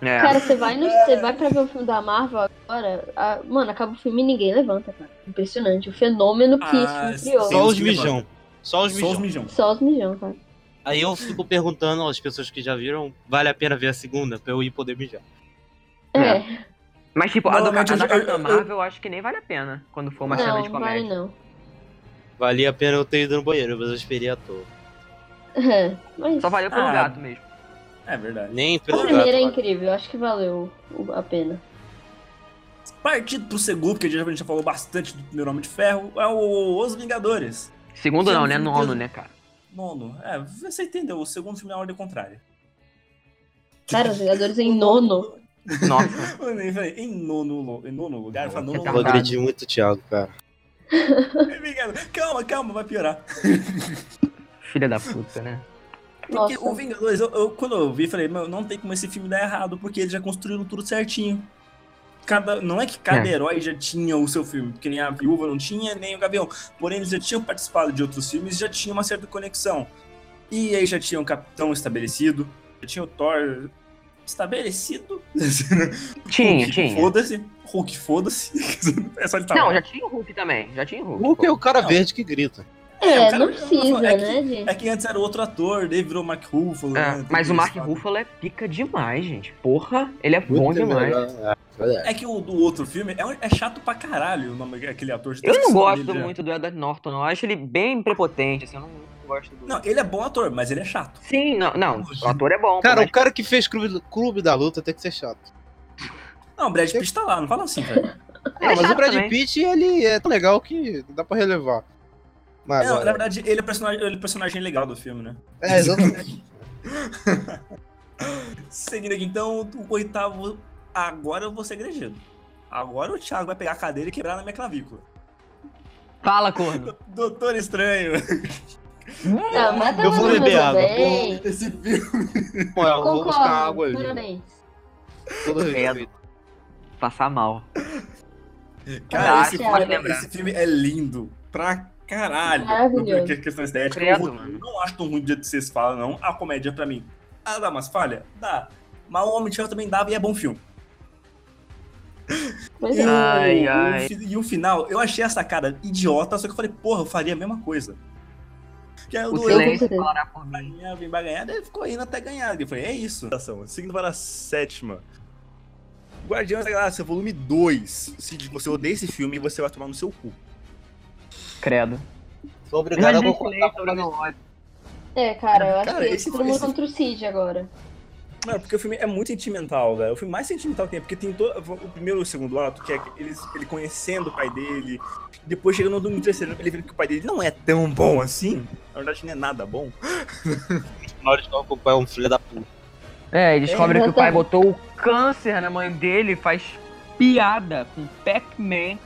S3: É.
S5: Cara, você vai, no, você vai pra ver o filme da Marvel agora, a- mano, acaba o filme e ninguém levanta, cara. Impressionante. O fenômeno que
S2: Ah,
S5: esse filme criou.
S4: Só
S2: Sim,
S4: os
S2: sim,
S4: mijão. é Só os
S2: Só os
S4: mijão.
S2: mijão.
S5: Só os mijão, cara.
S4: Aí eu fico perguntando às pessoas que já viram, vale a pena ver a segunda pra eu ir poder mijar.
S3: É.
S5: É,
S3: Mas, tipo, a do, a
S2: Normalmente
S3: da
S2: eu- eu-
S3: Capitã
S2: eu-
S3: Marvel eu acho que nem vale a pena quando for uma cena
S5: não,
S3: de
S5: não vale
S3: comédia.
S5: não.
S4: Valia a pena eu ter ido no banheiro, mas eu esperei à toa.
S5: É, mas
S3: Só valeu pelo
S2: Ah.
S3: gato mesmo.
S2: É verdade.
S4: Nem
S5: a
S4: pelo
S5: primeira é
S4: gato.
S5: incrível, eu acho que valeu o- a pena.
S2: Partido pro segundo, porque a gente já- a gente já falou bastante do primeiro Homem de Ferro, é o Os Vingadores.
S3: Segundo não,
S2: Sim,
S3: né?
S2: meu
S3: Nono,
S2: Deus.
S3: né, cara?
S2: Nono. É, você entendeu, o segundo filme é a ordem contrária.
S5: Cara, os Vingadores em nono.
S3: Nossa.
S2: Mano, eu falei, em nono, lu- em nono lugar, eu falo, nono
S4: Eu vou
S2: lugar.
S4: agredir muito o Thiago, cara.
S2: Vingador- Calma, calma, vai piorar.
S3: Filha da puta, né?
S2: Porque
S5: Nossa.
S2: o Vingadores, eu, eu- quando eu vi, falei, mano, não tem como esse filme dar errado, porque eles já construíram tudo certinho. Cada, não é que cada
S3: É.
S2: herói já tinha o seu filme, porque nem a Viúva não tinha, nem o Gavião. Porém, eles já tinham participado de outros filmes, já tinha uma certa conexão. E aí já tinha o Capitão estabelecido, já tinha o Thor estabelecido.
S3: Tinha,
S2: Hulk,
S3: tinha.
S2: Foda-se. Hulk, foda-se. é só ele tá
S3: Não,
S2: lá.
S3: já tinha o Hulk também. Já tinha o Hulk.
S4: Hulk é
S3: pô.
S4: o cara
S2: Não.
S4: verde que grita.
S5: É,
S2: o cara-
S5: não
S2: eu
S5: precisa,
S2: falo, é que-
S5: né, gente?
S2: É que antes era outro ator, daí virou Mark Ruffalo.
S3: É,
S2: né,
S3: mas
S2: tudo
S3: o Mark
S2: isso, sabe?
S3: Ruffalo é pica demais, gente. Porra, ele é bom demais.
S4: né?
S2: É que o do outro filme é, um- é chato pra caralho o nome, aquele ator.
S3: Eu não gosto
S2: Ele é-
S3: muito do Edward Norton, não. Eu acho ele bem prepotente, assim. Eu não não gosto do.
S2: Não, ele é bom ator, mas ele é chato.
S3: Sim, não, não. O ator é bom.
S4: Cara,
S3: mas-
S4: o cara que fez clube, clube da Luta tem que ser chato.
S2: Não, o Brad Pitt tá lá, não fala assim, velho.
S3: ele é
S4: Ah, mas o
S3: chato
S4: Brad
S3: também.
S4: Pitt, ele é tão legal que dá pra relevar. Mas,
S2: Não,
S4: olha,
S2: na verdade, ele é, o personagem, ele é o personagem legal do filme, né?
S4: é, exatamente.
S2: Seguindo aqui, então, o oitavo. Agora eu vou ser agredido. Agora o Thiago vai pegar a cadeira e quebrar na minha clavícula.
S3: Fala, corno.
S2: Doutor Estranho. é,
S5: Não, mas tá
S4: Eu vou
S5: valendo,
S4: beber água,
S5: bem.
S2: Esse filme.
S4: Bom, eu vou buscar água
S5: Concordo,
S4: ali.
S5: parabéns.
S4: Todo respeito.
S3: Passar mal.
S2: Cara,
S5: Ah,
S2: esse
S5: Thiago.
S2: filme, esse filme é lindo pra caralho.
S5: Maravilhoso.
S2: Que- Questão estética.
S3: Credo,
S2: o roteiro
S3: mano.
S2: não acho tão ruim do jeito que vocês falam, não. A comédia, pra mim, ela dá umas falhas? Dá. Mas o Homem de Ferro também dava e é bom filme.
S5: Pois
S2: E
S5: é.
S2: o-
S3: Ai, ai.
S2: o fi- E o final, eu achei essa cara idiota, só que eu falei, porra, eu faria a mesma coisa. Que aí
S3: O
S2: o
S5: eu
S2: Doeu
S3: silêncio
S5: certeza.
S3: falará por mim.
S2: vem pra ganhar, daí ficou indo até ganhar. E eu falei, é isso. Seguindo para a sétima. Guardiões da Galáxia, volume 2. Se você odeia esse filme, você vai tomar no seu cu.
S3: Credo.
S4: Sou obrigado a concordar.
S3: Leito, eu não olho.
S5: É, cara, eu acho
S2: Cara,
S5: que
S2: esse-
S5: todo mundo
S2: esse-
S5: contra o Cid agora.
S2: Não, porque o filme é muito sentimental, velho. O filme mais sentimental que tem, porque tem todo, o primeiro e o segundo ato, que é ele, ele conhecendo o pai dele, depois chegando no terceiro, ele vê que o pai dele não é tão bom assim. Na verdade, não é nada bom.
S4: Na hora de falar que o pai é um filho da puta.
S3: É, e descobre
S5: É,
S3: que o pai botou o câncer na mãe dele e faz piada com Pac-Man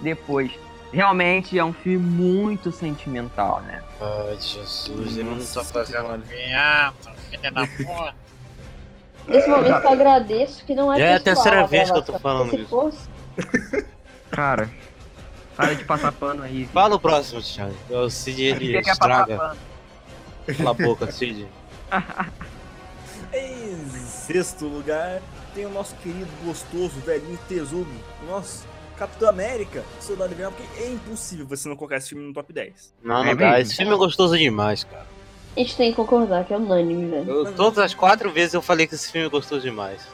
S3: depois. Realmente é um filme muito sentimental, né?
S4: Ai, Jesus,
S1: ele
S4: ele
S1: não
S4: não
S1: tá
S4: tá
S1: Nossa fazendo
S4: fazendo vinheta, filha da puta.
S5: Nesse momento que eu agradeço que não é
S4: Já é a
S5: pessoal
S4: terceira
S5: a
S4: vez que eu
S5: gravação.
S4: tô falando
S5: Se
S4: isso.
S5: fosse,
S3: Cara, para de passar pano aí.
S4: Fala o próximo, Thiago. É O Cid, ele
S3: Você quer passar
S4: estraga.
S3: pano?
S4: Cala a boca, Cid.
S2: Em sexto lugar, tem o nosso querido, gostoso, velhinho tesudo. o Nosso Capitão América, Soldado Invernal, porque é impossível você não colocar esse filme no top 10.
S4: Não, não
S3: É
S4: dá.
S3: mesmo?
S4: Esse filme é gostoso demais, cara.
S5: a gente tem que concordar que é unânime, velho.
S4: Eu- todas as quatro vezes eu falei que esse filme é gostoso demais.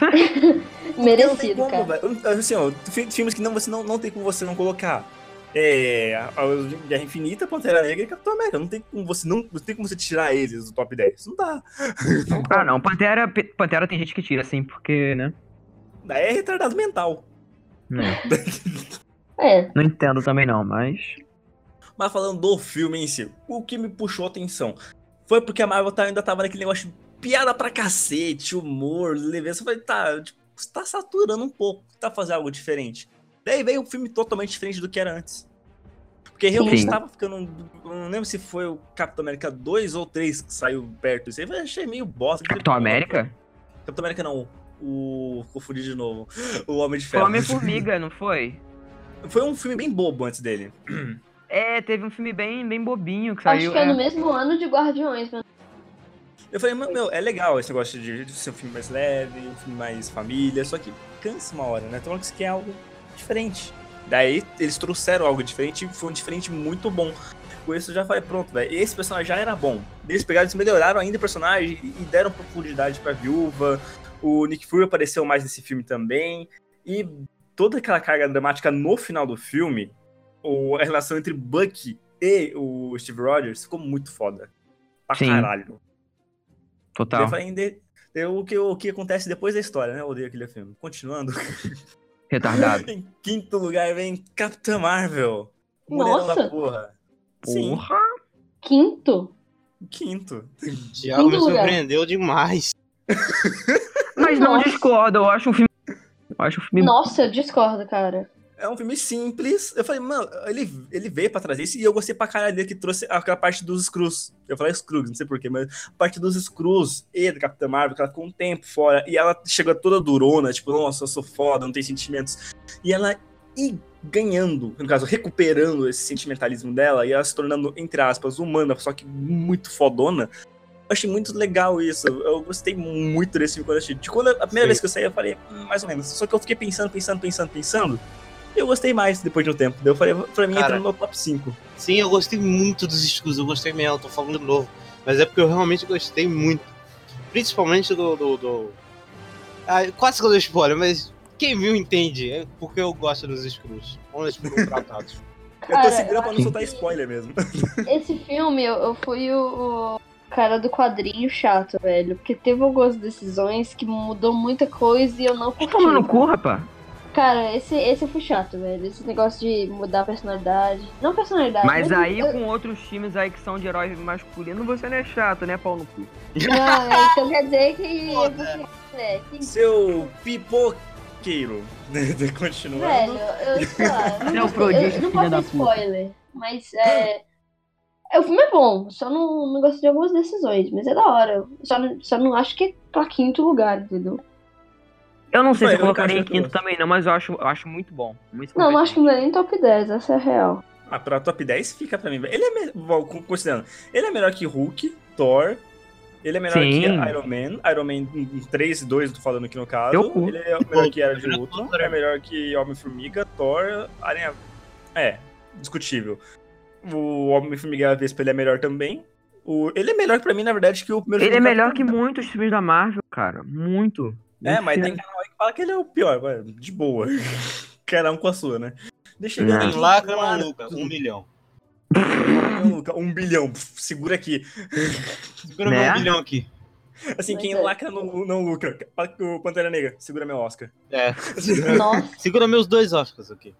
S2: Eu não tem
S5: Merecido,
S2: como,
S5: cara.
S2: velho. Eu- Assim, ó, fi- filmes que não, você não, não tem como você não colocar. É. a- a Guerra Infinita, Pantera Negra e Capitão América. Não tem como você não, não tem como você tirar eles do top 10. Não dá.
S3: Ah, não. Pantera, Pantera tem gente que tira, assim, porque, né?
S2: É retardado mental.
S3: Não,
S5: É,
S3: não entendo também não, mas...
S2: Mas falando do filme em si, o que me puxou a atenção foi porque a Marvel tá- ainda tava naquele negócio de piada pra cacete, humor, leveza. Eu falei, tá, tipo, você tá saturando um pouco, tá fazendo algo diferente. Daí veio um filme totalmente diferente do que era antes. Porque realmente
S3: Sim.
S2: tava ficando. um- eu Não lembro se foi o Capitão América 2 ou 3 que saiu perto disso aí, mas achei meio bosta.
S3: Capitão América?
S2: Capitão América não. O. Confundi de novo. O Homem de
S3: Foi
S2: Ferro.
S3: Homem-Formiga, não foi?
S2: Foi um filme bem bobo antes dele.
S3: É, teve um filme bem, bem bobinho que
S5: acho
S3: saiu.
S5: que é
S3: é.
S5: no mesmo ano de Guardiões, mas
S2: Eu falei, meu, meu, é legal esse negócio de, de ser um filme mais leve, um filme mais família, só que cansa uma hora, né? Então que você quer algo diferente. Daí eles trouxeram algo diferente e foi um diferente muito bom. Com isso eu já falei, pronto, velho, esse personagem já era bom. Eles pegaram, eles melhoraram ainda o personagem e deram profundidade pra viúva. O Nick Fury apareceu mais nesse filme também. E toda aquela carga dramática no final do filme, o, a relação entre Bucky e o Steve Rogers ficou muito foda. Pra
S3: Sim.
S2: caralho.
S3: Total.
S2: Daí vai inde- daí o, que, o que acontece depois da história, né? Eu odeio aquele filme. Continuando.
S3: Retardado.
S2: em quinto lugar vem Capitã Marvel. Mulherão
S5: Nossa.
S2: da porra. Sim,
S3: Porra.
S5: quinto?
S2: quinto.
S4: O Thiago me
S5: lugar.
S4: surpreendeu demais.
S3: Mas não
S5: Nossa.
S3: discordo, eu acho um filme... Eu acho um filme...
S5: Nossa, eu discordo, cara.
S2: É um filme simples. Eu falei, mano, ele, ele veio pra trazer isso e eu gostei pra caralho dele que trouxe aquela parte dos Screws. Eu falei Screws, não sei porquê, mas a parte dos Screws e da Capitã Marvel, que ela ficou um tempo fora e ela chegou toda durona, tipo, nossa, eu sou foda, não tenho sentimentos. E ela e ganhando, no caso, recuperando esse sentimentalismo dela e ela se tornando, entre aspas, humana, só que muito fodona. Eu achei muito legal isso. Eu gostei muito desse filme quando eu assisti. De quando a primeira
S4: Sim.
S2: vez que eu saí, eu falei, "Hum, mais ou menos. Só que eu fiquei pensando, pensando, pensando, pensando. E eu gostei mais depois de um tempo. Daí eu falei, pra mim entra
S4: Cara.
S2: no meu top 5.
S4: Sim, eu gostei muito dos escudos, eu gostei mesmo, eu tô falando de novo. Mas é porque eu realmente gostei muito. Principalmente do. do, do- Ah, quase que eu dou spoiler, mas quem viu entende. É porque eu gosto dos escudos. Como eles foram tratados.
S2: Eu
S5: Cara,
S2: tô segurando pra não
S5: sim.
S2: soltar spoiler mesmo.
S5: Esse filme, eu, eu fui o, o cara do quadrinho chato, velho. Porque teve algumas decisões que mudou muita coisa e eu não curti.
S3: Toma no cu, rapaz.
S5: Cara, esse, esse eu fui chato, velho. Esse negócio de mudar a personalidade. Não personalidade.
S3: Mas aí
S5: É, Eu,
S3: com outros times aí que são de herói masculino, você não é chato, né, Paulo? no cu?
S5: não, é, então quer dizer que. eu
S4: Foda.
S5: fui- é, que-
S2: Seu pipoqueiro. Continuando.
S5: Velho, eu, sei lá, eu
S3: Não,
S5: não, gostei-
S3: é prodígio,
S5: eu
S3: filha
S5: não posso
S3: da
S5: dar
S3: puta.
S5: spoiler, mas é, é, O filme é bom, só não, não gosto de algumas decisões, mas é da hora. Só, não- só não acho que é pra quinto lugar, entendeu?
S3: Eu não sei
S2: Ué, eu
S3: se eu colocaria em
S2: nunca achei
S3: quinto
S2: que eu
S3: também, não, mas eu acho, eu acho muito bom. Muito
S5: Não, não acho que
S3: competente.
S5: não é nem top 10, essa é a real.
S2: Ah, pra top 10 fica pra mim. velho. Ele é me- bom, con- considerando. Ele é melhor que Hulk, Thor. Ele é melhor
S3: Sim.
S2: que Iron Man. Iron Man 3 e 2, tô falando aqui no caso.
S3: Teu cu.
S2: Ele é melhor que Era de Ultron. É melhor que Homem-Formiga, Thor, Aranha. É, discutível. O Homem-Formiga e a Vespa ele é melhor também. O... Ele é melhor pra mim, na verdade, que o primeiro
S3: Ele é
S2: filme do
S3: melhor que
S2: Capitão
S3: muitos filmes da Marvel, cara. Muito.
S2: é,
S3: Muito
S2: mas tem
S3: sério.
S2: canal aí que fala que ele é o pior, vai, de boa. Cada um com a sua, né? Deixa eu
S3: Não.
S2: ver
S4: Tem
S2: aqui.
S4: lacra maluca, um milhão.
S2: Um bilhão, Luca, um bilhão, pff, segura aqui.
S4: Segura
S3: Né?
S4: meu um milhão aqui.
S2: Assim,
S5: Mas
S2: quem
S5: é.
S2: lacra não, não lucra. Fala que O Pantera Negra, segura meu Oscar.
S4: É.
S5: Nossa,
S4: Segura meus dois Oscars aqui.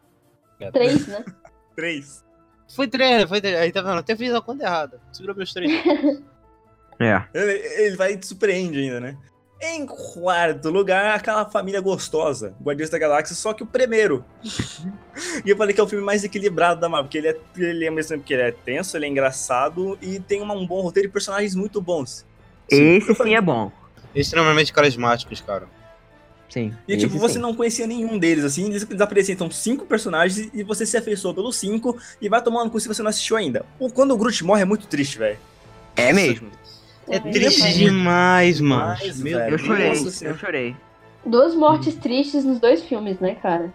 S5: três, né?
S2: Três.
S4: Foi três, foi três. Aí tá vendo? Até fiz a conta errada. Segura meus três.
S3: É.
S2: Ele, ele vai e te surpreende ainda, né? Em quarto lugar, aquela família gostosa, Guardiões da Galáxia, só que o primeiro. e eu falei que é o filme mais equilibrado da Marvel, porque ele é, ele é ao mesmo tempo que ele é tenso, ele é engraçado e tem uma- um bom roteiro e personagens muito bons.
S3: Esse sim é bom.
S4: Extremamente carismáticos, cara.
S3: Sim.
S2: E tipo, você não conhecia nenhum deles, assim, eles eles apresentam cinco personagens e você se afeiçoa pelos cinco e vai tomando cu se você não assistiu ainda. O- Quando o Groot morre é muito triste, velho.
S3: É mesmo.
S4: É
S5: Também,
S4: triste
S5: mas-
S4: demais, mano.
S2: Mas,
S4: Meu
S2: velho,
S3: Eu chorei,
S2: nossa senhora.
S3: eu chorei.
S5: Duas mortes tristes nos dois filmes, né, cara?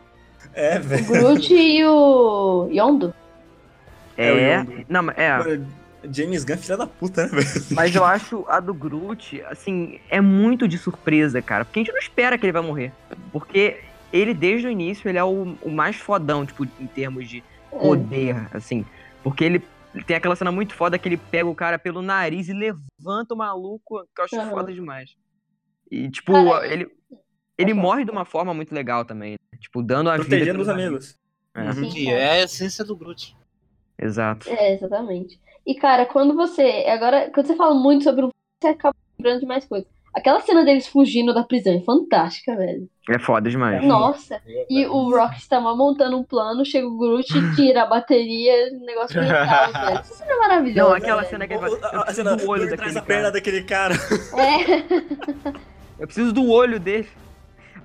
S2: É, velho.
S5: O Groot e o Yondo.
S2: É,
S3: É.
S2: eu lembro.
S3: Não, mas- é.
S2: James Gunn, filha da puta, né, velho?
S3: Mas eu acho a do Groot, assim, é muito de surpresa, cara. Porque a gente não espera que ele vai morrer. Porque ele, desde o início, ele é o, o mais fodão, tipo, em termos de
S5: É.
S3: poder, assim. Porque ele tem aquela cena muito foda que ele pega o cara pelo nariz e levanta o maluco, que eu acho
S5: Aham.
S3: foda demais. E, tipo,
S5: Cara, é
S3: ele, ele
S5: foda.
S3: morre de uma forma muito legal também. né? Tipo, dando a vida.
S2: Protegendo os
S3: pelo nariz.
S2: amigos.
S3: É,
S5: Sim,
S4: Que
S5: cara.
S4: é a essência do Groot.
S3: Exato.
S5: É, exatamente. E, cara, quando você. Agora, quando você fala muito sobre um filme, você acaba lembrando de mais coisas. Aquela cena deles fugindo da prisão é fantástica, velho.
S3: É foda demais.
S5: Nossa. E o Rock tá lá montando um plano, chega o Groot, tira a bateria, o negócio mental, velho. Essa cena é maravilhosa.
S3: Não, aquela
S5: velho.
S3: cena que
S2: O-
S3: ele fala,
S2: o- a-
S3: eu
S2: a
S3: preciso
S2: cena
S3: do olho
S2: dele traz
S3: daquele
S2: a perna
S3: cara.
S2: daquele cara.
S5: É,
S3: Eu preciso do olho dele.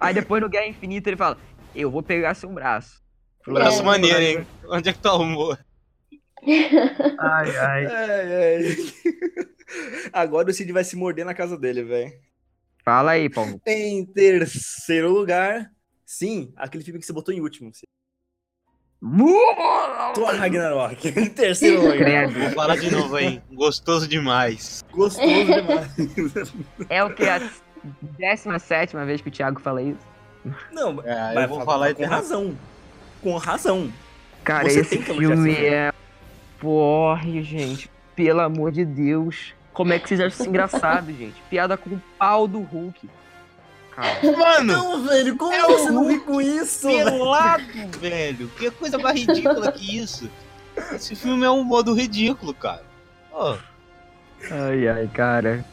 S3: Aí depois no Guerra Infinita ele fala, eu vou pegar seu braço.
S4: Braço
S5: É.
S4: maneiro, hein? Onde é que tá o humor?
S3: Ai, ai.
S2: Ai, ai. Agora o Cid vai se morder na casa dele, velho.
S3: Fala aí, Paulo.
S2: Em terceiro lugar, sim, aquele filme que você botou em último. Cid. Thor Ragnarok. Em terceiro lugar.
S3: Credo.
S4: Vou falar de novo, hein? Gostoso demais.
S2: Gostoso demais.
S3: É o que? A 17 vez que o Thiago fala isso.
S2: Não,
S4: É,
S2: mas
S4: eu vou
S3: tá
S4: falar
S2: com
S4: eternamente.
S2: razão. Com razão.
S3: Cara,
S2: Você
S3: esse
S2: tem que elogiar
S3: filme
S2: esse filme.
S3: é. Porra, gente. Pelo amor de Deus. Como é que vocês acham isso engraçado, gente? Piada com o pau do Hulk. Cara,
S4: Mano,
S2: Não, velho, como
S4: É
S2: você
S4: o
S2: não ri com isso? velho?
S4: pelado, velho. Que coisa mais ridícula que isso. Esse filme é um modo ridículo, cara. Ó,
S3: ai, ai, cara.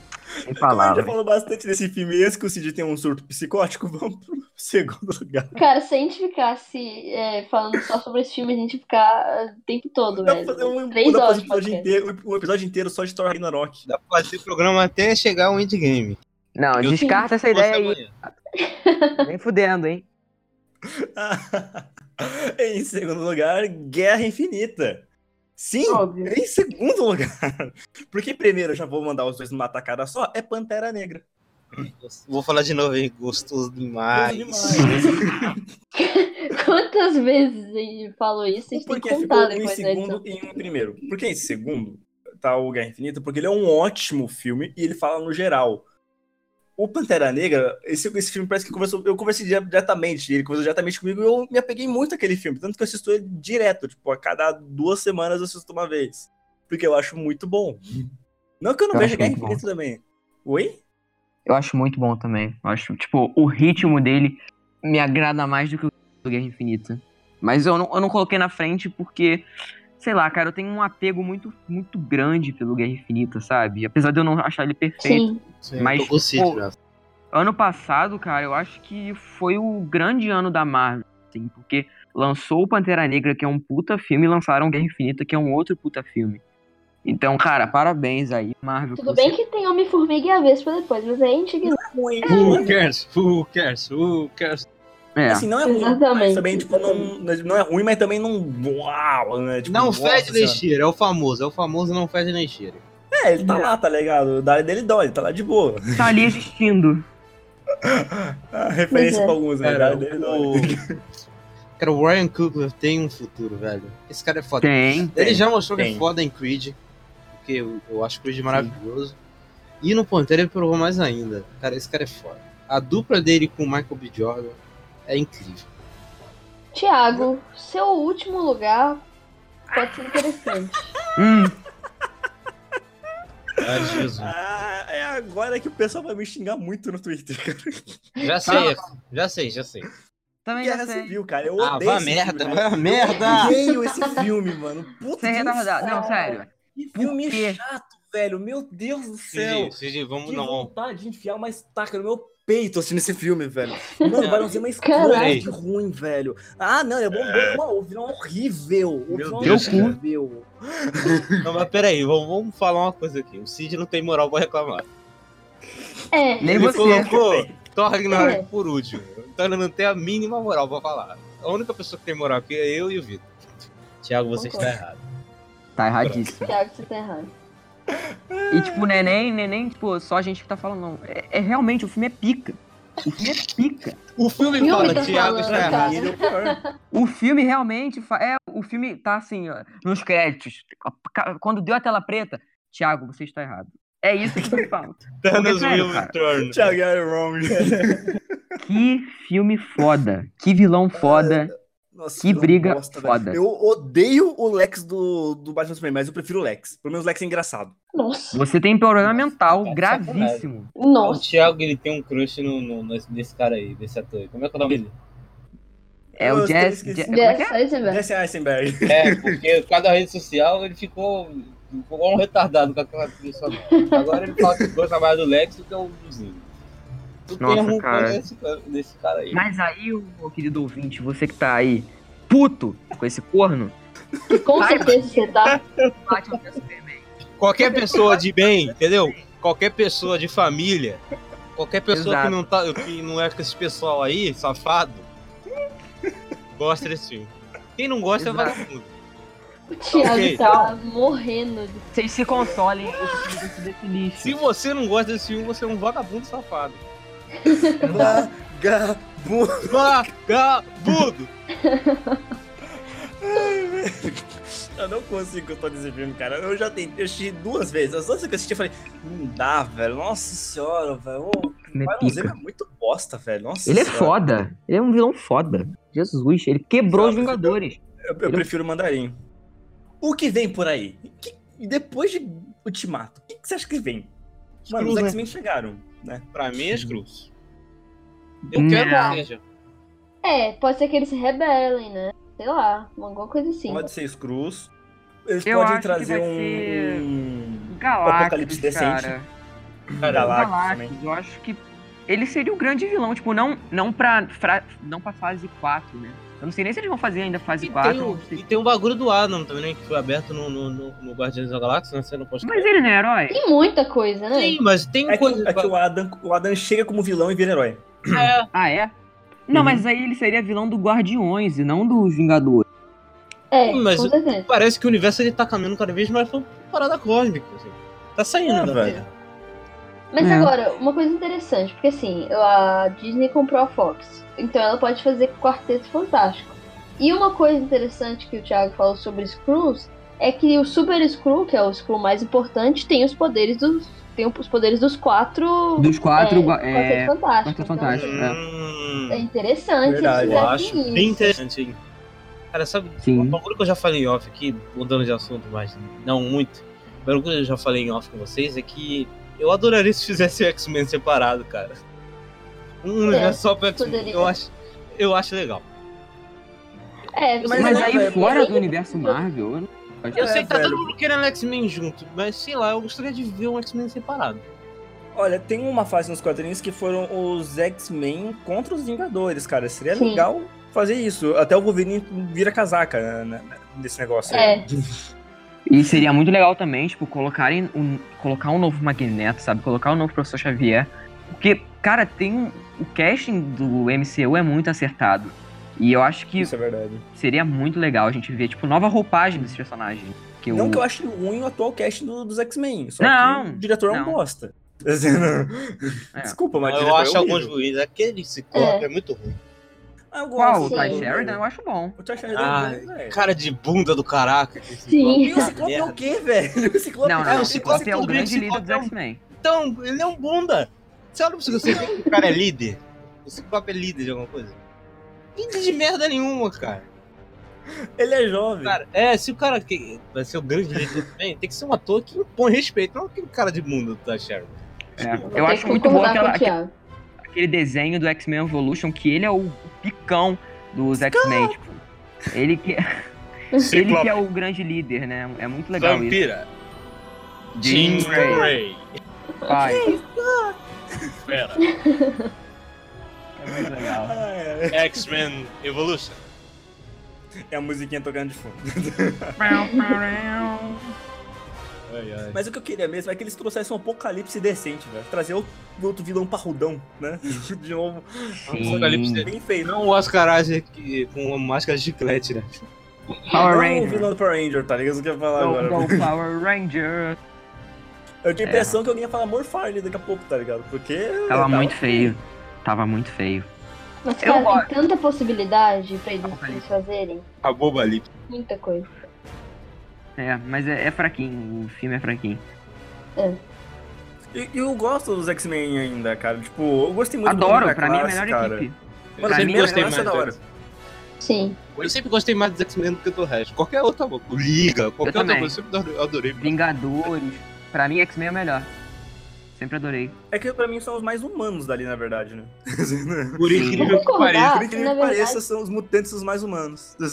S2: Como a gente
S3: Sem
S2: já
S3: palavras.
S2: falou bastante desse filme, esse que o Cid tem um surto psicótico, vamos pro segundo lugar.
S5: cara, se a gente ficasse é, falando só sobre esse filme, a gente ia ficar é, o tempo todo,
S2: Dá pra
S5: velho.
S2: fazer um,
S5: Três
S2: dá pra
S5: horas
S2: fazer um
S5: de
S2: episódio
S5: podcast.
S2: inteiro, um episódio inteiro só de Thor Ragnarok.
S4: dá pra fazer programa até chegar ao endgame.
S3: Não,
S4: Eu-
S3: descarta essa
S4: Você
S3: ideia aí.
S4: amanhã.
S3: Nem fudendo, hein?
S2: em segundo lugar, Guerra Infinita. Sim,
S5: Óbvio.
S2: em segundo lugar. Porque primeiro, eu já vou mandar os dois numa tacada só, é Pantera Negra.
S4: Vou falar de novo, hein? Gostoso demais.
S2: Demais.
S5: Quantas vezes ele falou isso? A gente tem
S2: Porque
S5: que
S2: ficou
S5: contar
S2: um em
S5: depois, né?
S2: segundo e um em primeiro. Porque em segundo tá o Guerra Infinita, porque ele é um ótimo filme e ele fala no geral. O Pantera Negra, esse, esse filme parece que conversou, eu conversei dire- diretamente, ele conversou diretamente comigo e eu me apeguei muito àquele filme, tanto que eu assisto ele direto, tipo, a cada duas semanas eu assisto uma vez, porque eu acho muito bom. Não que eu não
S3: Eu
S2: veja
S3: acho
S2: Guerra
S3: muito bom.
S2: Infinita também. Oi?
S3: Eu acho muito bom também. Eu acho, tipo, o ritmo dele me agrada mais do que o do Guerra Infinita. Mas eu não, eu não coloquei na frente porque, sei lá, cara, eu tenho um apego muito, muito grande pelo Guerra Infinita, sabe? Apesar de eu não achar ele perfeito.
S5: Sim,
S4: Sim,
S3: Mas,
S4: tô com o Cid,
S3: pô,
S4: né?
S3: Ano passado, cara, eu acho que foi o grande ano da Marvel, assim, porque lançou o Pantera Negra, que é um puta filme, e lançaram Guerra Infinita, que é um outro puta filme. Então, cara, parabéns aí, Marvel.
S5: tudo
S3: você-
S5: bem que tem Homem-Formiga e a Vespa depois, mas aí a gente ignora.
S2: Ruim.
S4: Who cares? Who cares? Who cares?
S3: É.
S2: é, Assim, não é ruim, mas
S5: Exatamente.
S2: também, tipo, não, não é ruim, mas também não, uau, né? Tipo,
S4: Não
S2: nossa
S4: fede nem
S2: senhora.
S4: cheira, é o famoso. É o famoso não fede nem cheira.
S2: É, ele tá lá, tá ligado? Da área dele dói, ele tá lá de boa.
S3: Tá ali existindo.
S2: Ah, referência
S5: Pois é.
S2: pra alguns, né? Da
S4: Cara,
S2: área dele dói.
S4: o... cara, o Ryan Coogler tem um futuro, velho. Esse cara é foda.
S3: Tem.
S4: Ele já mostrou que
S2: tem.
S4: é foda em Creed, porque eu, eu acho Creed maravilhoso. E no Pantera ele provou mais ainda. Cara, esse cara é foda. A dupla dele com o Michael B. Jordan é incrível.
S5: Tiago, seu último lugar pode ser interessante.
S3: Hum.
S4: Ai, Jesus.
S2: Ah, é agora que o pessoal vai me xingar muito no Twitter, cara.
S4: Já sei, já sei, já sei.
S3: Também já
S2: Guerra
S3: sei.
S2: Civil, é assim, cara. Eu
S4: Ah,
S2: odeio
S4: vá
S2: esse
S4: merda,
S2: filme,
S4: vá
S2: cara.
S4: merda!
S2: Eu odeio esse filme, mano. Puta
S3: Você é
S2: que
S3: retardado. Não,
S2: inferno.
S3: sério.
S2: Que filme
S3: Por quê?
S2: chato, velho. Meu Deus do céu.
S4: Cid, Cid, vamos,
S2: Que
S4: não, vamos.
S2: vontade de enfiar uma estaca no meu peito, assim, nesse filme, velho. Mano, vai não ser uma escroto
S5: Caralho.
S2: de ruim, velho. Ah, não, é bom, é. Não, o vilão é horrível. O
S4: Meu
S2: vilão
S4: Deus,
S2: é
S4: cara.
S2: horrível.
S4: Não, mas peraí, vamos, vamos falar uma coisa aqui. O Cid não tem moral pra reclamar.
S5: É,
S3: Nem
S4: Ele
S3: você.
S4: colocou Thor Ragnarok
S5: É.
S4: por último. Então ele não tem a mínima moral pra falar. A única pessoa que tem moral aqui é eu e o Vitor. Thiago, você
S5: Concordo.
S4: está errado.
S3: Tá erradíssimo.
S5: Thiago, você tá errado.
S3: E, tipo, neném, neném, tipo, só a gente que tá falando, não. É, é realmente, o filme é pica. O filme é pica.
S4: O filme
S5: E o
S4: fala,
S5: Vitor
S4: Thiago
S5: tá falando,
S4: está
S5: cara?
S4: errado.
S2: Ele é o pior.
S3: O filme realmente. fa- É, o filme tá assim, ó, nos créditos. Ca- Quando deu a tela preta, Thiago, você está errado. É isso que eu falo.
S5: Tá
S4: Thanos
S3: Porque,
S4: Will
S3: cara,
S4: Return.
S2: Thiago, you're wrong.
S3: Que filme foda. Que vilão foda.
S2: Nossa,
S3: Que
S2: não
S3: briga
S2: velho.
S3: foda.
S2: Eu odeio o Lex do, do Batman Superman, mas eu prefiro o Lex. Pelo menos o Lex é engraçado.
S5: Nossa,
S3: Você tem problema
S4: Nossa, tá
S3: mental
S4: cara,
S3: gravíssimo.
S4: O
S5: nossa.
S4: Thiago ele tem um crush no, no- nesse- nesse cara aí, desse ator. Como é que é o nome dele?
S3: É o
S2: Eu
S3: Jazz.
S2: esqueci.
S3: Jazz- como é que é?
S5: Jess Eisenberg.
S2: Jesse Eisenberg.
S4: É, porque por causa da rede social ele ficou, ficou um retardado com aquela trilha sonora. Agora ele fala que gosta mais do Lex do que o Zinho. Tu tem
S7: Nossa,
S4: algum
S7: cara.
S4: desse, desse cara aí.
S3: Mas aí, ô, meu querido ouvinte, você que tá aí puto com esse corno,
S5: Com
S2: é
S3: Ai,
S5: certeza você tá.
S3: Batman vs Superman.
S4: Qualquer pessoa de bem, entendeu? Qualquer pessoa de família, qualquer pessoa que
S3: Exato.
S4: não, tá, que não é com esse pessoal aí, safado, gosta desse filme. Quem não gosta é
S3: Exato.
S4: vagabundo.
S5: O Thiago
S4: Ok.
S5: tá morrendo. de-
S3: Vocês se consolem esse filme desse- desse lixo.
S4: Se você não gosta desse filme, você é um vagabundo safado.
S3: É
S2: Vagabundo.
S4: Vagabundo!
S2: Eu não consigo gostar desse filme, cara. Eu já tentei, eu assisti duas vezes. As duas vezes que eu assisti, eu falei, não dá, velho. Nossa senhora, velho. Ô, O
S3: Filme é
S2: Byron Zemo é
S3: pica.
S2: muito bosta, velho. Nossa
S3: Ele é
S2: senhora.
S3: foda. Ele é um vilão foda. Jesus, ele quebrou os
S2: Sabe,
S3: Vingadores.
S2: Eu,
S3: é
S2: eu prefiro o Mandarim. O que vem por aí? Que- depois de Ultimato, o que, que você acha que vem? Mano, os
S4: Cruz, né?
S2: X-Men chegaram, né?
S4: Pra mim é escroto. Eu
S3: Não.
S4: quero que seja.
S5: É, pode ser que eles se rebelem, né? Sei lá, alguma coisa assim.
S2: Pode ser Screws. Eles
S3: Eu acho
S2: podem
S3: que
S2: trazer
S3: vai
S2: um,
S3: ser-
S2: um Apocalipse
S3: Galactus,
S2: decente.
S3: Hum. cara.
S2: Galactus também.
S3: Galactus, eu acho que ele seria o grande vilão, tipo, não, não, pra, fra- não pra fase 4, né? Eu não sei nem se eles vão fazer ainda fase
S4: E
S3: 4.
S4: tem, o,
S3: não sei.
S4: e tem o bagulho do Adam também, né? Que foi aberto no, no, no, no Guardiões da Galáxia, né? Você não pode
S3: Mas ele não é herói?
S5: Tem muita coisa, né?
S4: Sim, mas tem
S2: É
S4: coisa.
S2: que, é que o, Adam, o Adam chega como vilão e vira herói.
S4: É,
S3: Ah, é? Não,
S2: Uhum.
S3: mas aí ele seria vilão do Guardiões e não dos Vingadores.
S5: É,
S4: Mas-
S5: com certeza.
S4: parece que o universo ele tá caminhando cada vez mais pra uma parada cósmica, assim. Tá saindo,
S2: É,
S4: da
S2: velho.
S4: Terra.
S5: Mas
S3: É.
S5: agora, uma coisa interessante, porque assim, a Disney comprou a Fox, então ela pode fazer Quarteto Fantástico. E uma coisa interessante que o Thiago falou sobre Skrulls é que o Super Skrull, que é o Skrull mais importante, tem os poderes dos tem os poderes dos quatro
S3: Dos quatro, gua-
S5: Quarteto
S3: é,
S5: Fantástico.
S3: Quarteto
S5: Então,
S3: Fantástico. É.
S4: Hum,
S5: É interessante né?
S2: Verdade,
S5: eles
S4: eu
S5: fizerem
S4: acho
S5: isso.
S4: bem interessante, hein? Cara, sabe,
S3: Sim.
S4: um bagulho que eu já falei em off aqui, mudando de assunto, mas não muito. O bagulho que eu já falei em off com vocês é que eu adoraria se fizesse o X-Men separado, cara. Um universo só pro X-Men.
S5: poderia.
S4: Eu acho, eu acho legal.
S5: É,
S3: Mas,
S2: Mas
S3: aí,
S2: é,
S3: fora do universo Marvel, eu não gosto.
S4: Eu
S2: É,
S4: sei que tá
S2: velho.
S4: todo mundo querendo X-Men junto, mas sei lá, eu gostaria de ver um X-Men separado.
S2: Olha, tem uma fase nos quadrinhos que foram os X-Men contra os Vingadores, cara. Seria
S5: Sim.
S2: legal fazer isso. Até o Wolverine vira casaca né, né, nesse negócio. aí.
S5: É.
S3: E seria muito legal também, tipo, colocarem um, colocar um novo Magneto, sabe? Colocar um novo Professor Xavier. Porque, cara, tem um- o casting do MCU é muito acertado. E eu acho que
S2: Isso é verdade.
S3: seria muito legal a gente ver, tipo, nova roupagem desses personagens. Que
S2: Não
S3: o-
S2: que eu ache ruim o atual cast do- dos X-Men. Só
S3: Não,
S2: que o diretor é um
S3: não.
S2: bosta. Assim, não-
S3: É.
S2: Desculpa, mas. o
S4: eu
S2: diretor
S4: acho
S2: é horrível.
S4: alguns ruins. Aquele Ciclope é. muito ruim.
S2: Ah, eu
S3: Qual? O
S2: gosto,
S3: Ty
S5: Sim.
S3: Sheridan? Eu acho bom.
S2: O Ty Sheridan
S4: Ah,
S2: é bom, velho.
S4: Cara de bunda do caraca. aquele
S5: Sim.
S2: E o
S4: Ciclope.
S2: Ciclope é
S4: Merda.
S2: o quê, velho? O Ciclope
S3: Não,
S4: é,
S3: não,
S4: o
S3: o
S4: Ciclope
S3: Ciclope é o
S4: também,
S3: grande
S4: Ciclope
S3: líder dos
S4: é um-
S3: X-Men. né?
S4: Então, ele é um bunda. Você não precisa saber que o cara é líder. O Ciclope é líder de alguma coisa. Líder de merda nenhuma, cara.
S2: Ele é jovem.
S4: Cara, é, se o cara que vai ser o grande líder também, tem que ser um ator que impõe respeito, não aquele cara de bunda da Sharon.
S3: É, Eu acho muito boa aquela, aquele desenho do X-Men Evolution, que ele é o picão dos X-Men, tipo. Ele que, ele que é o grande líder, né? É muito legal
S8: Vampira.
S3: isso.
S8: Jean
S3: Jean Grey.
S8: Grey.
S3: Pai.
S8: Fera.
S3: É muito legal.
S2: Ah,
S8: X-Men Evolution.
S2: É a musiquinha tocando de fundo.
S8: Ai, ai.
S2: Mas o que eu queria mesmo é que eles trouxessem um apocalipse decente, velho. Trazer outro, outro vilão parrudão, né? De novo.
S3: Sim.
S8: Apocalipse
S2: Bem feio.
S4: Não o Oscar Isaac que- com uma máscara de chiclete, né?
S3: Power
S2: Não o
S3: Ranger.
S2: vilão do Power Ranger, tá ligado? Isso que eu ia falar
S3: Go,
S2: agora.
S3: go Power Ranger.
S2: Eu tinha a
S3: É.
S2: impressão que alguém ia falar Morfarly daqui a pouco, tá ligado? Porque.
S3: Tava
S2: tá-
S3: muito feio. Tava muito feio.
S5: Mas,
S3: Eu
S5: cara,
S3: gosto.
S5: tem tanta possibilidade pra eles,
S3: Apocalipse.
S5: eles fazerem.
S4: A boba ali.
S5: Muita coisa.
S3: É, mas é, é fraquinho. O filme é fraquinho.
S2: E e eu gosto dos X-Men ainda, cara. Tipo, eu gostei muito
S3: Adoro,
S2: Primeira
S3: pra mim é a
S2: Classe,
S3: melhor
S2: cara.
S3: equipe.
S2: Mano,
S3: Pra
S2: pra
S3: mim,
S2: mim,
S3: eu
S4: gostei
S2: é da
S4: mais
S2: hora.
S5: Sim.
S4: Eu sempre gostei mais dos X-Men do que do resto. Qualquer outra coisa. Liga, qualquer
S3: Eu
S4: outra
S3: também.
S4: coisa. Eu sempre adorei- adorei.
S3: Vingadores. Pra mim, X-Men é o melhor. Sempre adorei.
S2: É que pra mim são os mais humanos dali, na verdade, né?
S4: Por
S3: Sim.
S4: incrível que pareça.
S5: concordar,
S2: Por incrível
S5: Ah, na
S2: que pareça,
S5: verdade,
S2: são os mutantes os mais humanos.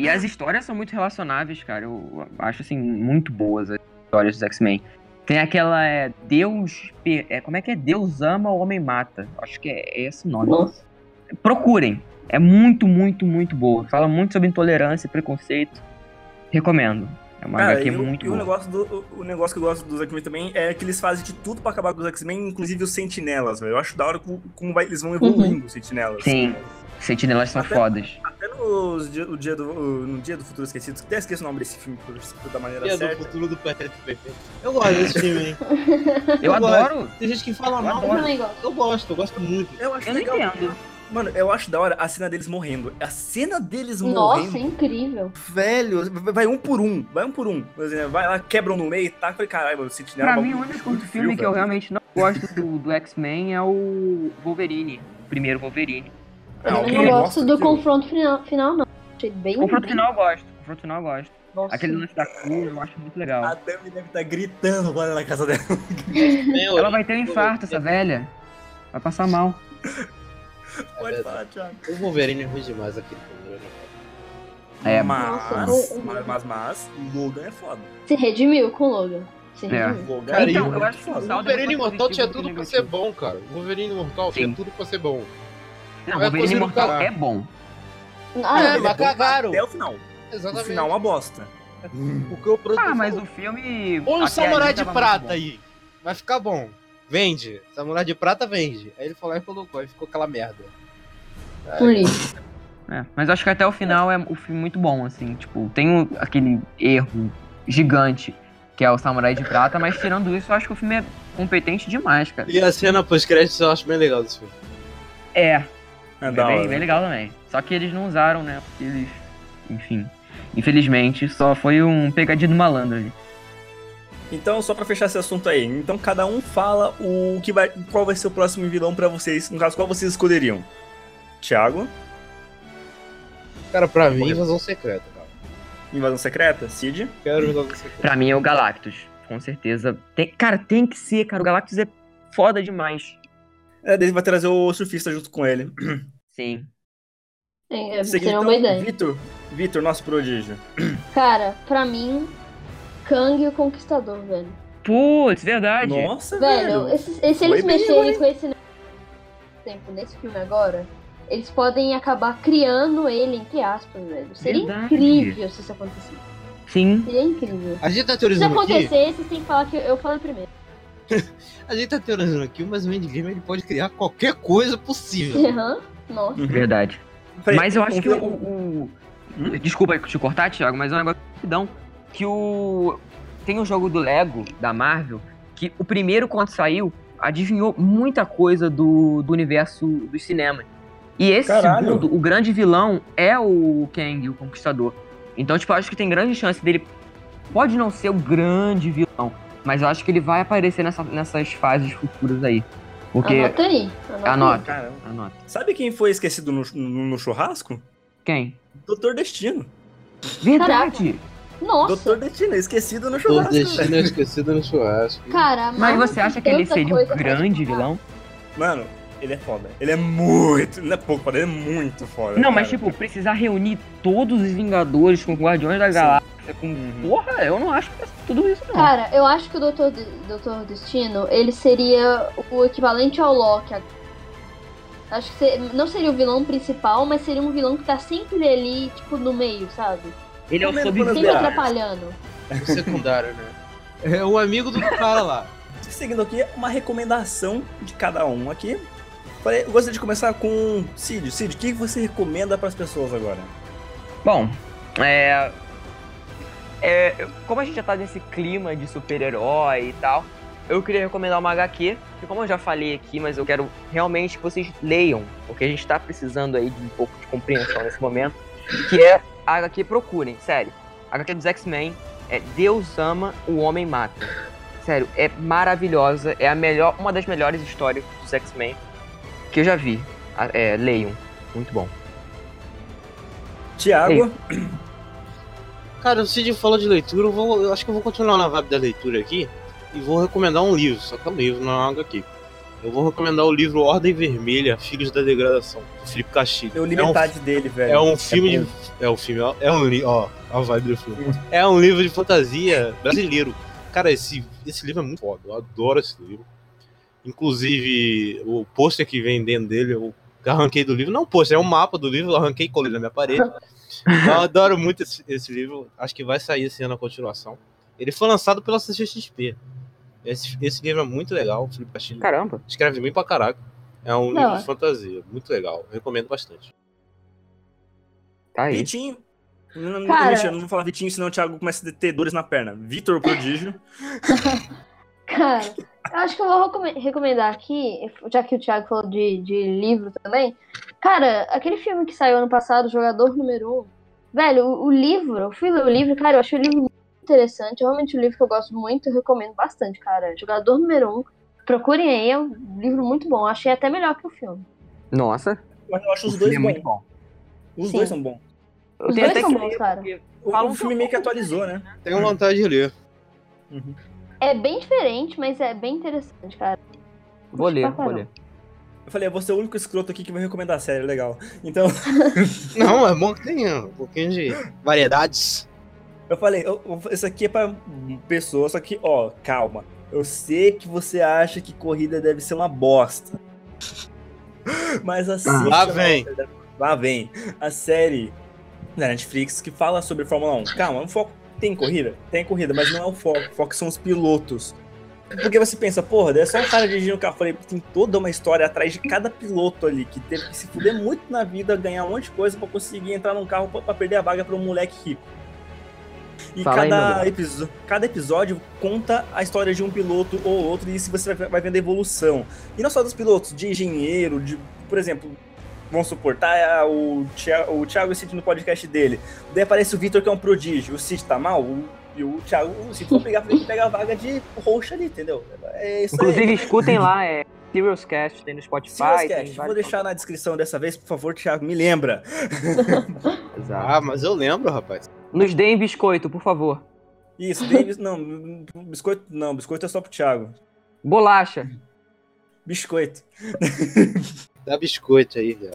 S3: E as histórias são muito relacionáveis, cara. Eu acho, assim, muito boas as histórias dos X-Men. Tem aquela, é, Deus... pe- É, como é que é? Deus ama, o homem mata. Acho que é, é esse o nome.
S5: nossa.
S3: Procurem. É muito, muito, muito boa. Fala muito sobre intolerância e preconceito. Recomendo. É uma
S2: Cara,
S3: HQ
S2: e, o-
S3: muito
S2: e o,
S3: boa.
S2: negócio do, o- o negócio que eu gosto dos X-Men também é que eles fazem de tudo pra acabar com os X-Men, inclusive os sentinelas, velho. Eu acho da hora como, como vai-
S5: Uhum.
S2: eles vão evoluindo os sentinelas.
S3: Sim. Sentinelas são
S2: Até-
S3: fodas.
S2: Até nos dia- o dia do, o- no Dia do Futuro Esquecido, que até esqueço o nome desse filme por- por- da maneira
S4: Dia é do
S2: certa.
S4: futuro do Patrick Perfeito. Eu gosto desse filme, hein?
S3: Eu
S4: gosto.
S3: adoro.
S4: Tem gente que fala mal,
S5: Eu
S3: Adoro.
S4: mas
S5: também gosto.
S4: eu gosto, eu gosto muito.
S2: Eu acho
S3: Eu não
S2: legal.
S3: entendo.
S2: Mano, eu acho da hora a cena deles morrendo. A cena deles
S5: Nossa, é
S2: morrendo,
S5: incrível.
S2: velho, vai vai um por um, vai um por um. Por exemplo, Vai lá, quebram no meio e taca, falei, caralho, mano, sentinela.
S3: Pra
S2: é um
S3: mim, o
S2: bagulho
S3: único
S2: muito
S3: filme
S2: frio,
S3: que eu
S2: velho.
S3: realmente não gosto do, do X-Men é o Wolverine. O primeiro Wolverine. É,
S5: Eu
S2: Ah,
S5: não,
S2: alguém
S5: gosto
S2: gosta
S5: do
S2: daquilo?
S5: confronto final, final não. Achei bem.
S3: Confronto
S5: bem-
S3: final eu gosto. Confronto final eu gosto.
S5: Nossa.
S3: Aquele lance da cura eu acho muito legal.
S2: A Dami deve estar gritando lá na casa dela.
S4: Meu,
S3: Ela vai ter um infarto, essa velha. Vai passar mal.
S2: Pode falar, Thiago.
S4: O Wolverine é ruim demais aquele primeiro. né?
S3: É,
S5: Nossa,
S2: mas,
S5: não-
S2: mas, mas, mas, Logan é foda.
S5: Se redimiu com o Logan. Se
S3: É.
S5: redimiu.
S2: Logan
S4: Cara,
S2: é
S3: então,
S2: muito
S3: eu acho que o
S2: foda.
S4: O
S3: saldo
S4: Wolverine
S3: é mais
S4: Imortal tinha
S3: positivo
S4: tudo
S3: que
S4: pra ser
S3: negativo.
S4: bom, cara. O Wolverine Imortal
S3: Sim.
S4: tinha tudo pra ser bom.
S3: Não,
S4: é
S3: Wolverine
S4: coisa do
S3: Imortal
S4: cara.
S3: é bom.
S5: Ah,
S4: É,
S5: não,
S4: mas cagaram.
S2: Até o final. O
S4: Exatamente.
S2: final é uma bosta.
S4: O que eu produzo.
S3: Ah, mas o filme.
S4: Põe
S3: até
S4: um Samurai
S3: ali
S4: de
S3: tava muito
S4: Prata
S3: bom.
S4: aí. Vai ficar bom. Vende. Samurai de Prata vende. Aí ele falou e colocou. Aí ficou aquela merda.
S5: por isso.
S3: É, mas acho que até o final é o filme muito bom, assim. Tipo, tem o- aquele erro gigante que é o Samurai de Prata, mas tirando isso, eu acho que o filme é competente demais, cara.
S4: E a cena pós-crédito eu acho bem legal desse filme.
S3: É,
S2: É
S3: é
S2: da
S3: bem,
S2: hora.
S3: bem legal também. Só que eles não usaram, né? porque Eles. Enfim. Infelizmente, só foi um pegadinho do malandro ali.
S2: Então, só pra fechar esse assunto aí, então cada um fala o que vai, qual vai ser o próximo vilão pra vocês, no caso, qual vocês escolheriam? Thiago,
S4: Cara, pra mim, invasão secreta, cara.
S2: Invasão Secreta, Cid,
S4: Quero invasão secreta.
S3: Pra mim é o Galactus. Com certeza. Tem- cara, tem que ser, cara. O Galactus é foda demais.
S2: é, daí vai trazer o surfista junto com ele.
S3: Sim.
S5: É, é,
S2: Seguindo,
S5: seria uma boa ideia.
S2: Vitor, Vitor, nosso prodígio.
S5: Cara, pra mim, Kang o Conquistador, velho.
S3: Putz, verdade.
S2: Nossa, velho.
S5: Velho, esses- e se eles
S2: Foi bem,
S5: mexerem com esse tempo nesse filme agora, eles podem acabar criando ele, entre aspas, velho. Seria
S3: Verdade.
S5: incrível se isso acontecesse.
S3: Sim.
S5: Seria incrível.
S4: A gente tá
S5: Se
S4: teorizando aqui.
S5: acontecer, vocês têm que falar que eu falei primeiro.
S4: A gente tá teorizando aqui, mas o Endgame ele pode criar qualquer coisa possível.
S5: Aham, Nossa.
S2: Uhum.
S3: Verdade. Mas eu acho que o. o-
S2: um Hum?
S3: Desculpa te cortar, Thiago, mas é um negócio rapidão. Que o. Tem um jogo do Lego, da Marvel, que o primeiro, quando saiu, adivinhou muita coisa do, do universo dos cinemas. E esse
S2: Caralho.
S3: segundo, o grande vilão é o Kang, o Conquistador. Então, tipo, eu acho que tem grande chance dele. Pode não ser o grande vilão, mas eu acho que ele vai aparecer nessa- nessas fases futuras aí. Porque.
S5: Anota aí.
S3: Anota.
S2: Caramba.
S3: Anota.
S2: Sabe quem foi esquecido no, no- no churrasco?
S3: Quem?
S2: Doutor Destino.
S3: Verdade!
S5: Nossa,
S2: Doutor Destino, esquecido no
S4: O
S2: churrasco.
S4: destino
S2: velho.
S4: é esquecido no churrasco.
S5: cara.
S3: Mas
S5: mano,
S3: você acha
S5: tem
S3: que ele
S5: tanta
S3: seria um
S5: coisa pra
S3: grande
S5: explicar.
S3: vilão?
S2: Mano, ele é foda. Ele é muito. Não é pouco foda, ele é muito foda.
S3: Não, mas
S2: cara.
S3: tipo, precisar reunir todos os Vingadores com Guardiões da Galáxia, com.
S2: Uhum.
S3: Porra, eu não acho que é tudo isso, não.
S5: Cara, eu acho que o Doutor, De- Doutor Destino, ele seria o equivalente ao Loki. Acho que se- não seria o vilão principal, mas seria um vilão que tá sempre ali, tipo, no meio, sabe?
S3: Ele é o
S2: pelo menos
S3: sobrevivente.
S5: Sempre
S2: Verdade.
S5: atrapalhando.
S4: O secundário, né? É o amigo do cara lá.
S2: Seguindo aqui, uma recomendação de cada um aqui. Falei, eu gostaria de começar com o Cid. Cid, o que você recomenda pras pessoas agora?
S3: Bom, é, é, eu- Como a gente já tá nesse clima de super-herói e tal, eu queria recomendar uma HQ, que como eu já falei aqui, mas eu quero realmente que vocês leiam, porque a gente tá precisando aí de um pouco de compreensão nesse momento, que é a HQ Procurem, sério. A HQ dos X-Men é Deus ama, o homem mata. Sério, é maravilhosa, é a melhor, uma das melhores histórias dos X-Men que eu já vi. A- É, leiam, muito bom.
S2: Tiago,
S4: Cara, o Cid falou de leitura, eu, vou, eu acho que eu vou continuar na vibe da leitura aqui e vou recomendar um livro, só que é um livro, não é uma HQ. Eu vou recomendar o livro Ordem Vermelha, Filhos da Degradação, do Felipe Castilho.
S2: eu li
S4: é um,
S2: metade dele, velho.
S4: é um filme
S2: É
S4: de. É um filme, ó, é um li- ó, a vibe do filme. É um livro de fantasia brasileiro. Cara, esse, esse livro é muito foda, eu adoro esse livro. Inclusive, o pôster que vem dentro dele, eu arranquei do livro. Não, pôster, é um mapa do livro, eu arranquei e colei na minha parede. Eu adoro muito esse, esse livro. Acho que vai sair esse ano a continuação. Ele foi lançado pela CCXP. Esse, esse livro é muito legal. O Felipe Castilho
S3: Caramba.
S4: escreve bem pra caraca. É um
S5: Da
S4: livro
S5: hora.
S4: de fantasia. Muito legal. Recomendo bastante.
S3: Tá aí.
S2: Vitinho. Não, não,
S5: Cara.
S2: tô mexendo, não vou falar Vitinho, senão o Thiago começa a ter dores na perna. Vitor Prodígio.
S5: Cara, eu acho que eu vou recome- recomendar aqui, já que o Thiago falou de, de livro também. Cara, aquele filme que saiu ano passado, Jogador Número 1. Velho, o, o livro, eu fui ler o livro, cara, eu achei o livro muito interessante. É realmente um livro que eu gosto muito, eu recomendo bastante, cara. Jogador Número 1. Procurem aí, é um livro muito bom. eu Achei até melhor que o filme.
S3: Nossa,
S2: Mas eu acho os
S3: o
S2: dois
S3: filme é muito
S2: bons.
S3: bom.
S2: Os
S5: Sim.
S2: dois são bons.
S3: Eu
S5: Os
S3: tenho
S5: dois
S3: até
S5: são
S3: que
S5: bons,
S3: ler,
S5: cara.
S3: porque
S2: O,
S3: Fala um
S2: o filme meio que atualizou, né?
S4: Tenho vontade de ler.
S5: É bem diferente, mas é bem interessante, cara.
S3: Vou ler,
S5: pra
S3: vou ler.
S2: Eu falei, eu vou ser o único escroto aqui que vai recomendar a série, legal. Então,
S4: Não, é bom que tenha um pouquinho de variedades.
S2: eu falei, eu- eu- isso aqui é pra pessoa, só que, ó, calma. Eu sei que você acha que corrida deve ser uma bosta. Mas assim.
S4: Ah, Lá vem.
S2: Lá vem. A série da Netflix que fala sobre Fórmula 1. Calma, o foco. Tem corrida? Tem corrida, mas não é o foco. O foco são os pilotos. Porque você pensa, porra, é só um cara dirigindo o carro. Eu Falei, tem toda uma história atrás de cada piloto ali que teve que se fuder muito na vida, ganhar um monte de coisa pra conseguir entrar num carro pra- pra perder a vaga pra um moleque rico. E
S3: Fala aí, meu
S2: cada,
S3: Deus.
S2: episo- cada episódio conta a história de um piloto ou outro, e se você vai, vai vendo a evolução. E não só dos pilotos, de engenheiro, de, por exemplo, vão suportar tá, é, o, Thia- o Thiago e o Cid no podcast dele. Daí aparece o Vitor, que é um prodígio. O Cid tá mal, o- e o Thiago, o Cid vai pegar pra ele pegar a vaga de roxa ali, entendeu? É isso aí.
S3: Inclusive, escutem lá, é Serious Cast, tem no Spotify.
S2: Silas
S3: tem
S2: Cast, vou
S3: vários-
S2: deixar na descrição dessa vez, por favor, Thiago, me lembra.
S3: Exato.
S4: Ah, mas eu lembro, rapaz.
S3: Nos deem biscoito, por favor.
S2: Isso, Davis, não, biscoito, não, biscoito é só pro Thiago.
S3: Bolacha.
S2: Biscoito.
S4: Dá biscoito aí, velho.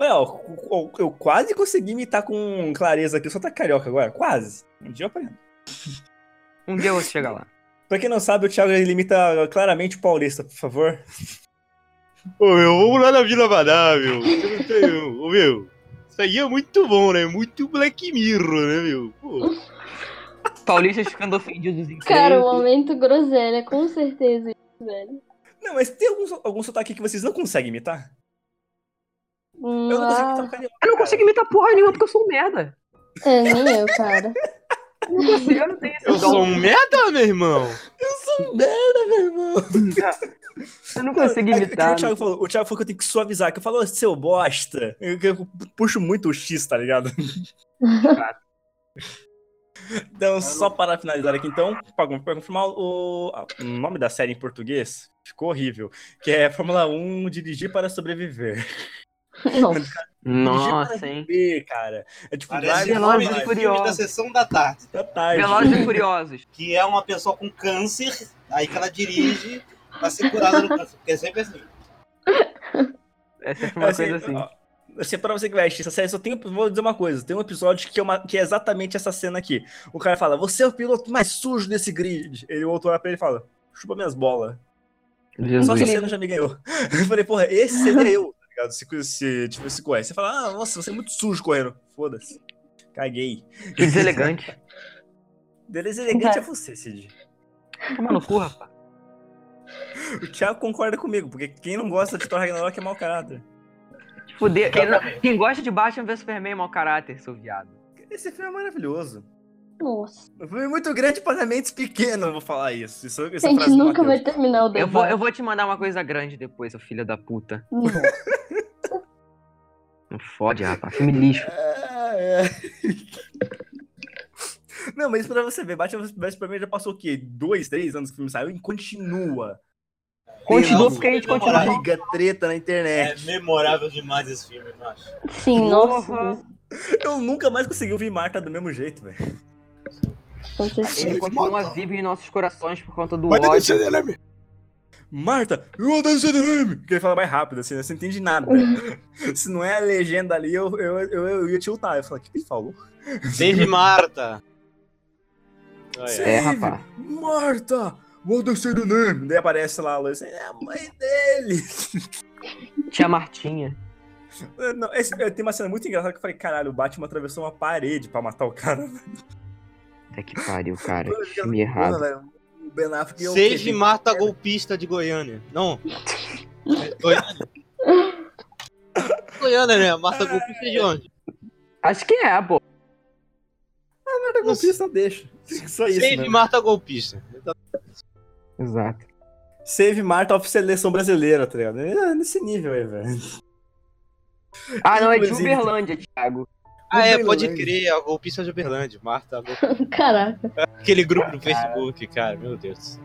S2: Ué, ó, eu, eu quase consegui imitar com clareza aqui, eu só tá carioca agora, quase. Um dia eu aprendo.
S3: um dia você chega lá.
S2: Pra quem não sabe, o Thiago ele imita claramente o paulista, por favor.
S9: Ô meu, vamos lá na Vila Badá, meu. Eu não tenho- Ô meu, isso aí é muito bom, né? Muito Black Mirror, né, meu? Pô,
S3: Paulistas ficando ofendidos em
S5: Cara,
S3: três.
S5: o momento groselha, com certeza, velho.
S2: Não, mas tem algum, algum sotaque que vocês não conseguem imitar? Eu não consigo imitar um carioca.
S3: Eu não consigo imitar porra nenhuma porque eu sou um merda.
S5: É, nem eu, cara.
S3: Eu não consigo, eu não tenho esse
S4: Eu sou
S3: dom.
S4: um merda, meu irmão.
S3: Eu não consigo
S2: É que- é que
S3: imitar.
S2: o, Thiago falou, o Thiago falou que eu tenho que suavizar, que eu falo, "Ô, seu bosta. Eu, que eu puxo muito o X, tá ligado? então, só para finalizar aqui, então, pra con- pra confirmar, o, ah, o nome da série em português ficou horrível, que é Fórmula 1 Dirigir para um, Sobreviver.
S5: Nossa.
S3: Nossa, hein?
S2: B, cara. É tipo,
S4: Parece
S2: Drive
S4: o
S3: Velozes
S4: nome
S3: e
S4: de
S2: Live.
S4: filme da
S3: Furiosos.
S4: sessão da tarde.
S2: Tá tarde.
S3: Velozes e Furiosos.
S4: Que é uma pessoa com câncer, aí que ela dirige pra ser curada do câncer. Porque é sempre assim.
S3: É sempre uma
S2: Assim,
S3: coisa assim.
S2: ó, assim, pra você que vai assistir essa série, só tem, vou dizer uma coisa: tem um episódio que é, uma- que é exatamente essa cena aqui. O cara fala, você é o piloto mais sujo desse grid. Ele voltou lá pra ele e fala, chupa minhas bolas. Só essa cena já me ganhou. Eu falei, porra, esse seria eu, tá ligado? Se, co- se, tipo, se corre. Você fala, ah, nossa, você é muito sujo correndo. Foda-se. Caguei.
S3: Que deselegante.
S2: Beleza elegante
S5: Tá.
S2: é você, Cid.
S3: Toma no cu, rapaz.
S2: O Thiago concorda comigo, porque quem não gosta de Thor Ragnarok é mau caráter.
S3: Fuder. Quem, não- quem gosta de Batman vs Superman é mau caráter, seu viado.
S2: Esse filme é maravilhoso.
S5: Nossa.
S2: Um filme muito grande para mentes pequenas, eu vou falar isso. isso
S5: A
S2: essa
S5: gente
S2: frase do
S5: nunca
S2: Matheus.
S5: vai terminar o
S3: Eu
S5: debate.
S3: vou, eu vou te mandar uma coisa grande depois, seu filho da puta.
S5: Nossa.
S3: Não fode, rapaz. Filme lixo.
S2: É, é. Não, mas pra você ver, Batman vs Superman já passou o quê? Dois, três anos que o filme saiu e continua.
S3: Continua
S4: Não,
S3: porque a gente
S4: não,
S3: continua.
S4: não.
S2: Briga, treta na internet.
S4: É memorável demais esse filme, eu acho.
S5: Sim, nossa.
S3: Porra.
S5: Deus.
S3: É.
S2: Eu nunca mais consegui ouvir Marta do mesmo jeito, velho.
S5: Com certeza.
S3: Ele continua vivo em nossos corações por conta do
S10: Vai ter
S3: ódio.
S9: né,
S10: CDLM.
S2: Marta, eu odeio CDM! Porque ele fala mais rápido, assim, né? você não entende nada.
S3: Uhum.
S2: Se não é a legenda ali, eu, eu, eu, eu ia tiltar. Eu falei, o que que ele falou?
S4: Save Marta!
S2: Save
S3: É, rapaz.
S2: Marta! Eu odeio CDM! Daí aparece lá, a Lois, é a mãe dele!
S3: Tia Martinha.
S2: Não, esse- tem uma cena muito engraçada que eu falei, caralho, o Batman atravessou uma parede pra matar o cara.
S3: Até que pariu, cara.
S2: Mano,
S3: Que filme
S2: Porra,
S3: errado.
S2: velho, o Ben Affleck é o quê?
S4: Save Marta golpista de Goiânia. Não. É Goiânia. Goiânia, né? Marta
S2: Ah,
S4: golpista
S2: é
S4: de onde?
S3: Acho que é, pô.
S2: Nada com isso, não deixa. né? Só isso,
S4: Save
S2: mesmo.
S4: Marta golpista.
S3: Exato.
S2: Save Marta of Seleção Brasileira, tá ligado? É nesse nível aí, velho.
S3: Ah, não, é de
S2: Inclusive-
S3: Uberlândia, Thiago.
S4: Ah, é, pode
S2: Uberlândia.
S4: crer, a golpista de Uberlândia. Marta, golpista.
S5: Caraca.
S4: aquele grupo do Facebook, cara, meu Deus. do céu.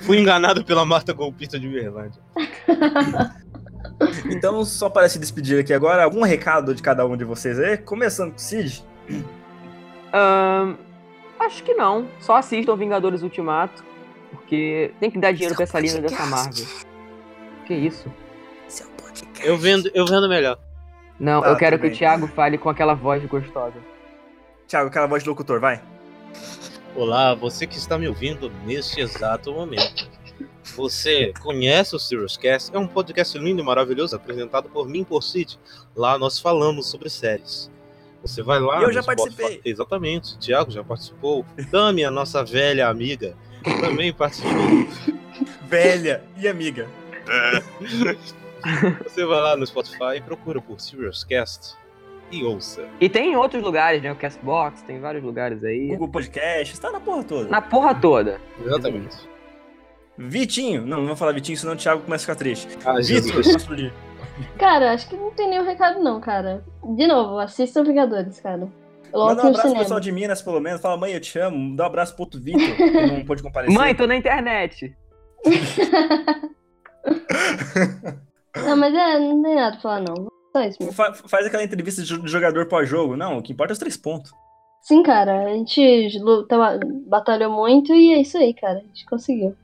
S4: Fui enganado pela Marta golpista de Uberlândia.
S2: Então, só para se despedir aqui agora, algum recado de cada um de vocês aí? Começando com o Cid.
S3: Ahn, acho que não. Só assistam Vingadores Ultimato. Porque tem que dar dinheiro pra essa linda dessa Marvel. Que isso?
S4: Eu vendo, eu vendo melhor.
S3: Não,
S2: Tá,
S3: eu quero
S2: tudo
S3: que
S2: bem.
S3: o Thiago fale com aquela voz gostosa.
S2: Thiago, aquela voz de locutor, vai.
S4: Olá, você que está me ouvindo neste exato momento. Você conhece o Serious É um podcast lindo e maravilhoso apresentado por mim por Cid. Lá nós falamos sobre séries. Você vai lá.
S2: Eu já
S4: no
S2: participei.
S4: Spotify- Exatamente. O Thiago já participou. Dami, a nossa velha amiga, também participou.
S2: Velha e amiga.
S4: Você vai lá no Spotify e procura por Serious e ouça.
S3: E tem em outros lugares, né? O Castbox, tem vários lugares aí.
S2: Google Podcast, tá na porra toda.
S3: Na porra toda.
S4: Exatamente.
S2: Vitinho, não, não vou falar Vitinho, senão o Thiago começa a ficar triste.
S4: Ah,
S2: Vitor,
S4: Jesus.
S2: nosso líder.
S5: Cara, acho que não tem nenhum recado, não, cara. De novo, assistam Vingadores, cara. Logo
S2: Manda um
S5: no
S2: abraço pro
S5: cinema.
S2: pessoal de Minas, pelo menos. Fala, mãe, eu te amo. Dá um abraço pro outro Vitor, que não pôde comparecer.
S3: Mãe, tô na internet.
S5: Não, mas é, não tem nada pra falar, não. Só isso mesmo.
S2: Fa- faz aquela entrevista de jo- jogador pós-jogo. Não, o que importa é os três pontos.
S5: Sim, cara, a gente luta, batalhou muito e é isso aí, cara. A gente conseguiu.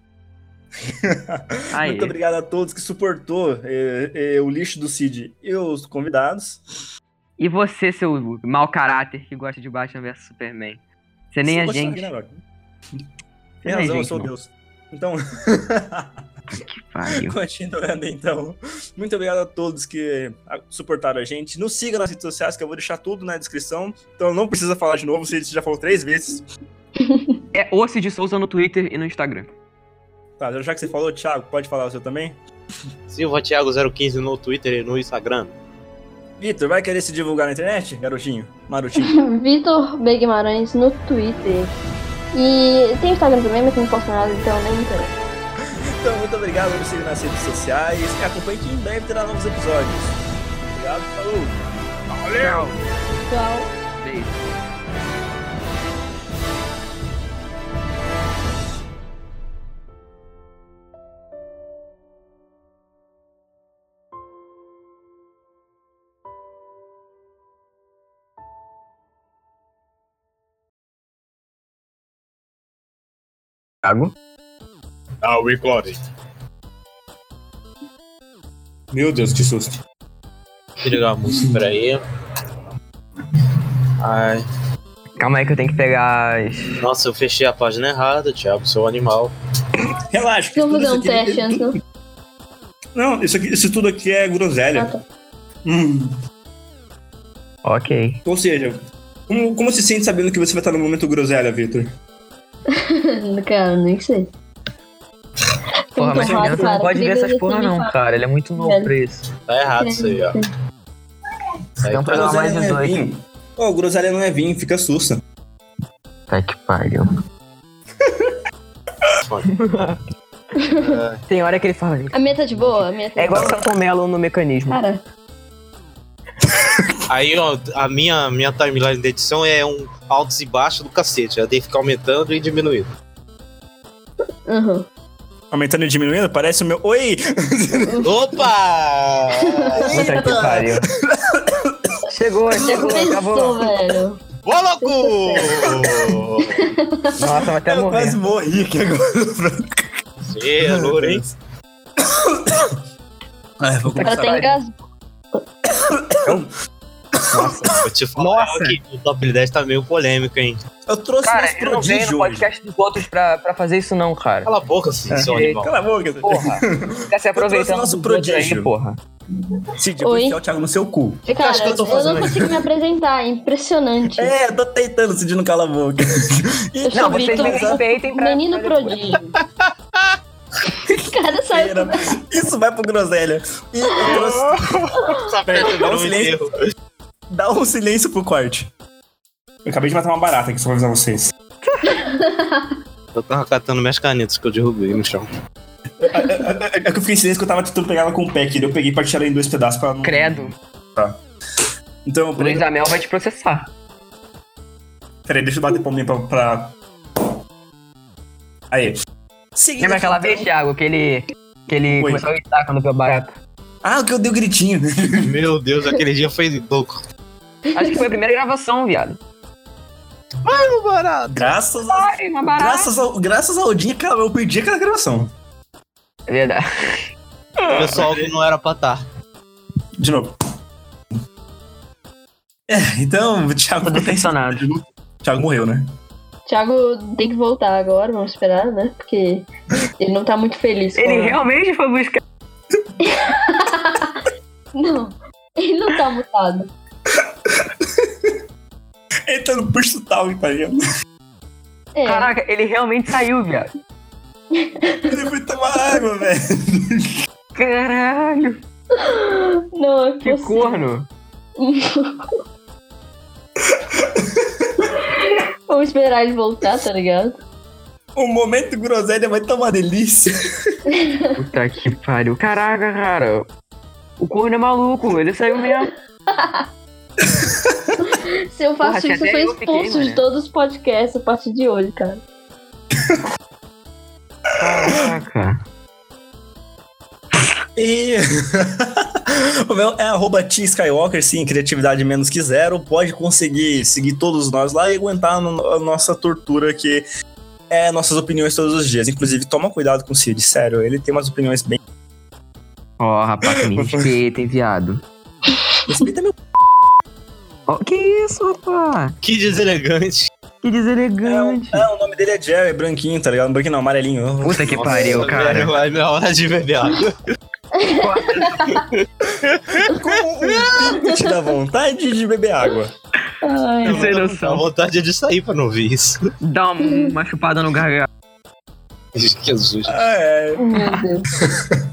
S3: Aí.
S2: Muito obrigado a todos que suportou eh, eh, o lixo do Cid e os convidados.
S3: E você, seu mau caráter que gosta de Batman vs Superman? Você nem
S2: Só
S3: a
S2: gostar de
S3: gente.
S2: Ragnarok. Tem
S3: Você nem
S2: razão,
S3: a
S2: eu
S3: gente,
S2: sou
S3: não.
S2: Deus. Então,
S3: Que pariu.
S2: continuando então. Muito obrigado a todos que ah, suportaram a gente. Nos siga nas redes sociais, que eu vou deixar tudo na descrição. Então não precisa falar de novo, o Cid já falou três vezes.
S3: É o Cid Souza no Twitter e no Instagram.
S2: Tá, já que você falou, Thiago, pode falar o seu também?
S4: Silva Thiago015 no Twitter e no Instagram.
S2: Vitor, vai querer se divulgar na internet, garotinho? Marotinho.
S5: Vitor B. Guimarães no Twitter. E tem Instagram também, mas não posto nada, então nem me interessa.
S2: Então, muito obrigado por seguir nas redes sociais. E acompanhe que em breve terá novos episódios. Obrigado, falou!
S5: Tchau.
S3: Beijo. Thiago.
S11: Ah, we got it.
S12: Meu Deus, que susto.
S4: Vou ligar a música, peraí. Ai.
S3: Calma aí que eu tenho que pegar as.
S4: Nossa, eu fechei a página errada, Thiago, seu animal.
S12: Relaxa. que
S5: Vamos
S12: tudo
S5: fazer um
S12: isso aqui-
S5: teste antes. não?
S12: Não, isso, aqui- isso tudo aqui é groselha.
S5: Ah, tá.
S12: Hum,
S3: Ok.
S12: ou seja, como, como se sente sabendo que você vai estar no momento groselha, Victor?
S5: Cara, nem sei.
S3: Porra, mas
S5: Tomar,
S3: criança não
S5: cara,
S3: pode ver
S5: criança
S3: essas porra,
S5: me
S3: não,
S5: fala.
S3: cara. Ele é muito novo
S5: Velho.
S3: pra isso.
S4: Tá errado isso aí, ó. Aí
S3: Então, pra-
S4: tá-
S3: Pelo amor de
S2: Groselha não é
S3: Deus.
S2: vinho.
S12: Ô, groselha não é vinho, fica sussa.
S3: Tá que pariu. Tem hora que ele fala.
S5: A minha tá de boa? A minha tá
S3: É
S5: de
S3: igual o
S5: boa.
S3: Santo Melo no mecanismo.
S5: Cara,
S4: Aí, ó, a minha, minha timeline da edição é um altos e baixos do cacete. Ela tem que ficar aumentando e diminuindo.
S5: aham.
S6: Aumentando e diminuindo, parece o meu. Oi!
S4: Opa!
S5: Tá
S3: Puta que pariu. Chegou, chegou,
S5: Começou,
S3: É acabou.
S5: velho.
S4: Ô, louco!
S3: Nossa, vai
S5: Tá
S3: até
S2: Eu quase
S3: morrer.
S2: morri aqui agora.
S4: Cê é louro, hein?
S2: Ai, É, vou
S5: O cara tá engasgado.
S4: Vou te falar
S3: Nossa.
S4: que o top 10 tá meio polêmico, hein?
S2: Eu trouxe
S3: Cara,
S2: meus
S3: eu não venho
S2: prodígios
S3: no
S2: hoje.
S3: podcast dos outros pra, pra fazer isso, não, cara.
S4: Cala a boca, assim, seu
S3: Eita.
S4: animal.
S6: Cala a boca.
S3: Porra, fica se
S2: trouxe
S3: aproveitando
S2: nosso
S3: dos outros aí,
S2: prodígio.
S3: porra.
S2: Cid, eu vou
S5: Oi.
S2: enfiar o Thiago no seu cu.
S5: Cara,
S2: acha que eu
S5: eu,
S2: tô fazendo
S5: não
S2: aí?
S5: consigo me apresentar. É impressionante.
S2: É, eu tô tentando, Cid não cala a boca.
S5: Eu
S3: Não,
S5: sou
S3: vocês
S5: Vitor,
S3: me respeitem pra...
S5: menino prodígio. O cara saiu
S3: né?
S2: Era- Isso vai pro groselha. E eu trouxe...
S4: Essa merda virou um
S2: silêncio.
S4: enterro.
S2: Dá um silêncio pro corte.
S12: Eu acabei de matar uma barata aqui, só pra avisar vocês.
S4: Eu tava catando minhas canetas que eu derrubei no chão.
S12: É que eu fiquei em silêncio que eu tava tentando pegar ela com o pé aqui, daí eu peguei e parti ela em dois pedaços pra ela não...
S3: Credo,
S12: Então,
S3: o Luiz
S12: peraí,
S3: da Mel vai te processar.
S12: peraí, deixa eu bater palminha pra... pra... Aí. Seguindo
S3: Lembra
S12: aqui,
S3: aquela
S12: então.
S2: tá.
S3: vez, Thiago, que ele, que ele
S12: Oi.
S3: começou a gritar quando viu a barata?
S12: Ah, que eu dei o gritinho.
S4: Meu Deus, aquele dia foi louco.
S3: Acho que foi a primeira gravação, viado.
S12: Graças a...
S3: Ai, uma barata.
S12: Graças ao, graças ao dia que eu perdi aquela gravação.
S3: É verdade.
S4: Começou algo que não era pra tá. estar.
S12: De novo. É, então, o Thiago...
S3: Tô decepcionado.
S12: O Thiago morreu, né?
S5: Thiago tem que voltar agora, vamos esperar, né? Porque ele não tá muito feliz com
S3: Ele realmente foi buscar.
S5: Não, ele não tá mutado.
S12: Ele tá no push tal, hein, pai?
S5: É,
S3: Caraca, ele realmente saiu, viado.
S12: Ele foi tomar água, velho.
S3: Caralho,
S5: não é
S3: que
S5: possível.
S3: corno.
S5: Vamos esperar ele voltar, tá ligado?
S12: O momento groselha vai estar uma delícia.
S3: Puta que pariu. Caraca, cara. O corno é maluco, ele saiu mesmo.
S5: Se eu faço
S3: Porra,
S5: isso, eu
S3: até
S5: sou
S3: eu fiquei,
S5: expulso
S3: mano.
S5: de todos os podcasts a partir de hoje, cara.
S3: Caraca.
S2: E... o meu é arroba T Skywalker, sim, criatividade menos que zero. Pode conseguir seguir todos nós lá e aguentar no- a nossa tortura que é nossas opiniões todos os dias. Inclusive, toma cuidado com o Cid, sério. Ele tem umas opiniões bem...
S3: Ó, rapaz, me respeitem, viado.
S2: Respeita meu...
S3: Ó, que isso, rapaz?
S4: Que deselegante.
S3: Que deselegante.
S2: Ah, o nome dele é Jerry, branquinho, tá ligado? Branquinho não, amarelinho.
S3: Puta que
S4: Nossa,
S3: pariu, cara.
S4: velho, Vai na hora de beber água.
S2: Como um te dá vontade de beber água.
S5: Ai,
S3: Não sei
S4: Dá
S3: noção.
S4: vontade de sair pra não ouvir isso.
S3: Dá um, uma, uma chupada no gargalo.
S4: Jesus.
S2: Ah, é.
S5: meu Deus.